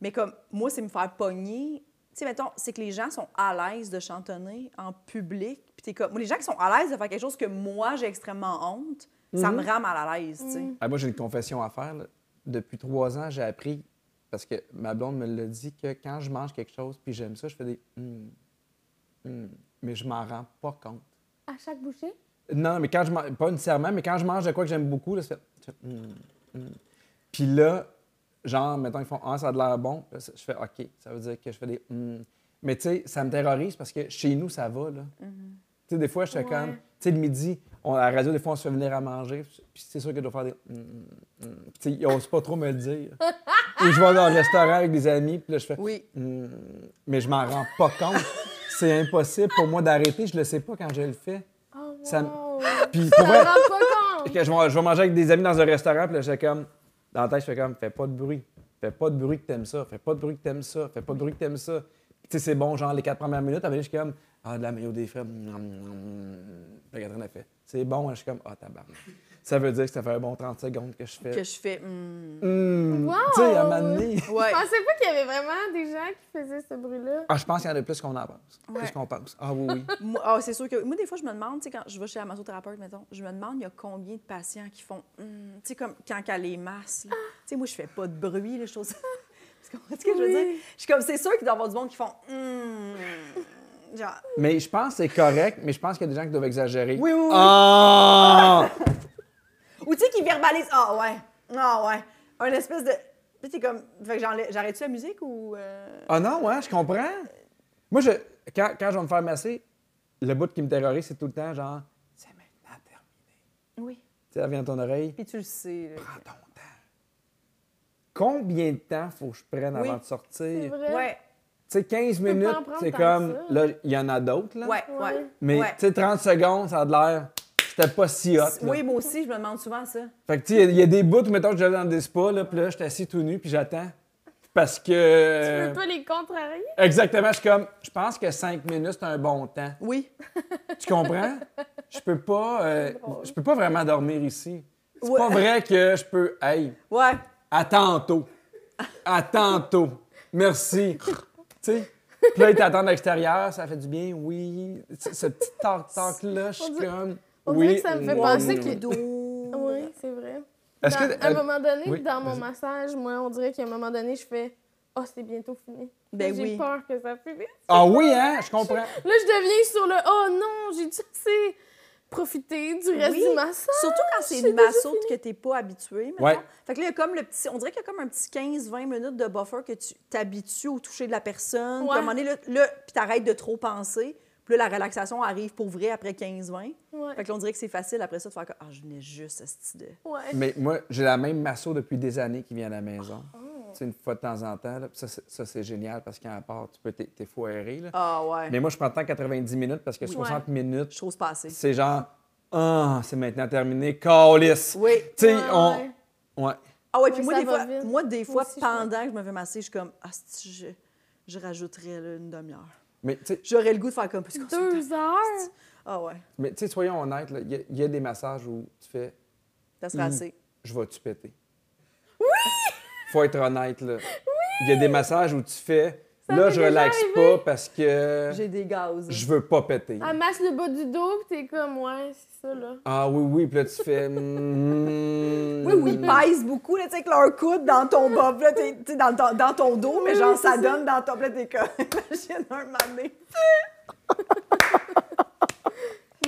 Mais comme, moi, c'est me faire pogner. Tu sais, mettons, c'est que les gens sont à l'aise de chantonner en public. Puis t'es comme, moi, les gens qui sont à l'aise de faire quelque chose que moi, j'ai extrêmement honte, Ça me rend mal à l'aise, tu sais.
Ah, moi, j'ai une confession à faire. là. Depuis trois ans, j'ai appris, parce que ma blonde me l'a dit, que quand je mange quelque chose puis j'aime ça, je fais des Hmm, hmm mais je m'en rends pas compte.
À chaque bouchée?
Non, mais quand je mange, pas nécessairement, mais quand je mange de quoi que j'aime beaucoup, là, ça fait- ça fait Hmm, hmm. Puis là, genre, mettons, ils font Ah, ça a de l'air bon. Là, ça- je fais OK. Ça veut dire que je fais des Hmm. Mais tu sais, ça me terrorise parce que chez nous, ça va, là. Tu sais, des fois, je
Ouais.
fais comme. Tu sais, le midi, on, à la radio, des fois, on se fait venir à manger. Puis c'est sûr que je dois faire des. Mm, mm, mm. Puis, tu sais, ils osent pas trop me le dire. Ou je vais dans un restaurant avec des amis, puis là, je fais.
Oui.
Mm, mais je m'en rends pas compte. c'est impossible pour moi d'arrêter. Je le sais pas quand je le fais.
Oh, wow!
Ça
Ça
me-
me
Puis pour vrai,
rend pas compte!
que je, vais, je vais manger avec des amis dans un restaurant, puis là, je fais comme. Dans la tête, je fais comme. Fais pas de bruit. Fais pas de bruit que t'aimes ça. Fais pas de bruit que t'aimes ça. Fais pas de bruit que t'aimes ça. Puis, tu sais, c'est bon, genre, les quatre premières minutes, après, je suis comme. Ah, de la mayo des fraises. Mm, mm, mm. Puis Catherine, elle fait. C'est bon, je suis comme. Ah, tabarnak. Ça veut dire que ça fait un bon 30 secondes que je fais.
Que je fais. hmm.
Mm.
Wow!
Tu sais, à un moment donné.
Ouais.
Je pensais pas qu'il y avait vraiment des gens qui faisaient ce bruit-là.
Ah, je pense qu'il y en a plus qu'on en pense.
Ouais.
Plus qu'on pense. Ah, oui, oui.
Moi- ah, c'est sûr que moi, des fois, je me demande, tu sais, quand je vais chez la massothérapeute, mettons, je me demande, il y a combien de patients qui font, Hmm tu sais, comme quand elle les masse, là. Tu sais, moi, je fais pas de bruit, les choses. tu comprends ce que je veux
Oui.
dire? Je suis comme, c'est sûr qu'il doit y avoir du monde qui font, Hmm genre,
Mais je pense que c'est correct, mais je pense qu'il y a des gens qui doivent exagérer.
Oui, oui, oui.
Ah!
ou tu sais, qui verbalise, ah ouais, ah ouais, un espèce de. Tu sais, t'es comme, fait que j'enlève- j'arrête-tu la musique ou. euh,
Ah non, ouais, je comprends. Moi, je, quand, quand je vais me faire masser, le bout qui me terrorise, c'est tout le temps genre, c'est maintenant terminé.
Oui.
Tu sais, elle vient à ton oreille,
Puis tu le sais, là.
prends ton temps. Combien de temps faut que je prenne
Oui.
avant de
C'est
sortir? Tu
vrai?
Ouais,
sais, 15
peux pas en
minutes,
prendre
c'est
tant
comme,
que ça.
là, il y en a d'autres, là.
ouais, ouais.
Ouais.
Mais,
ouais.
tu sais, 30 secondes, ça a de l'air, c'était pas si hot, là.
Oui, moi aussi, je me demande souvent ça.
Fait que, tu sais, il y a- il y a des bouts, mettons, que j'allais dans des spas, là, puis là, j'étais assis tout nu, puis j'attends. Parce
Tu
que...
veux pas les contrarier?
Exactement, je suis comme, je pense que 5 minutes, c'est un bon temps.
Oui.
Tu comprends? Je peux pas, euh,
drôle.
je peux pas vraiment dormir ici. C'est
Ouais.
pas vrai que je peux. Hey,
Ouais.
à tantôt. À tantôt. Merci. tu sais? Puis là, ils t'attendent à l'extérieur, ça fait du bien, oui. Ce ce petit tac-tac-là, je
On
suis
dirait-
comme.
on
oui,
dirait que ça me fait
mm,
penser
mm.
que-
Oui.
Ah Oui, c'est vrai.
Est-ce
Dans-
que- euh,
À un moment donné,
oui,
dans mon
vas-y.
massage, moi, on dirait qu'à un moment donné, je fais Ah, c'est bientôt fini.
Ben
J'ai
oui.
peur que ça finisse.
Ah oui, hein? Je comprends.
Là, je deviens sur le Oh non, j'ai dû assez profiter du reste
Oui.
du massage.
Surtout quand
je
c'est
suis
une
déjà
masseau que t'es pas habitué, maintenant.
Ouais.
Fait que là, il y a comme le petit, on dirait qu'il y a comme un petit 15-20 minutes de buffer que tu t'habitues au toucher de la personne. Puis à un
Ouais.
moment donné, là, là, puis t'arrêtes de trop penser. Puis là, la relaxation arrive pour vrai après 15-20.
Ouais.
Fait que là, on dirait que c'est facile après ça de faire comme, ah, je venais juste à cette idée.
Ouais.
Mais moi, j'ai la même masso depuis des années qui vient à la maison.
Ah.
Tu sais, une fois de temps en temps. là. Puis Ça, c'est- ça, c'est génial parce qu'en part, tu peux t'es- t'es foiré. Là.
Ah ouais.
Mais moi, je prends le temps 90 minutes parce que 60 minutes,
Chose passée.
c'est genre, ah, c'est maintenant terminé, calice.
Oui.
Tu sais,
Ouais,
on.
ouais.
Ouais.
Ah ouais,
Oui,
puis moi
ça
des,
va
fois,
vite.
moi, des
Moi
fois,
aussi, je
pendant que je me fais masser, je suis comme, ah, si, je, je rajouterais là, une demi-heure.
Mais tu sais-
J'aurais le goût de faire comme plus qu'on s'entend.
Deux heures?
Ah ouais,
mais tu sais, soyons honnêtes, là, il y, a- il y a des massages où tu fais,
ça sera
Mm.
assez.
je vais-tu péter? Oui! Faut être honnête, là. Il y a des massages où tu fais,
Ça
là,
m'est
je
déjà
relaxe
arrivé. Ah,
pas parce que
J'ai des gaz.
je veux pas péter.
Elle masse le bas du dos, pis t'es comme Ouais, c'est ça, là.
Ah oui, oui, puis là, tu fais. mm,
Oui, oui, ils pèsent beaucoup, là, tu sais, avec leur coude dans ton bob, là, t'es- tu sais, dans, ton- dans ton dos, mais
Oui,
genre,
oui,
ça
c'est
donne dans ton... Là, t'es comme, imagine un moment donné.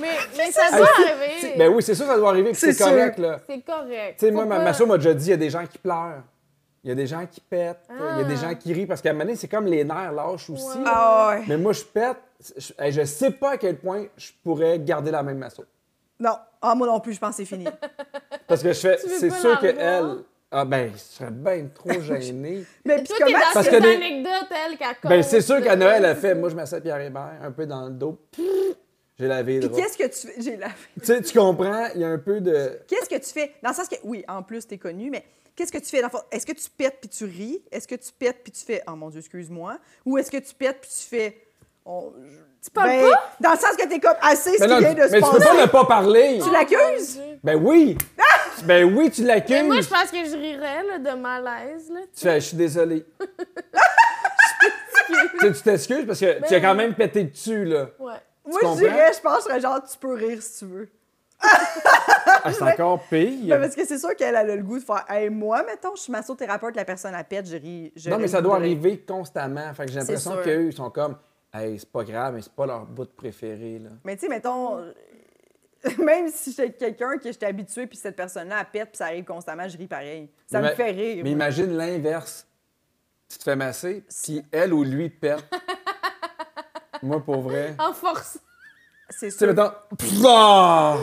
Mais, mais ça
ça.
doit
Tu sais,
arriver.
Ben oui, c'est sûr, ça doit arriver, puis c'est
C'est sûr.
correct, là.
C'est correct.
Tu sais,
Faut
moi, ma,
pas-
ma soeur m'a déjà dit, il y a des gens qui pleurent. Il y a des gens qui pètent. Il y a des
Ah.
gens qui rient. Parce qu'à un moment donné, c'est comme les nerfs lâchent aussi.
Ouais.
Ah ouais.
Mais moi, je pète. Je, hey, je sais pas à quel point je pourrais garder la même masso.
Non, ah, moi non plus, je pense que c'est fini.
Parce que je fais,
Tu veux
c'est
pas
sûr
la
que
revoir?
elle, ah ben, je serais bien trop gêné.
Mais
Toi,
puis
t'es
comment...
dans
Parce
cette
que des-
anecdote, elle, qu'elle compte.
ben, c'est sûr qu'à
là.
Noël, elle fait, moi, je m'assieds à Pierre Hébert, un peu dans le dos. J'ai lavé le
Puis qu'est-ce que tu fais... J'ai la...
Tu sais, tu comprends, il y a un peu de.
Qu'est-ce que tu fais? Dans le sens que, oui, en plus, t'es connu, mais qu'est-ce que tu fais? dans le fond? Est-ce que tu pètes puis tu ris? Est-ce que tu pètes puis tu fais, oh mon Dieu, excuse-moi? Ou est-ce que tu pètes puis tu fais, oh, je-
Tu parles
Ben, Dans le sens que t'es comme assez ce
Mais,
qui
non,
vient de
mais
se
tu peux
passer.
pas ne pas parler.
Tu l'accuses?
Mon Dieu.
Ben oui! Ben oui, tu
Mais moi, je
l'accuses!
pense que je rirais, là, de malaise, là.
Tu fais, je suis désolé. tu sais, tu t'excuses parce
Ben
que tu as quand même pété dessus, là.
Ouais.
Moi,
Tu
je
comprends?
dirais, je pense, genre, tu peux rire si tu veux.
Ah, c'est encore pire.
Ben, parce que c'est sûr qu'elle elle a le goût de faire Hey, moi, mettons, je suis massothérapeute, la personne à pète, je ris. je
non, mais
ris
ça doit
de rire.
arriver constamment. Fait que j'ai
C'est
l'impression
sûr.
qu'eux, ils sont comme, hey, c'est pas grave, mais c'est pas leur bout préféré. Là.
Mais tu sais, mettons, euh, même si j'étais quelqu'un que j'étais habitué, puis cette personne-là, elle pète, puis ça arrive constamment, je ris pareil. Ça
Mais-
me fait rire.
Mais
moi.
imagine l'inverse. Tu te fais masser, puis elle ou lui perd. Moi, pour vrai.
Ah.
En force.
C'est
Tu sais,
sûr.
mettons. Pff, ah!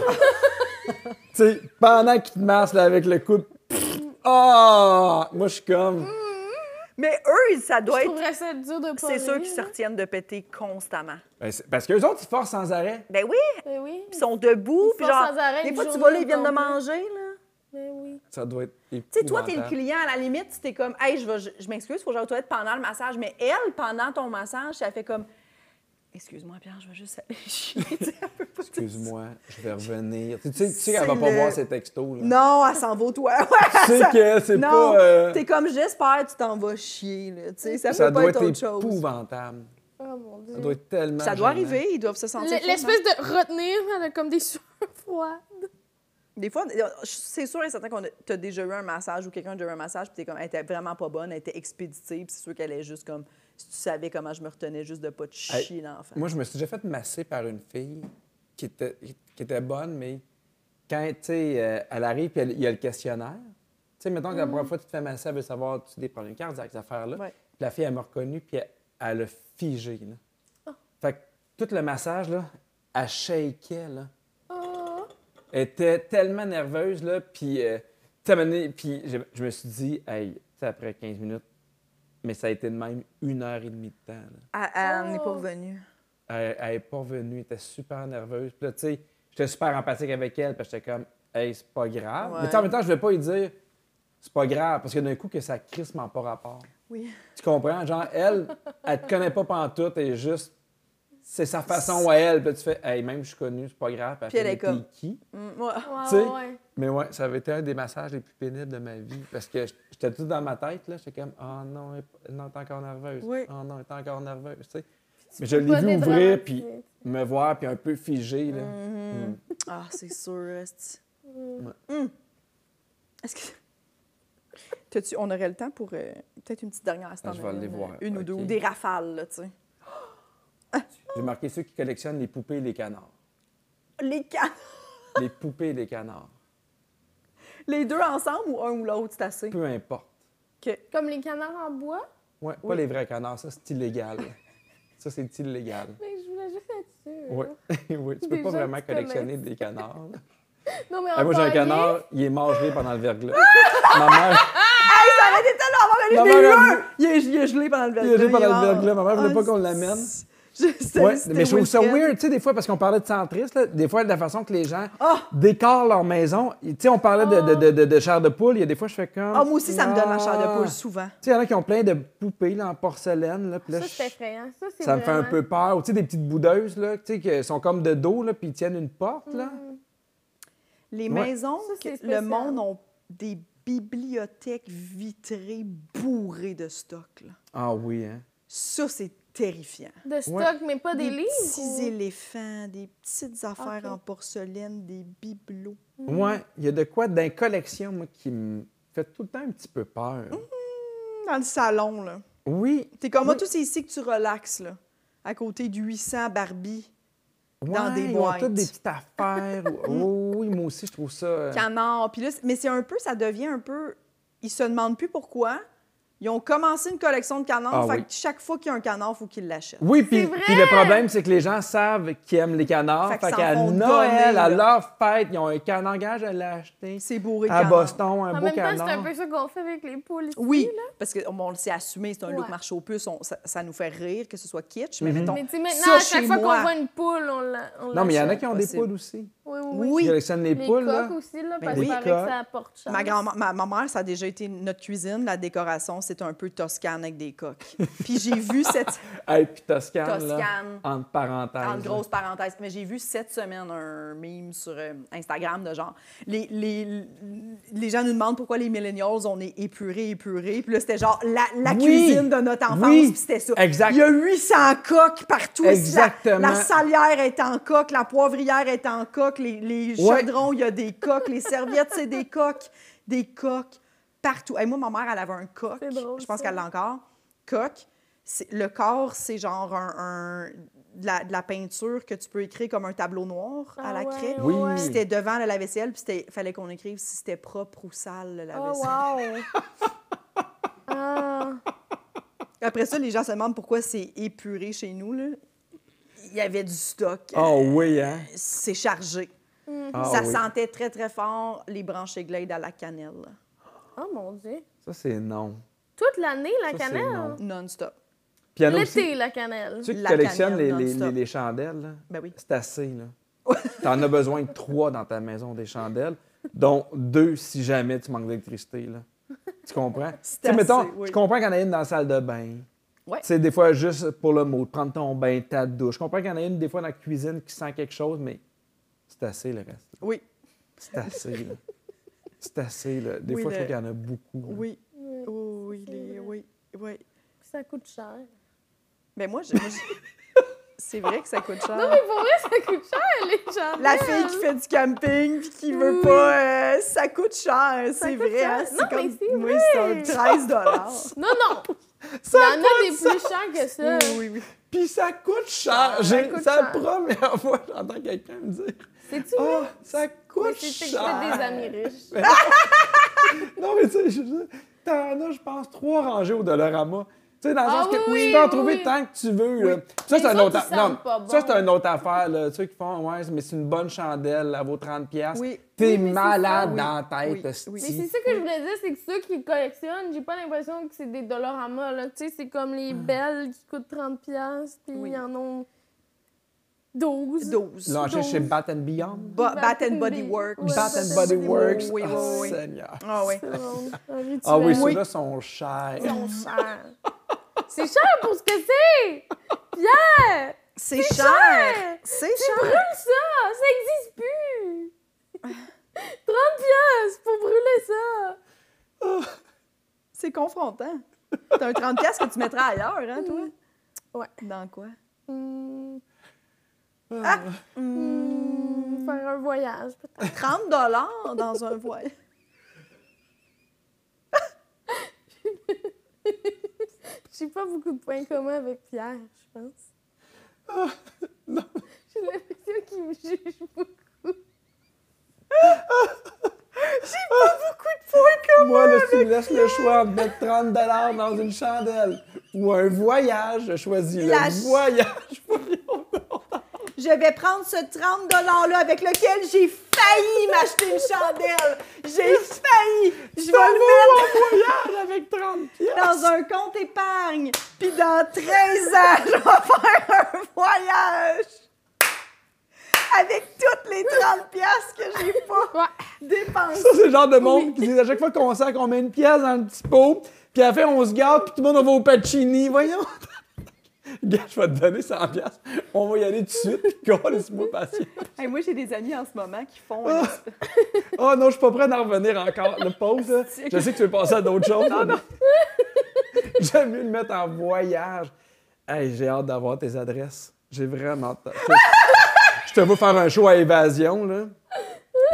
tu sais, pendant qu'il te masse là, avec le coude. pff, Ah! Moi, je suis comme.
Mais eux, ça
Je
doit être.
trouverais ça dur de pas
C'est sûr
rire,
qu'ils se
là.
retiennent de péter constamment.
Ben, c'est- parce que les autres, ils forcent sans arrêt.
Ben oui,
Ben oui.
ils sont debout,
Ils
puis
font
genre.
sans arrêt
Des
une
fois, tu
journée
vois, là, ils viennent de
complète.
manger, là.
Ben oui.
Ça doit être.
Tu sais, toi, t'es le client, à la limite, si t'es comme, hey, je, vais- je, je m'excuse, faut que j'aille aux toilettes pendant le massage. Mais elle, pendant ton massage, elle fait comme, excuse-moi, Pierre, je vais juste aller chier. Tu sais, elle peut pas dire ça.
Excuse-moi, je vais revenir. Tu sais, tu sais qu'elle
C'est
va pas
le-
voir ses textos. Là.
Non, elle s'en va au toit.
Tu sais que c'est
non,
pas. euh,
t'es comme, j'espère, que tu t'en vas chier, là. Tu sais, ça,
ça
peut
doit
pas
être
être autre chose.
épouvantable.
Oh mon dieu.
Ça doit être tellement.
Ça doit
gênant.
arriver, ils doivent se sentir.
L- L'espèce de retenir, elle a comme des sueurs froides.
Des fois, c'est sûr et certain qu'on as déjà eu un massage ou quelqu'un a déjà eu un massage, puis t'es comme, elle était vraiment pas bonne, elle était expéditive, puis c'est sûr qu'elle est juste comme, si tu savais comment je me retenais juste de pas te
Hey,
chier dans la face.
Moi, je me suis déjà fait masser par une fille qui était, qui était bonne, mais quand, tu sais, euh, elle arrive puis elle- il y a le questionnaire. Tu sais, mettons que la première fois que tu te fais masser, elle veut savoir tu as des problèmes cardiaques, ces affaires-là.
Mm-hmm. Ouais.
Puis la fille, elle m'a reconnu puis elle, elle a figé, là.
Ah.
Fait que tout le massage, là, elle shakeait, là.
Oh.
Elle était tellement nerveuse, là, puis... euh, tu sais, à un moment donné, puis je, je me suis dit, hey, tu sais, après 15 minutes, mais ça a été de même une heure et demie de temps, là.
Elle- Elle n'est pas
Oh.
revenue.
Elle, elle est pas venue, elle était super nerveuse. Puis là, tu sais, j'étais super empathique avec elle, parce que j'étais comme, hey, c'est pas grave. Mais tu sais, en
Ouais.
même temps, je vais pas lui dire, c'est pas grave, parce que d'un coup, que ça crisse m'en pas rapport.
Oui.
Tu comprends? Genre, elle, elle te connaît pas pantoute, elle est juste. C'est sa façon à elle. Puis là, tu fais, hey, même je suis connue, c'est pas grave.
Puis elle
fait,
est
Mais t'es
comme-
qui?
Mm, ouais.
Ouais,
Tu sais,
ouais.
Mais ouais, ça avait été un des massages les plus pénibles de ma vie. Parce que j- j'étais tout dans ma tête, là. J'étais comme, oh non, elle est pas- non, t'es encore nerveuse.
Oui.
Oh non, t'es encore nerveuse, tu sais. Mais je
peux
l'ai
pas
vu ouvrir,
dédramatiser.
puis me voir, puis un peu figé, là.
Mhm. Ah, c'est sûr. esti.
Ouais.
Mm. Est-ce que. T'as-tu- On aurait le temps pour euh, peut-être une petite dernière
Ah,
stand
je vais aller voir.
Une ou deux,
Ok.
ou des rafales, là, tu sais.
J'ai marqué ceux qui collectionnent les poupées et les canards.
Les quatre.
les poupées et les canards.
Les deux ensemble ou un ou l'autre, c'est assez.
Peu importe.
Comme les canards en bois.
Ouais, pas les vrais canards, ça, c'est illégal. ça, c'est illégal.
Mais je voulais juste être sûre.
Oui, oui. Tu peux
Des
pas
gens
vraiment
qui connaissent.
collectionner des canards. là.
Non, mais en
Ah, moi, j'ai un
paillet,
canard, il est mort gelé pendant le verglas.
Ah!
Ma mère,
Hey, ça aurait été tellement bon, mais je
Ma
l'ai eu,
mère a
un! il, est, il est gelé pendant le verglas.
Il est gelé pendant le
mort.
verglas. Ma mère voulait pas
Ah,
qu'on l'amène.
c'est- je- c'est-
ouais,
c'était
mais je trouve ça
Wilfred.
weird, tu sais, des fois, parce qu'on parlait de centristes, là, des fois, de la façon que les gens
Ah!
décorent leur maison. Tu sais, on parlait de, de, de, de, de chair de poule, il y a des fois, je fais comme.
Ah, moi aussi, ça me donne ma chair de
Ah.
poule souvent.
Tu sais, il y en a qui ont plein de poupées là, en porcelaine. Là, puis là,
Ça, c'est
je-
effrayant. Ça, c'est
ça me fait un
vraiment-
peu peur. Ou, Tu sais, des petites boudeuses là, tu sais, qui sont comme de dos, là, puis ils tiennent une porte. Là.
Mm.
Les
Ouais.
maisons,
Ça, c'est
que le
spécial.
monde ont des bibliothèques vitrées bourrées de stock. là.
Ah oui, hein?
Ça, c'est terrifiant.
De stock,
Ouais.
mais pas des, livres.
petits
ou-
éléphants, des petites affaires
Ok.
en porcelaine, des bibelots.
Mm.
Ouais, il y a de quoi dans les collections, moi, qui me fait tout le temps un petit peu peur.
Mm.
Dans le salon, là.
Oui.
T'es comme, moi,
Oui.
tout c'est ici que tu relaxes, là. À côté du 800 Barbie. Dans
ouais,
des
ils ont
boîtes.
toutes des petites affaires. Oh, oui, moi aussi, je trouve ça... euh,
Canard. Puis là, c'est- mais c'est un peu, ça devient un peu. Ils se demandent plus pourquoi. Ils ont commencé une collection de canards.
Ah
fait
oui.
que chaque fois qu'il y a un canard, il faut qu'ils l'achètent.
Oui, puis
C'est vrai!
puis le problème, c'est que les gens savent qu'ils aiment les canards.
Fait que
Fait
s'en
qu'à
font
Noël,
donner,
à
là.
leur fête, ils ont un canard. Gage, je l'ai acheté
C'est bourré de
à
canards.
Boston, un
En
beau
même temps,
canard.
c'est un peu ça qu'on fait avec les poules ici,
Oui,
là.
parce qu'on on le sait assumer, c'est un look
Ouais. Mhm.
marche aux puces, on- ça, ça nous fait rire que ce soit kitsch, mais mettons,
Mais tu sais, maintenant,
ça
à chaque
chez
fois
moi.
qu'on voit une poule, on la. on
Non, mais il y en a
l'achète.
qui ont des
possible.
poules aussi.
Oui, oui, oui.
Oui,
Ils collectionnent les
les
poules,
coques
là.
aussi, là,
Mais
parce
oui.
que paraît que
Coques.
ça apporte chance.
Ma, grand ma, ma mère, ça a déjà été notre cuisine, la décoration, c'est un peu toscane avec des coques. Puis j'ai vu cette
Hey, puis Toscane, là, Ah,
toscane,
entre parenthèses.
en grosse parenthèse, mais j'ai vu cette semaine un meme sur euh, Instagram de genre, les, les, les gens nous demandent pourquoi les millennials, on est épurés, épurés, puis là c'était genre la, la
Oui.
cuisine de notre enfance,
Oui.
puis c'était ça.
Exact.
Il y a 800 coques partout.
Exactement.
La, la salière est en coque, la poivrière est en coque, les, les
Ouais.
chaudrons, il y a des coques, les serviettes, c'est des coques, des coques partout. Hey, moi, ma mère, elle avait un coq.
C'est drôle,
Je pense
ça.
qu'elle l'a encore. Coq. C'est- Le corps, c'est genre un, un- de, la, de la peinture que tu peux écrire comme un tableau noir à
Ah
la
ouais,
craie.
Oui.
ouais.
Puis c'était devant le lave-vaisselle, puis il fallait qu'on écrive si c'était propre ou sale le
Oh,
lave-vaisselle.
wow! ah,
Après ça, les gens se demandent pourquoi c'est épuré chez nous. Là. Il y avait du stock.
Oh
Euh,
oui, hein?
C'est chargé.
Ah
ça
oui.
sentait très, très fort les branches glade à la cannelle.
oh mon Dieu!
Ça, c'est non.
Toute l'année, la
Ça, c'est
cannelle?
non.
Non-stop.
Puis il y en a aussi,
L'été, la cannelle.
tu sais, qui
la
collectionnent les,
cannelle
les-
non-stop.
les- les chandelles, là.
Ben oui.
c'est assez, là. T'en as besoin de trois dans ta maison, des chandelles, dont deux si jamais tu manques d'électricité, là. Tu comprends? Tu sais,
assez,
mettons,
oui.
je comprends qu'il y en a une dans la salle de bain.
Ouais.
Tu sais, des fois, juste pour le mot, de prendre ton bain, ta douche. Je comprends qu'il y en a une, des fois, dans la cuisine qui sent quelque chose, mais c'est assez, le reste.
Oui,
C'est assez, là. C'est assez, là. Des
Oui,
fois, je
le-
trouve qu'il y en a beaucoup. là.
oui,
Oui,
oh, oui,
c'est
les-
vrai.
oui, oui.
Ça coûte cher.
Ben moi, je- moi, je- c'est vrai que ça coûte cher.
Non, mais pour vrai, ça coûte cher, les chandelles!
Ah. La fille qui fait du camping puis qui veut
Oui.
pas, euh, ça coûte cher,
Ça
c'est
coûte
vrai. hein,
cher. Non, mais c'est
oui,
vrai.
c'est un 13 dollars.
Non, non! Il y en a des plus chers que ça.
Oui, oui, oui.
Puis ça coûte cher.
Ah, ça
J'ai-
coûte
C'est la
cher.
première fois que j'entends quelqu'un me dire
C'est-tu?
Ah, ça
Mais
coûte
c'est c'est que
cher.
c'est des amis riches.
Non, mais tu sais, je- je- t'en as, je pense, trois rangées au Dollarama. Tu sais, dans le
Ah
sens que
oui,
tu peux en
oui,
trouver
oui.
tant que tu veux. là. Ça,
Mais
c'est un
les
autre.
autres, ils
non,
sentent pas
ça,
bon.
c'est une autre affaire. Là. Tu sais, qui font, ouais, mais c'est une bonne chandelle, elle vaut 30$.
Oui.
T'es
Oui, mais c'est
malade
ça,
dans la
oui,
tête,
oui,
hostie.
oui.
Mais c'est ça que je voulais dire, c'est que ceux qui collectionnent, j'ai pas l'impression que c'est des Dollarama, là. Tu sais, c'est comme les belles qui coûtent 30$, piastres, puis
Oui.
ils en ont 12.
12.
Lâché chez
donc-
Bat and Beyond.
Ba- Bath and Body Works.
Ouais,
Bat
Bath
and
and
Body
Body
Works.
Oui, oui,
oh,
oui.
Seigneur.
Ah oui.
C'est bon, un rituel.
Ah oui,
Oui.
ceux-là sont chers.
Ils sont chers. C'est cher pour ce que c'est!
Ah,
Pierre!
C'est
cher!
cher! C'est cher!
Brûle ça! Ça existe plus! 30$ piastres pour brûler ça!
C'est confrontant. T'as un 30 piastres que tu mettrais ailleurs, hein, toi?
Ouais.
Dans quoi?
Hmm,
Ah.
hmm, Faire un voyage, peut-être.
30 dollars dans un voile.
J'ai pas beaucoup de points communs avec Pierre, je pense. J'ai l'impression qu'il me juge beaucoup.
Moi, là, si tu me laisses le choix de mettre 30 dans une chandelle ou un voyage, je choisis
La
le
ch-
voyage.
Je vais prendre ce 30 $-là avec lequel j'ai failli m'acheter une chandelle. J'ai failli. Je vais le
voyage avec 30 pièces.
mettre dans un compte épargne. Puis dans 13 ans, je vais faire un voyage. Avec toutes les 30 piastres que j'ai pas
Ouais.
dépensées.
Ça, c'est le genre de monde qui dit à chaque fois qu'on sent qu'on met une pièce dans le petit pot, puis après, on se garde, puis tout le monde, on va au Pacini. Voyons. Gars, je vais te donner 100 pièces. On va y aller tout de suite, puis laisse-moi passer.
Hey, moi, j'ai des amis en ce moment qui font...
Ah. Oh non, je suis pas prêt d'en revenir encore. Le pause, là. je sais que tu veux passer à d'autres choses. mais- J'aime mieux le mettre en voyage. Hey, j'ai hâte d'avoir tes adresses. J'ai vraiment hâte. Je te vois faire un show à évasion, là.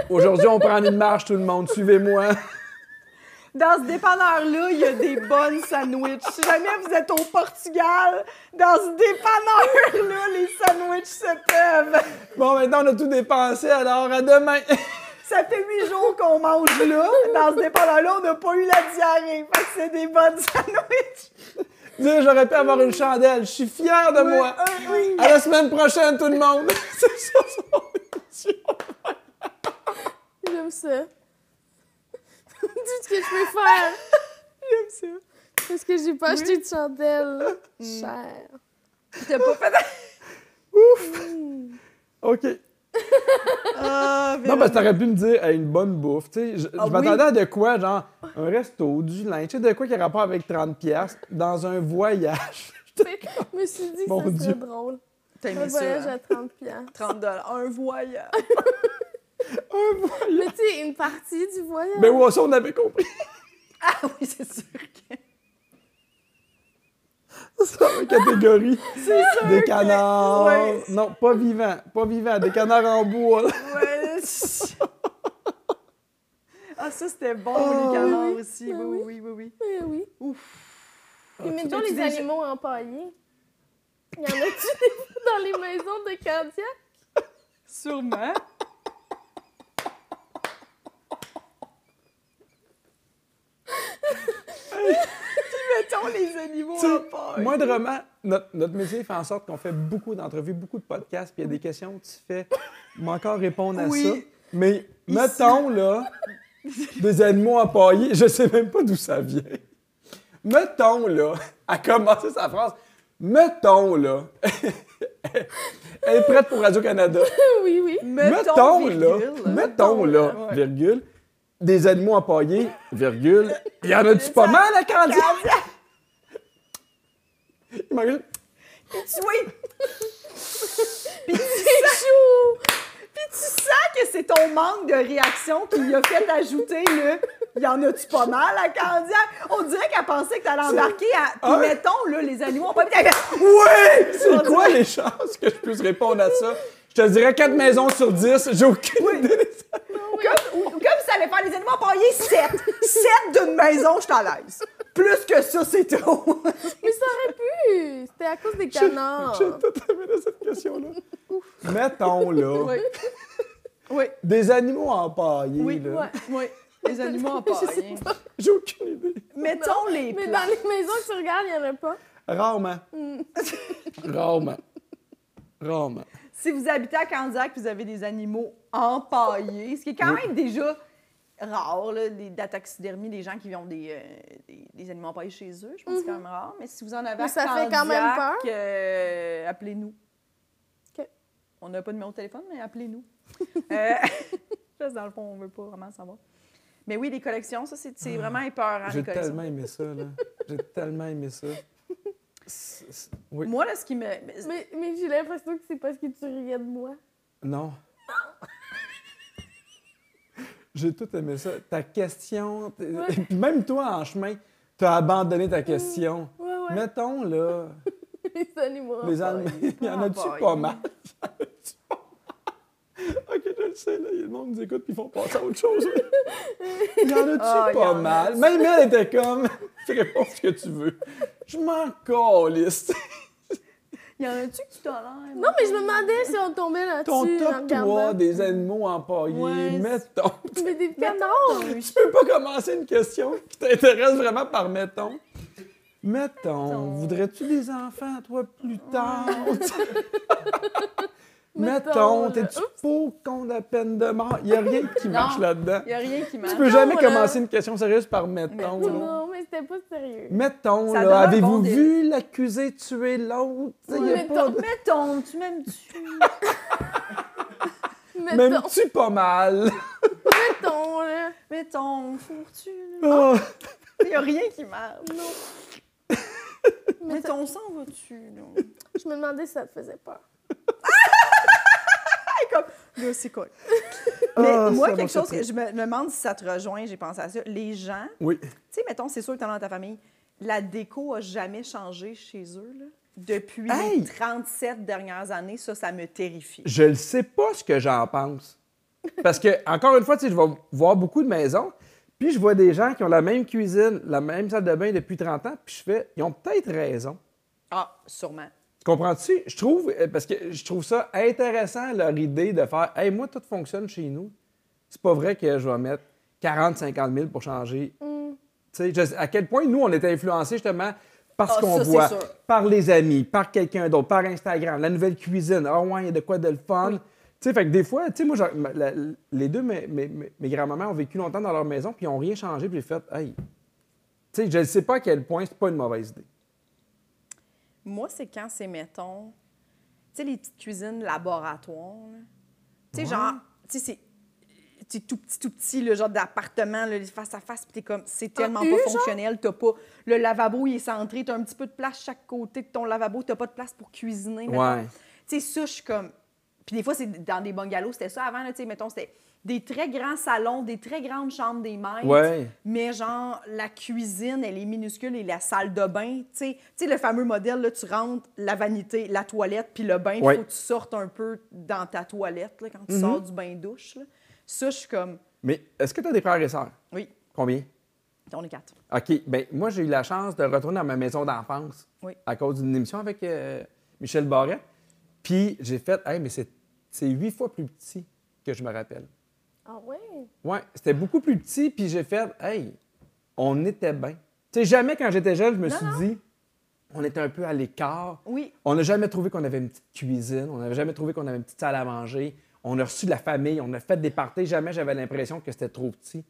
Aujourd'hui, on prend une marche, tout le monde. Suivez-moi.
Dans ce dépanneur-là, il y a des bonnes sandwichs. Si jamais vous êtes au Portugal, dans ce dépanneur-là, les sandwichs se peuvent.
Bon, maintenant, on a tout dépensé, alors à demain.
Ça fait huit jours qu'on mange là. Dans ce dépanneur-là, on n'a pas eu la diarrhée. Fait que c'est des bonnes sandwichs.
Dire, j'aurais pu avoir une chandelle. Je suis fier de moi.
Euh, Oui, oui.
À la semaine prochaine, tout le monde. C'est ça, son émission.
J'aime ça. Tout ce que je peux faire.
J'aime ça.
Parce que j'ai pas acheté de chandelle chère.
T'as pas fait...
OK.
Ah,
Non, parce que t'aurais pu me dire hey, une bonne bouffe. Tu sais, je,
Ah
je m'attendais
oui.
à de quoi, genre un resto, du linge, tu sais, de quoi qui a rapport avec 30$ piastres dans un
Ah.
voyage.
Je me suis dit que
Mon
ça
Dieu.
serait drôle.
T'as
Un
aimé ça,
voyage
hein?
à 30 piastres.
30 Un voyage.
un voyage.
Mais tu sais, une partie du voyage.
Ben ouais, ça, on avait compris.
Ah oui, c'est sûr que...
C'est dans la catégorie.
C'est sûr
Des canards.
Ouais.
Non, pas vivants. Pas vivants. Des canards en bois. là.
Ouais, Ah, ça, c'était bon, les canards aussi.
Ah
Oui, oui, oui, oui.
Eh oui.
Ouf.
Puis mettons
Toi, tu
les
dis-
animaux empaillés. Il y en a-tu des- dans les maisons de Candiac?
Sûrement. Puis mettons les animaux
Tu sais,
en paille.
Moindrement, notre, notre métier fait en sorte qu'on fait beaucoup d'entrevues, beaucoup de podcasts, puis il y a des questions que tu fais, mais encore répondre à
Oui.
ça. Mais mettons, là, des animaux empaillés, je sais même pas d'où ça vient. Mettons, là, à commencer sa phrase, mettons, là, elle est prête pour Radio-Canada.
Oui, oui.
Mettons,
virgule.
là, mettons, là,
Ouais.
virgule, des animaux empaillés, virgule, il y en a-tu pas mal à Candiac? Il manque-
Oui.
C'est chou!
Puis tu sens que c'est ton manque de réaction qui lui a fait ajouter le « y en a-tu pas mal à Candiac? » On dirait qu'elle pensait que t'allais embarquer à... Puis
Ah.
mettons, là, les animaux ont pas... Puis elle fait,
Oui!
On
C'est quoi
dirait-
les chances que je puisse répondre à ça? Je te dirais 4 maisons sur 10, j'ai aucune idée.
Comme, ou- comme si ça allait faire les animaux empaillés, 7. 7 d'une maison, je suis à l'aise. Plus que ça, c'est trop.
Mais ça aurait pu! C'était à cause des canards.
J'ai tout aimé de cette question-là. Mettons, là,
Oui,
des animaux empaillés,
oui,
là.
ouais.
oui. Les animaux empaillés.
J'ai aucune idée.
Mettons les
Mais
plats.
dans les maisons que tu regardes, il n'y en a pas.
Rarement. Rarement. Rarement.
Si vous habitez à Candiac, vous avez des animaux empaillés, ce qui est quand même déjà rare, là, des, de la taxidermie, des gens qui ont des, euh, des, des animaux empaillés chez eux. Je pense que c'est quand même rare. Mais si vous en avez
Mhm. Mais
à
ça fait quand même
Candiac,
peur.
euh, appelez-nous.
OK.
On n'a pas de numéro de téléphone, mais appelez-nous. Euh, parce que dans le fond, on veut pas vraiment savoir. Mais oui, les collections, ça, c'est
Ah.
c'est vraiment épeurant,
J'ai
les collections.
tellement aimé ça, là. J'ai tellement aimé ça. C'est- c'est- Oui.
Moi, là, ce qui me...
Mais, mais j'ai l'impression que c'est parce que tu riais de moi.
Non. J'ai tout aimé ça. Ta question, t-
Ouais.
puis même toi en chemin, t'as abandonné ta question.
Ouais, ouais.
Mettons là,
Les animaux.
les Allemands, il y en a-tu pas mal? Y en a-tu pas mal? ok, je le sais, là, le monde nous écoute puis ils font passer à autre chose. Il y en a-tu
Ah, y
pas
en a.
mal? Même elle était comme, tu réponds ce que tu veux. Je m'en calisse.
Il y en a-tu qui tolèrent?
Non, mais je me demandais si on tombait là-dessus.
Ton
en
top
regardant.
3 des animaux empaillés,
Ouais,
mettons.
Mais des
Mettons,
canards!
t'as un
Tu peux pas commencer une question qui t'intéresse vraiment par mettons. Mettons,
Mettons.
voudrais-tu des enfants, toi, plus tard?
Mettons,
mettons, t'es-tu pour qu'on la peine de mort? Il a rien qui
Non.
marche là-dedans.
Il n'y a rien qui marche.
Tu peux
Mettons,
jamais
là.
commencer une question sérieuse par mettons.
Mettons.
là.
Non, mais c'était pas sérieux.
Mettons,
Ça
là,
donne un
avez-vous
bon délire.
vu l'accusé tuer l'autre? Tu sais, il y a pas
Mettons,
de-
mettons, tu m'aimes-tu?
Mettons,
M'aimes-tu pas mal?
mettons, là.
Mettons, fourres-tu? là?
Oh,
Il n'y a rien qui marche. Non. Mettons, s'en vas-tu? là?
Je me demandais si ça te faisait peur.
Là, c'est quoi? Mais
Ah,
moi,
ça m'a
quelque chose
surpris.
que je me demande si ça te rejoint, j'ai pensé à ça. Les gens,
Oui.
tu sais, mettons, c'est sûr que tu dans ta famille, la déco a jamais changé chez eux, là. Depuis
Hey!
les 37 dernières années, ça, ça me terrifie.
je ne sais pas ce que j'en pense. Parce que, encore une fois, tu sais, je vais voir beaucoup de maisons, puis je vois des gens qui ont la même cuisine, la même salle de bain depuis 30 ans, puis je fais, ils ont peut-être raison.
Ah, sûrement.
Tu comprends-tu? Je trouve, euh, parce que je trouve ça intéressant, leur idée de faire, hey, moi, tout fonctionne chez nous. C'est pas vrai que je vais mettre 40, 50 000 pour changer.
Mm.
Tu sais, je sais- à quel point nous, on est influencés justement par ce
Ah,
qu'on
ça, c'est
voit,
sûr.
par les amis, par quelqu'un d'autre, par Instagram, la nouvelle cuisine. Ah ouais, il y a de quoi de le fun. Tu sais, fait que des fois, tu sais, moi, genre, ma- la- les deux, mes, mes, mes- mes grands-mamans ont vécu longtemps dans leur maison, puis ils n'ont rien changé, puis j'ai fait, hey, tu sais, je ne sais pas à quel point c'est pas une mauvaise idée.
Moi, c'est quand c'est, mettons, tu sais, les petites cuisines laboratoires, là. Tu sais, genre, tu sais, c'est c'est tout petit, tout petit, le genre d'appartement, là, les face à face, puis t'es comme, c'est tellement
U,
pas
genre?
fonctionnel, t'as pas, le lavabo, il est centré, t'as un petit peu de place chaque côté de ton lavabo, t'as pas de place pour cuisiner, mettons.
Ouais.
Tu sais, ça, je suis comme, Puis des fois, c'est dans des bungalows, c'était ça avant, là, tu sais, mettons, c'était des très grands salons, des très grandes chambres des maîtres.
Ouais.
Mais genre, la cuisine, elle est minuscule et la salle de bain, tu sais, tu sais, le fameux modèle, là, tu rentres, la vanité, la toilette, puis le bain, il
Ouais. Mhm.
faut que tu sortes un peu dans ta toilette, là, quand tu sors du bain-douche. là. Ça, je suis comme,
Mais est-ce que tu as des frères et sœurs?
oui,
Combien?
on est quatre.
OK. Ben moi, j'ai eu la chance de retourner dans ma maison d'enfance
Oui.
à cause d'une émission avec euh, Michel Barret. Puis j'ai fait, hey, mais c'est c'est huit fois plus petit que je me rappelle.
Ah oui?
Ouais, c'était beaucoup plus petit, puis j'ai fait, hey, on était bien. Tu sais, jamais quand j'étais jeune, je me
Non,
suis
non.
dit, on était un peu à l'écart.
Oui,
On n'a jamais trouvé qu'on avait une petite cuisine, on n'avait jamais trouvé qu'on avait une petite salle à manger. On a reçu de la famille, on a fait des parties. Jamais j'avais l'impression que c'était trop petit.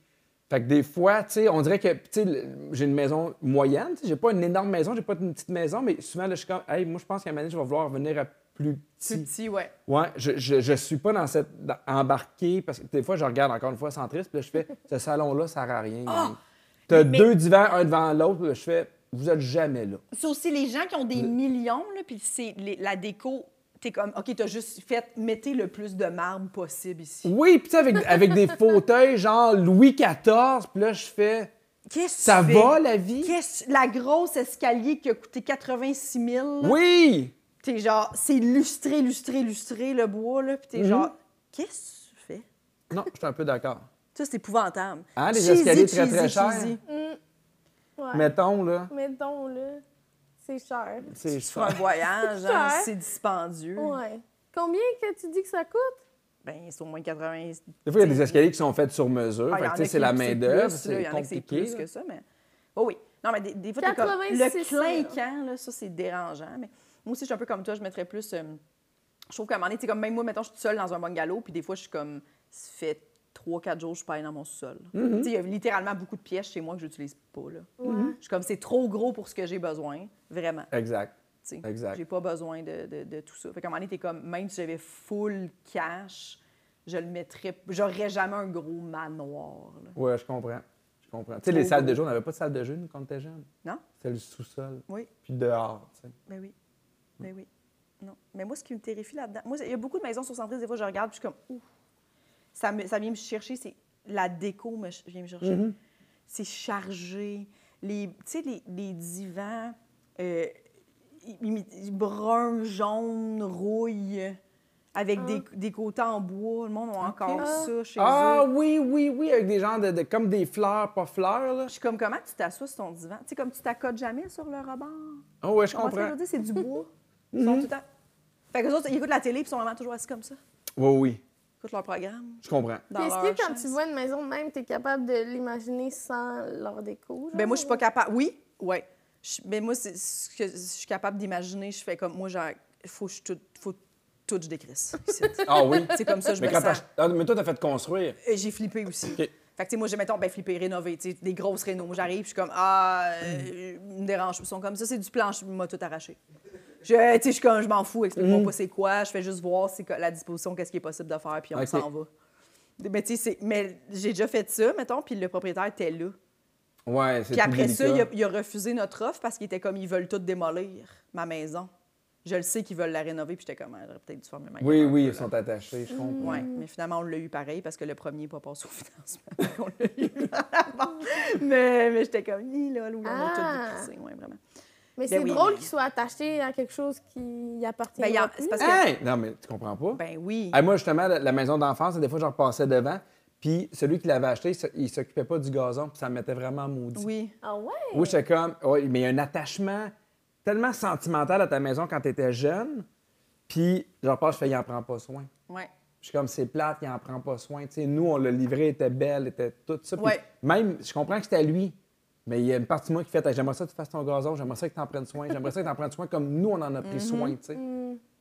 Fait que des fois, tu sais, on dirait que, tu sais, le- j'ai une maison moyenne, tu sais, j'ai pas une énorme maison, j'ai pas une petite maison, mais souvent, là, je suis comme, hey, moi, je pense qu'à un moment donné, je vais vouloir venir à plus
c'est
petit.
petit, ouais.
Ouais, je, je, je suis pas dans cette. dans- embarqué, parce que des fois, je regarde encore une fois centriste, puis là, je fais, ce salon-là, ça sert à rien.
Ah!
Tu T'as
Mais-
deux divans, un devant l'autre, puis là, je fais, vous êtes jamais là.
C'est aussi les gens qui ont des millions, là, puis c'est les- la déco. T'es comme, OK, t'as juste fait, mettez le plus de marbre possible ici.
Oui, puis tu sais, avec, avec des fauteuils genre Louis XIV, puis là, je fais,
Qu'est-ce que
ça
tu
va
fais?
la vie?
Qu'est-ce- la grosse escalier qui a coûté 86 000. là,
Oui!
T'es genre, c'est lustré, lustré, lustré le bois, là, puis t'es
Mhm.
genre, qu'est-ce que tu fais?
Non, je suis un peu d'accord.
Ça, c'est épouvantable.
Hein, les
Cheesy,
escaliers très, très
cheesy,
chers.
cheesy.
Hum. Ouais.
Mettons, là,
Mettons, là, c'est cher.
c'est
Tu fais un voyage,
Cher.
hein, c'est
Mm.
dispendieux.
Ouais. Combien que tu dis que ça coûte?
Ben, c'est au moins 80.
Des fois, il y a des escaliers qui sont faits sur mesure.
Ah, il y
fait
en a
que, tu sais,
qui-
c'est la main-d'oeuvre,
plus, là, Il
c'est
y en a qui c'est
compliqué.
plus
là.
que ça, mais. Oh oui. Non, mais des, des fois, t'es comme.
86
Le clinquant, là, ça, c'est dérangeant. Mais moi aussi, je suis un peu comme toi, je mettrais plus. euh, je trouve qu'à un moment donné, tu sais, comme même moi, mettons, je suis toute seule dans un bungalow, puis des fois, je suis comme. Ça fait 3-4 jours, je suis pas allée dans mon sol.
Mm-hmm.
Tu sais, il y a littéralement beaucoup de pièces chez moi que j'utilise pas, là. Je suis comme, c'est trop gros pour ce que j'ai besoin, vraiment.
Exact.
T'sais,
Exact.
J'ai pas besoin de, de- de tout ça. Fait qu'à un moment donné, t'es comme, même si j'avais full cash, je le mettrais. J'aurais jamais un gros manoir. là.
Ouais, je comprends. Je comprends. Tu sais, les
Trop
salles de
gros.
jeu, on n'avait pas de salle de jeu, nous, quand on était jeunes.
Non?
C'était le sous-sol.
Oui,
Puis dehors, tu sais.
ben oui. Ben oui. Non. Mais moi, ce qui me terrifie là-dedans, moi, il y a beaucoup de maisons sur Centris, des fois, je regarde, puis je suis comme, ouf. Ça, me- ça vient me chercher, c'est la déco me ch- vient me chercher. C'est chargé. Les, tu sais, les, les divans euh, imi- brun, jaune, rouille, avec des, des côtés en bois. Le monde a encore
Ah.
ça chez
Ah
eux.
oui, oui, oui, avec des gens de, de- comme des fleurs, pas fleurs, là.
Je suis comme, comment tu t'assois sur ton divan? Tu sais, comme tu t'accotes jamais sur le rebord.
Ah ouais, je
On va se
comprends.
le dire, c'est du bois.
Mm-hmm.
Ils sont tout le temps. Fait que les autres, ils écoutent la télé puis ils sont vraiment toujours assis comme ça. Ils
Oui, oui,
écoutent leur programme.
je comprends.
Dans
Puis est-ce que
leur
quand
chaise.
tu vois une maison de même, t'es capable de l'imaginer sans leur déco?
Ben moi, je suis pas
capable.
capable. Oui,
euh,
oui. Mais moi, c'est ce que je suis capable d'imaginer. Je fais comme moi, genre, faut que je tout, faut tout que je décrisse. ici.
Ah oui.
c'est comme ça, je
mais,
me
quand
sens.
t'as- ah, mais toi, t'as fait construire.
Et J'ai flippé aussi.
OK.
Fait que, tu sais, moi, j'ai, mettons, ben, flippé, rénové, tu sais, des grosses rénaux. J'arrive, je suis comme, ah, euh, me dérange. Ils sont comme ça, c'est du planche, il m'a tout arraché. Je, tu sais, je suis comme, je m'en fous, explique-moi
Mm.
pas c'est quoi. Je fais juste voir c'est quoi la disposition, qu'est-ce qui est possible de faire, puis on
OK.
s'en va. Mais, tu sais, c'est- mais j'ai déjà fait ça, mettons, puis le propriétaire était là.
Ouais, c'est
Puis
tout
après ça, il a,
délicat.
il a refusé notre offre parce qu'il était comme, ils veulent tout démolir, ma maison. Je le sais qu'ils veulent la rénover, puis j'étais comme, Ah, j'aurais peut-être dû fermer ma
Oui,
gueule un
oui,
peu,
ils
là.
sont attachés, je comprends.
Oui,
Mm.
mais finalement, on l'a eu pareil parce que le premier n'est pas passé au financement. on l'a eu avant. Mais, mais j'étais comme, Hi, là, oui, on a
Ah.
tout décrissé. Ouais, vraiment.
Mais
Ben
c'est
oui,
drôle
mais-
qu'ils soient attachés à quelque chose qui appartient
Ben, il y en-
pas
c'est parce que,
Hey! Ah, Non, mais tu comprends pas?
ben oui.
Hey, moi, justement, la, la maison d'enfance, des fois, je repassais devant, puis celui qui l'avait acheté, il s- il s'occupait pas du gazon, puis ça me mettait vraiment maudit.
Oui.
Ah ouais?
Oui, j'étais comme, ouais, mais il y a un attachement tellement sentimental à ta maison quand tu étais jeune, puis je repasse, je fais, il en prend pas soin.
Ouais.
Je suis comme, c'est plate, il en prend pas soin. Tu sais, nous, on l'a livré, était belle, était tout ça. Puis
Ouais.
Même, je comprends que c'était à lui, mais il y a une partie de moi qui fait, Hey, j'aimerais ça que tu fasses ton gazon, j'aimerais ça que tu en prennes soin, j'aimerais ça que tu en prennes soin comme nous, on en a
Mhm.
pris soin. tu sais.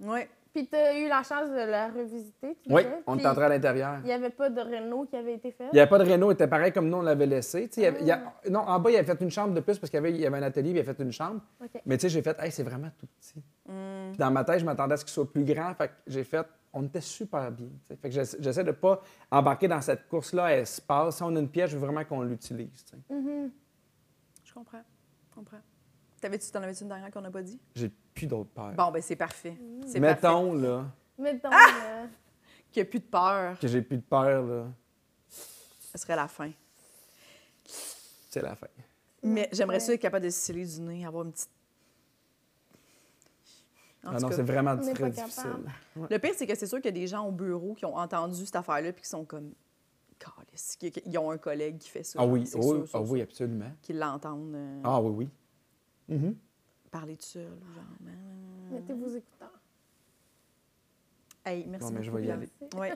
Ouais.
Puis t'as eu la chance de la revisiter, tu
Oui,
disais,
on est
puis
entré à l'intérieur.
Il n'y avait pas de réno qui avait été fait?
Il n'y avait pas de réno, il était pareil comme nous, on l'avait laissé. Tu sais, il y avait- il y a-
Ah.
non, en bas, il avait fait une chambre de plus parce qu'il y avait, il y avait un atelier, puis il avait fait une chambre.
OK.
Mais tu sais, j'ai fait, hey, c'est vraiment tout petit.
Mm.
Puis dans ma tête, je m'attendais à ce qu'il soit plus grand. Fait que j'ai fait, on était super bien. tu sais. Fait que j'essa- j'essaie de pas embarquer dans cette course-là à espace. Si on a une pièce, je veux vraiment qu'on l'utilise. tu sais.
Mm.
Mm-hmm.
Je comprends. Je comprends. T'avais-tu, t'en avais-tu une dernière qu'on n'a pas dit?
J'ai plus d'autres pères.
Bon, ben c'est parfait. C'est
Mettons, là,
Mais donc,
Ah!
euh,
Qu'il n'y a plus de peur.
Que j'ai plus de peur, là.
Ce serait la fin.
Mm.
C'est la fin.
Mais j'aimerais
ouais.
ça être capable de sceller du nez, avoir une petite. En
ah
tout
non,
cas,
c'est vraiment
on n'est
très
pas
difficile.
capable.
le pire, c'est que c'est sûr qu'il y a des gens au bureau qui ont entendu cette affaire-là puis qui sont comme. Calisse, qui- qui- Ils ont un collègue qui fait ça.
Ah oui,
C'est
oui,
sûr,
ah
sûr,
oui,
sûr, Mm.
absolument.
Qu'ils l'entendent euh,
Ah oui, oui. Mhm.
parler tout seul. ou Genre, euh,
mettez vos écouteurs.
Hey, merci
Bon, mais je
beaucoup,
vais y
Pierre.
aller.
Ouais.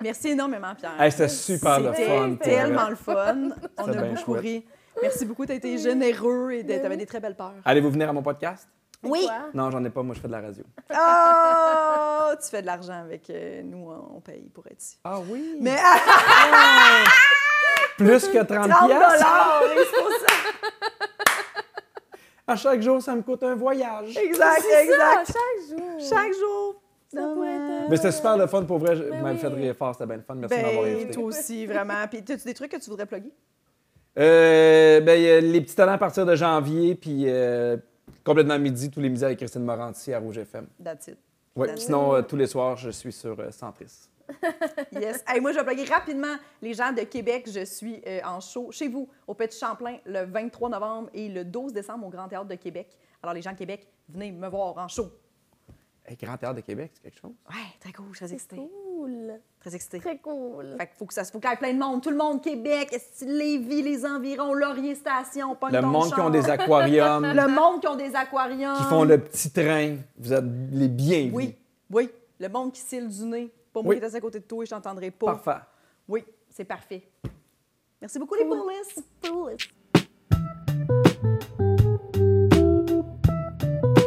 Merci énormément, Pierre.
Hey, c'était super le
C'était
fun. pour
Ah, tellement
vrai.
le fun. On
C'était
a
bien
beaucoup
chouette.
ri. Merci beaucoup, tu as été généreux et
Mais
tu avais
oui.
des très belles peurs.
Allez-vous venir à mon podcast?
C'est
Oui.
quoi?
Non, j'en ai pas. Moi, je fais de la radio.
Oh, tu fais de l'argent avec euh, nous, on paye pour être ici.
Ah oui?
Mais à
Oh! Plus que
30
30 piastres.
dollars, c'est pour ça.
À chaque jour, ça me coûte un voyage.
Exact,
C'est ça,
exact.
Ah, chaque jour.
Chaque jour.
Ça pourrait être,
Mais c'était super le fun. Pour vrai, je
Ben
m'avais
oui.
fait rire fort. C'était bien le fun. Merci de m'avoir
Ben,
invité.
toi aussi, vraiment. Puis, as-tu des trucs que tu voudrais plugger?
Euh, ben, euh, les petits talents à partir de janvier, puis euh, complètement midi, tous les midis avec Christine Moranti à Rouge FM.
That's it.
Ouais.
That's
Sinon, euh, tous les soirs, je suis sur euh, Centris.
Yes. Hey, moi, je vais plugger rapidement les gens de Québec. Je suis euh, en show chez vous, au Petit Champlain, le 23 novembre et le 12 décembre au Grand Théâtre de Québec. Alors, les gens de Québec, venez me voir en show.
Hey, Grand Théâtre de Québec, c'est quelque chose?
Ouais, très cool, je suis très
C'est
excitée.
cool.
Très excitée.
Très cool.
Fait qu'il faut que ça se faut qu'il y ait plein de monde. Tout le monde, Québec, est-ce que Lévis, les environs, Laurier Station, Pogne
Le
ton
monde qui
char.
ont des aquariums,
Le monde qui ont des aquariums.
qui font le petit train, vous êtes les bienvenus.
Oui, oui. Le monde qui cille du nez. Pas moi
Oui.
qui est assis à côté de toi et je t'entendrai pas.
Parfait.
Oui, c'est parfait. Merci beaucoup, les
Cool.
polices.
Cool.